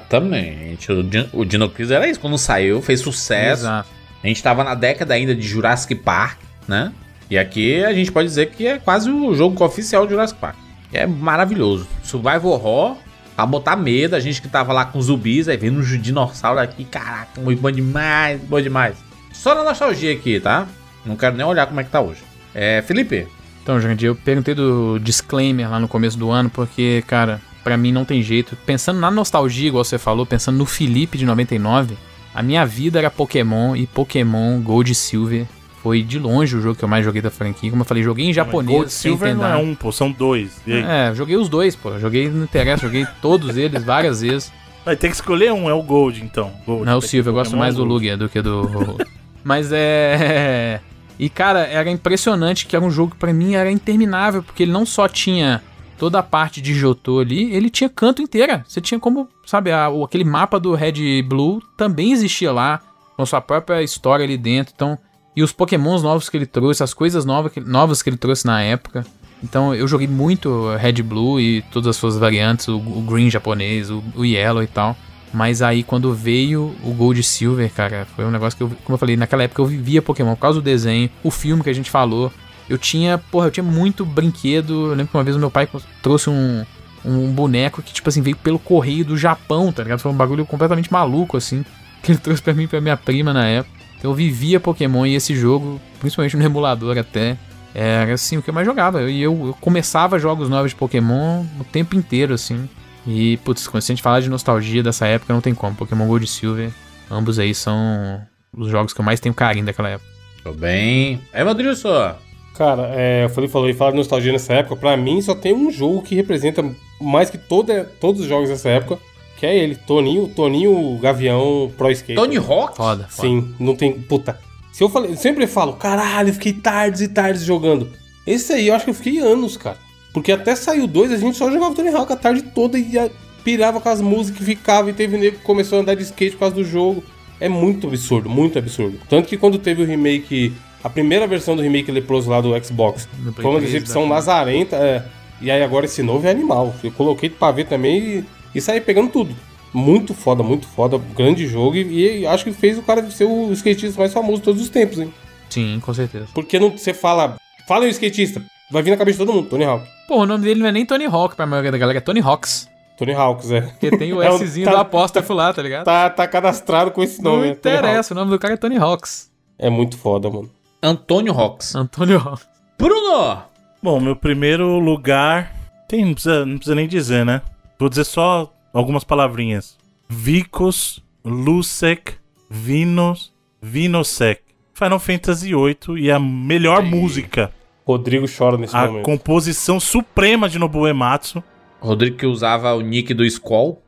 Exatamente. O, Din- o Dino Crisis era isso. Quando saiu, fez sucesso. Exato. A gente tava na década ainda de Jurassic Park, né? E aqui a gente pode dizer que é quase o jogo oficial de Jurassic Park. É maravilhoso. Survival Horror, pra botar medo, a gente que tava lá com os zumbis, aí vendo um dinossauro aqui, caraca, muito bom demais, bom demais. Só na nostalgia aqui, tá? Não quero nem olhar como é que tá hoje. É, Felipe, Então, gente, eu perguntei do disclaimer lá no começo do ano, porque, cara, pra mim não tem jeito. Pensando na nostalgia, igual você falou, pensando no Felipe de 99, a minha vida era Pokémon e Pokémon Gold e Silver foi de longe o jogo que eu mais joguei da franquia. Como eu falei, joguei em japonês. Gold sem Silver não entender. é um, pô, são dois. E aí? É, joguei os dois, pô. Joguei, não interessa, joguei todos eles várias vezes. Vai ter que escolher um, é o Gold, então. Gold. Não é o Tem que Silvio, eu escolher gosto um, mais é do o Gold. Lugia do que do. Mas é. E cara, era impressionante que era um jogo que pra mim era interminável, porque ele não só tinha toda a parte de Jotô ali, ele tinha canto inteira. Você tinha como, sabe, a- o- aquele mapa do Red e Blue também existia lá, com sua própria história ali dentro. Então, e os pokémons novos que ele trouxe, as coisas novas que, novas que ele trouxe na época. Então eu joguei muito Red Blue e todas as suas variantes, o, o Green japonês, o, o Yellow e tal. Mas aí quando veio o Gold e Silver, cara, foi um negócio que eu, como eu falei, naquela época eu vivia Pokémon por causa do desenho, o filme que a gente falou. Eu tinha, porra, eu tinha muito brinquedo. Eu lembro que uma vez o meu pai cons- trouxe um, um boneco que, tipo assim, veio pelo correio do Japão, tá ligado? Foi um bagulho completamente maluco, assim, que ele trouxe pra mim e pra minha prima na época. Então eu vivia Pokémon e esse jogo, principalmente no emulador até, era assim o que eu mais jogava. E eu, eu começava jogos novos de Pokémon o tempo inteiro, assim. E, putz, quando a gente falar de nostalgia dessa época, não tem como. Pokémon Gold e Silver, ambos aí são os jogos que eu mais tenho carinho daquela época. tô bem. É, Madrilson, Cara, é, o Felipe falou e falar de nostalgia nessa época. Pra mim, só tem um jogo que representa mais que toda, todos os jogos dessa época, que é ele, Toninho, Toninho Gavião Pro Skater. Tony Hawk? Foda, foda. Sim, não tem. Puta. Se eu, falei, eu sempre falo, caralho, eu fiquei tardes e tardes jogando. Esse aí eu acho que eu fiquei anos, cara. Porque até saiu dois, a gente só jogava Tony Hawk a tarde toda e a- pirava com as músicas e ficava. E teve nego que começou a andar de skate por causa do jogo. É muito absurdo, muito absurdo. Tanto que quando teve o remake, a primeira versão do remake leproso lá do Xbox, No Play foi uma 3, decepção né? lazarenta. é. E aí agora esse novo é animal. Eu coloquei pra ver também e, e saí pegando tudo. Muito foda, muito foda. Grande jogo. E, e acho que fez o cara ser o skatista mais famoso de todos os tempos, hein? Sim, com certeza. Porque não você fala. Fala aí o skatista. Vai vir na cabeça de todo mundo, Tony Hawk. Pô, o nome dele não é nem Tony Hawk pra maioria da galera, é Tony Hawks. Tony Hawks, é. Porque tem o um É o- Szinho tá- do apóstrofo lá, tá ligado? Tá, tá cadastrado com esse não nome. né? Tony Hawk. interessa, o nome do cara é Tony Hawks. É muito foda, mano. Antônio Hawks. Antônio Hawks. Bruno! Bom, meu primeiro lugar. Tem, não, precisa, não precisa nem dizer, né? Vou dizer só algumas palavrinhas: Vicos, Lusek, Vinos, Vinosec. Final Fantasy VIII e a melhor música, Rodrigo chora nesse a momento. composição suprema de Nobuo Ematsu. Rodrigo que usava o nick do Skoll.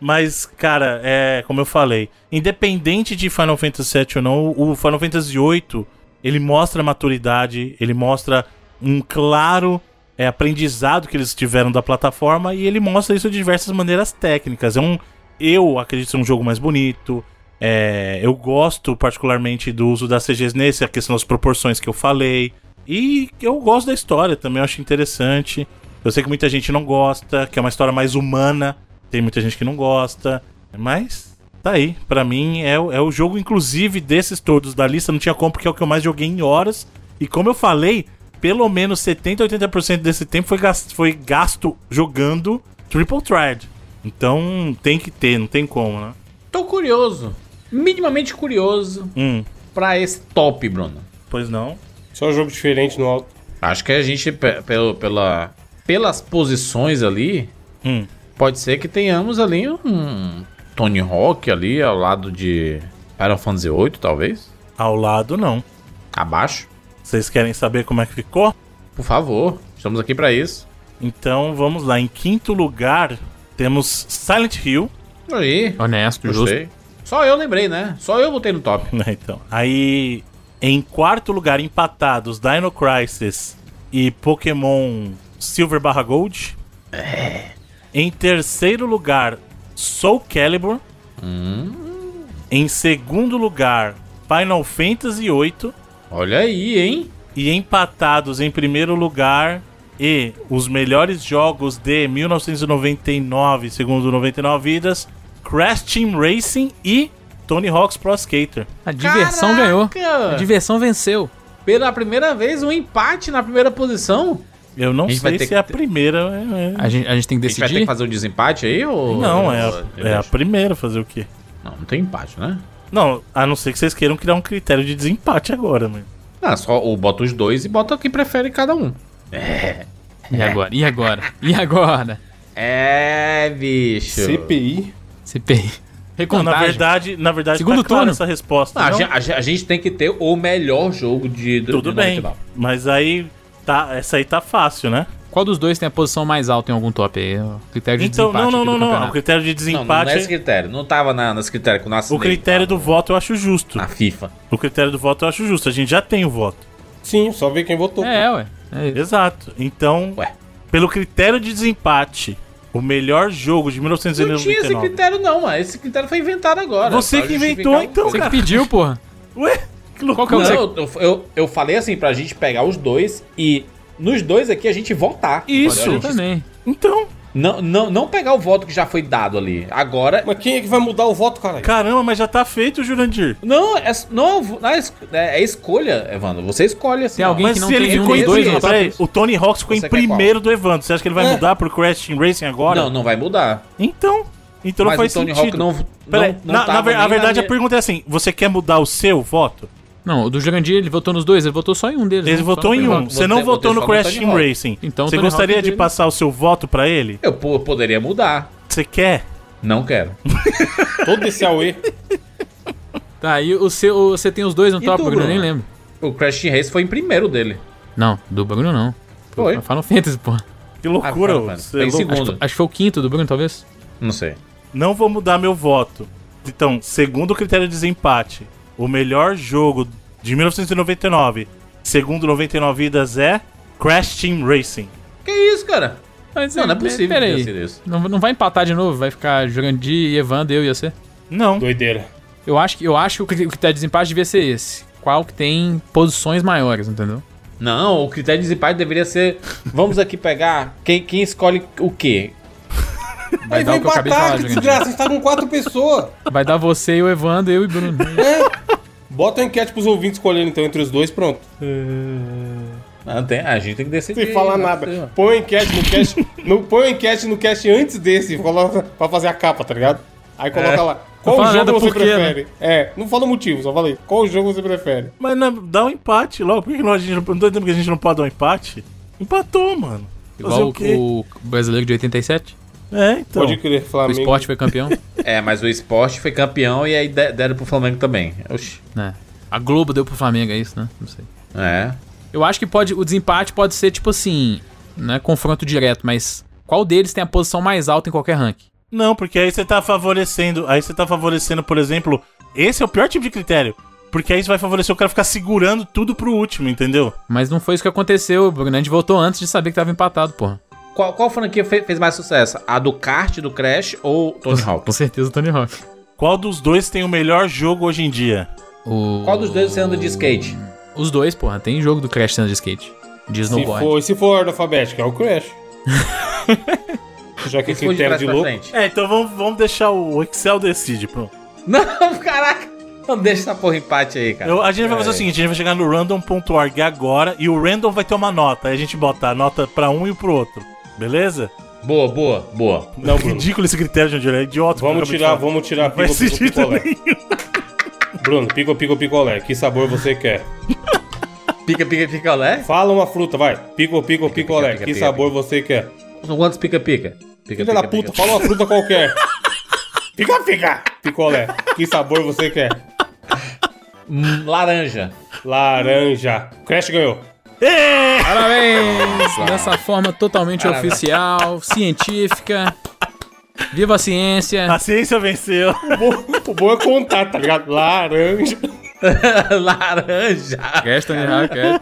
Mas, cara, é como eu falei, independente de Final Fantasy VII ou não, o Final Fantasy VIII ele mostra maturidade, ele mostra um claro é, aprendizado que eles tiveram da plataforma e ele mostra isso de diversas maneiras técnicas. É um, eu acredito ser um jogo mais bonito. é, eu gosto particularmente do uso das CGs nesse, a questão das proporções que eu falei. E eu gosto da história também, eu acho interessante. Eu sei que muita gente não gosta, que é uma história mais humana. Tem muita gente que não gosta, mas tá aí. Pra mim é, o- é o jogo, inclusive, desses todos da lista. Não tinha como, porque é o que eu mais joguei em horas. E como eu falei, pelo menos 70, 80% desse tempo foi gasto, foi gasto jogando Triple Triad. Então tem que ter, não tem como, né? Tô curioso, minimamente curioso Hum, pra esse top, Bruno. pois não. Só jogo diferente no alto. Acho que a gente, pe- pelo, pela, pelas posições ali, Hum. pode ser que tenhamos ali um Tony Hawk ali ao lado de Final Fantasy VIII, talvez. Ao lado, não. Abaixo? Vocês querem saber como é que ficou? Por favor, estamos aqui pra isso. Então vamos lá. Em quinto lugar, temos Silent Hill. Aí, Honesto, justo. gostei. Só eu lembrei, né? Só eu botei no top. né, então. Aí, em quarto lugar, empatados Dino Crisis e Pokémon Silver barra Gold. Em terceiro lugar, Soul Calibur. Em segundo lugar, Final Fantasy VIII. Olha aí, hein? E empatados em primeiro lugar e os melhores jogos de 1999, segundo 99 Vidas, Crash Team Racing e Tony Hawk's Pro Skater. A diversão ganhou. A diversão venceu. Pela primeira vez, um empate na primeira posição. Eu não A gente vai sei ter se é a primeira. é- é- A gente, a gente tem que A gente vai ter que decidir. fazer o desempate aí? Ou... Não, é ou- a, é a primeira fazer o quê? Não, não tem empate, né? Não, a não ser que vocês queiram criar um critério de desempate agora, mano. Ah, só ou bota os dois e bota quem prefere cada um. E agora? E agora? E agora? É, bicho. CPI. CPI. Não, na Recontagem. verdade, na verdade, Segundo tá clara turno. Ah, essa resposta. Não, a, não? gen- Ah, a gen- a gente tem que ter o melhor jogo de. do- Tudo de bem. 99. Mas aí tá, essa aí tá fácil, né? Qual dos dois tem a posição mais alta em algum top aí? O critério de Então, desempate não, não, aqui do não, não. O campeonato. critério de Não, não é desempate. esse critério. Não tava na, nesse critério que eu assinei. o critério do voto eu acho justo. tá? Na FIFA. O critério do voto eu acho justo. A gente já tem o voto. Sim, só ver quem votou. É, ué. É isso. Exato. Então, Ué. pelo critério de desempate, o melhor jogo de Não tinha esse 1999. critério, não, mano. Esse critério foi inventado agora. Você Pra que justificar inventou, o- então, Você que cara. pediu, porra. Ué, que loucura. Qual que é o Não, que você... eu, eu, eu falei assim pra gente pegar os dois e nos dois aqui a gente votar. Isso. Entendeu? A gente- Também. Então, Não, não, não pegar o voto que já foi dado ali. Agora. Mas quem é que vai mudar o voto, caralho? caramba, mas já tá feito, Jurandir. Não, é, não, não é, é escolha, Evandro. Você escolhe assim. Tem ó. alguém Mas que não se ele tem nenhum ficou dos em dois no primeiro, top. peraí, o Tony Hawk ficou Você quer em qual? primeiro do Evandro. Você acha que ele vai É. mudar pro Crash Team Racing agora? Não, não vai mudar. Então, então não Mas faz o Tony sentido. Hawk não- Peraí, não- não na, na tava ver- nem a na verdade, a minha- pergunta é assim: você quer mudar o seu voto? Não, o do Jurandir, ele votou nos dois, ele votou só em um deles. Ele né? votou Só em no um. Tony Hawk. Você não votei votou no só no Crash Tony Team Hawk. Racing. Então, você Tony Hawk gostaria de dele. passar o seu voto pra ele? Eu po- poderia mudar. Você quer? Não quero. Todo esse AUE. Tá, aí o seu, o- você tem os dois no E top, tu, Bruno? Eu nem Bruno? lembro. O Crash Team Race foi em primeiro dele. Não, do Bruno não. Foi. Final Fantasy, porra. Que loucura, Ah, mano, você é Foi em louco. segundo. Acho que foi o quinto do Bruno, talvez. Não sei. Não vou mudar meu voto. Então, segundo o critério de desempate, o melhor jogo de 1999, segundo 99 vidas, é Crash Team Racing. Que isso, cara? Mas, Não, não é eh, possível que Peraí. tenha sido isso. Não, não vai empatar de novo, vai ficar Jurandir, Evandro, eu e você. Não. Doideira. Eu acho que, eu acho que o cri- o critério de desempate devia ser esse. Qual que tem posições maiores, entendeu? Não, o critério de desempate deveria ser. Vamos aqui pegar quem, quem escolhe o quê? Aí dar vai o que eu acabei de falar, empatar, que gente. desgraça. A gente tá com quatro pessoas. Vai dar você e o Evandro, eu e Bruno. Bota a enquete pros ouvintes escolherem, então, entre os dois, pronto. Ah, tem- a gente tem que decidir. Sem falar né? nada. Põe a enquete no cast. no, põe a enquete no cast antes desse, coloca, pra fazer a capa, tá ligado? Aí coloca lá. Qual fala jogo nada você por quê, né? prefere? É, não fala o motivo, só falei. Qual jogo você prefere? Mas não, dá um empate logo. Por que que não, a gente não, não tô entendendo que a gente não pode dar um empate? Empatou, mano. Fazer Igual o quê? o, o brasileiro de 87. É, então. Pode crer, O Flamengo. esporte foi campeão. É, mas o esporte foi campeão e aí de- deram pro Flamengo também. Oxi. né? A Globo deu pro Flamengo, é isso, né? Não sei. É. Eu acho que pode, o desempate pode ser tipo assim, não é confronto direto, mas qual deles tem a posição mais alta em qualquer ranking? Não, porque aí você tá favorecendo. Aí você tá favorecendo, por exemplo. Esse é o pior tipo de critério. Porque aí você vai favorecer o cara ficar segurando tudo pro último, entendeu? Mas não foi isso que aconteceu, Bruno. A gente votou antes de saber que tava empatado, porra. Qual, qual franquia fe- fez mais sucesso? A do kart, do Crash ou Tony Hawk? Com certeza o Tony Hawk. Qual dos dois tem o melhor jogo hoje em dia? O- Qual dos dois você anda de skate? Os dois, porra. Tem jogo do Crash sendo de skate. De Se snowboard. for, se for ordem alfabética, é o Crash. Já que é Esse foi de critério trás de pra louco. frente. É, então vamos, vamos deixar o Excel decide, pronto. Não, caraca. Não deixa essa porra empate aí, É, cara. Eu- a gente vai fazer o seguinte, a gente vai chegar no random.org agora e o random vai ter uma nota. Aí a gente bota a nota pra um e pro outro. Beleza? É Boa, boa, boa. Não, Bruno. Ridículo esse critério, Jandir. É idiota. Tá Vamos tirar, vamos tirar Vai pico, pico, sentido picolé. Bruno, pico, pico, picolé. Que sabor você quer? Pica, pica, pica, é? olé. Fala uma fruta, vai. Pico, pico, picolé. pica, Que pica, sabor você quer? São quantos pica, pica? Pica, Filha da puta, fala uma fruta qualquer. Fica, fica. Picolé. Que sabor você quer? Hum, Laranja. Laranja. Crash ganhou. Parabéns! Dessa forma totalmente oficial, científica. Viva a ciência! A ciência venceu. O bom é contar, tá ligado? Laranja. Laranja. Gaston e Raquel.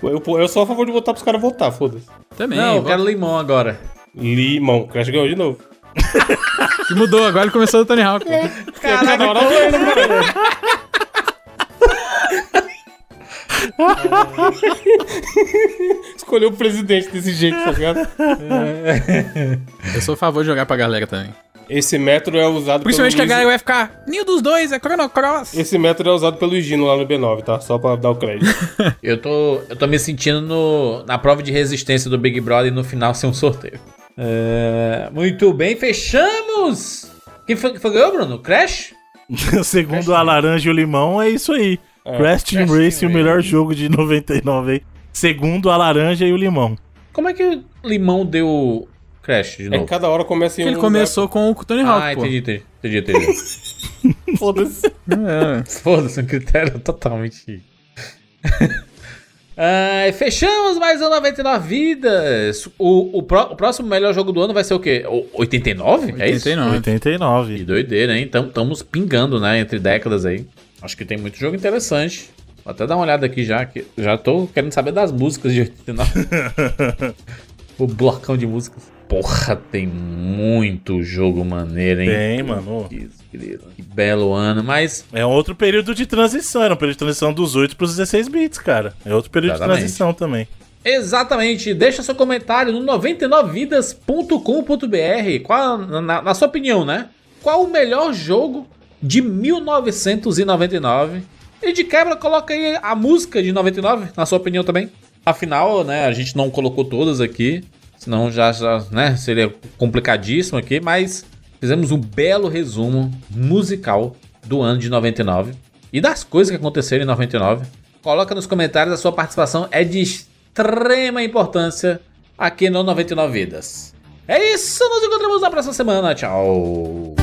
Eu, eu sou a favor de votar pros caras votar, foda-se. Também. Não, eu bom. quero limão agora. Limão. Crash ganhou de novo. Que mudou, agora ele começou do Tony Hawk. pô. Cada hora eu lembro, cara. Escolheu o presidente desse jeito, tá ligado? Eu sou a favor de jogar pra galera também. Esse método é usado Principalmente que a pelo galera vai ficar. Nenhum dos dois, é Chrono Cross. Esse método é usado pelo Higino lá no B9, tá? Só pra dar o crédito. Eu tô, eu tô me sentindo no- na prova de resistência do Big Brother e no final ser um sorteio. É, muito bem, fechamos! Quem foi que foi que ganhou, Bruno? Crash? Segundo a laranja e o limão, é isso aí. Crash Team Racing, o melhor jogo de 99, hein? Segundo a laranja e o limão. Como é que o limão deu Crash de É que novo? cada hora começa em Ele um começou com o Tony ah, Hawk, pô. entendi, entendi, entendi, entendi. lugar. Foda-se. É. Foda-se, um critério totalmente. Ah, fechamos mais um 99 vidas. O, o, pró- o próximo melhor jogo do ano vai ser o quê? O 89? É isso? 89. 89. Que doideira, hein? Então estamos pingando, né? Entre décadas aí. Acho que tem muito jogo interessante. Vou até dar uma olhada aqui já, que já tô querendo saber das músicas de 89. o blocão de músicas. Porra, tem muito jogo maneiro, hein? Tem, mano. Que, querido. que belo ano, mas É um outro período de transição. Era um período de transição dos 8 pros 16 bits, cara. É outro período Exatamente. de transição também. exatamente, deixa seu comentário no 99vidas.com.br. Qual, na- na, na sua opinião, né? Qual o melhor jogo de 1999? E de quebra, coloca aí a música de 99, na sua opinião também. Afinal, né, a gente não colocou todas aqui, senão já, já né, seria complicadíssimo aqui, mas fizemos um belo resumo musical do ano de 99 e das coisas que aconteceram em 99. Coloca nos comentários, a sua participação é de extrema importância aqui no 99 Vidas. É isso, nos encontramos na próxima semana. Tchau!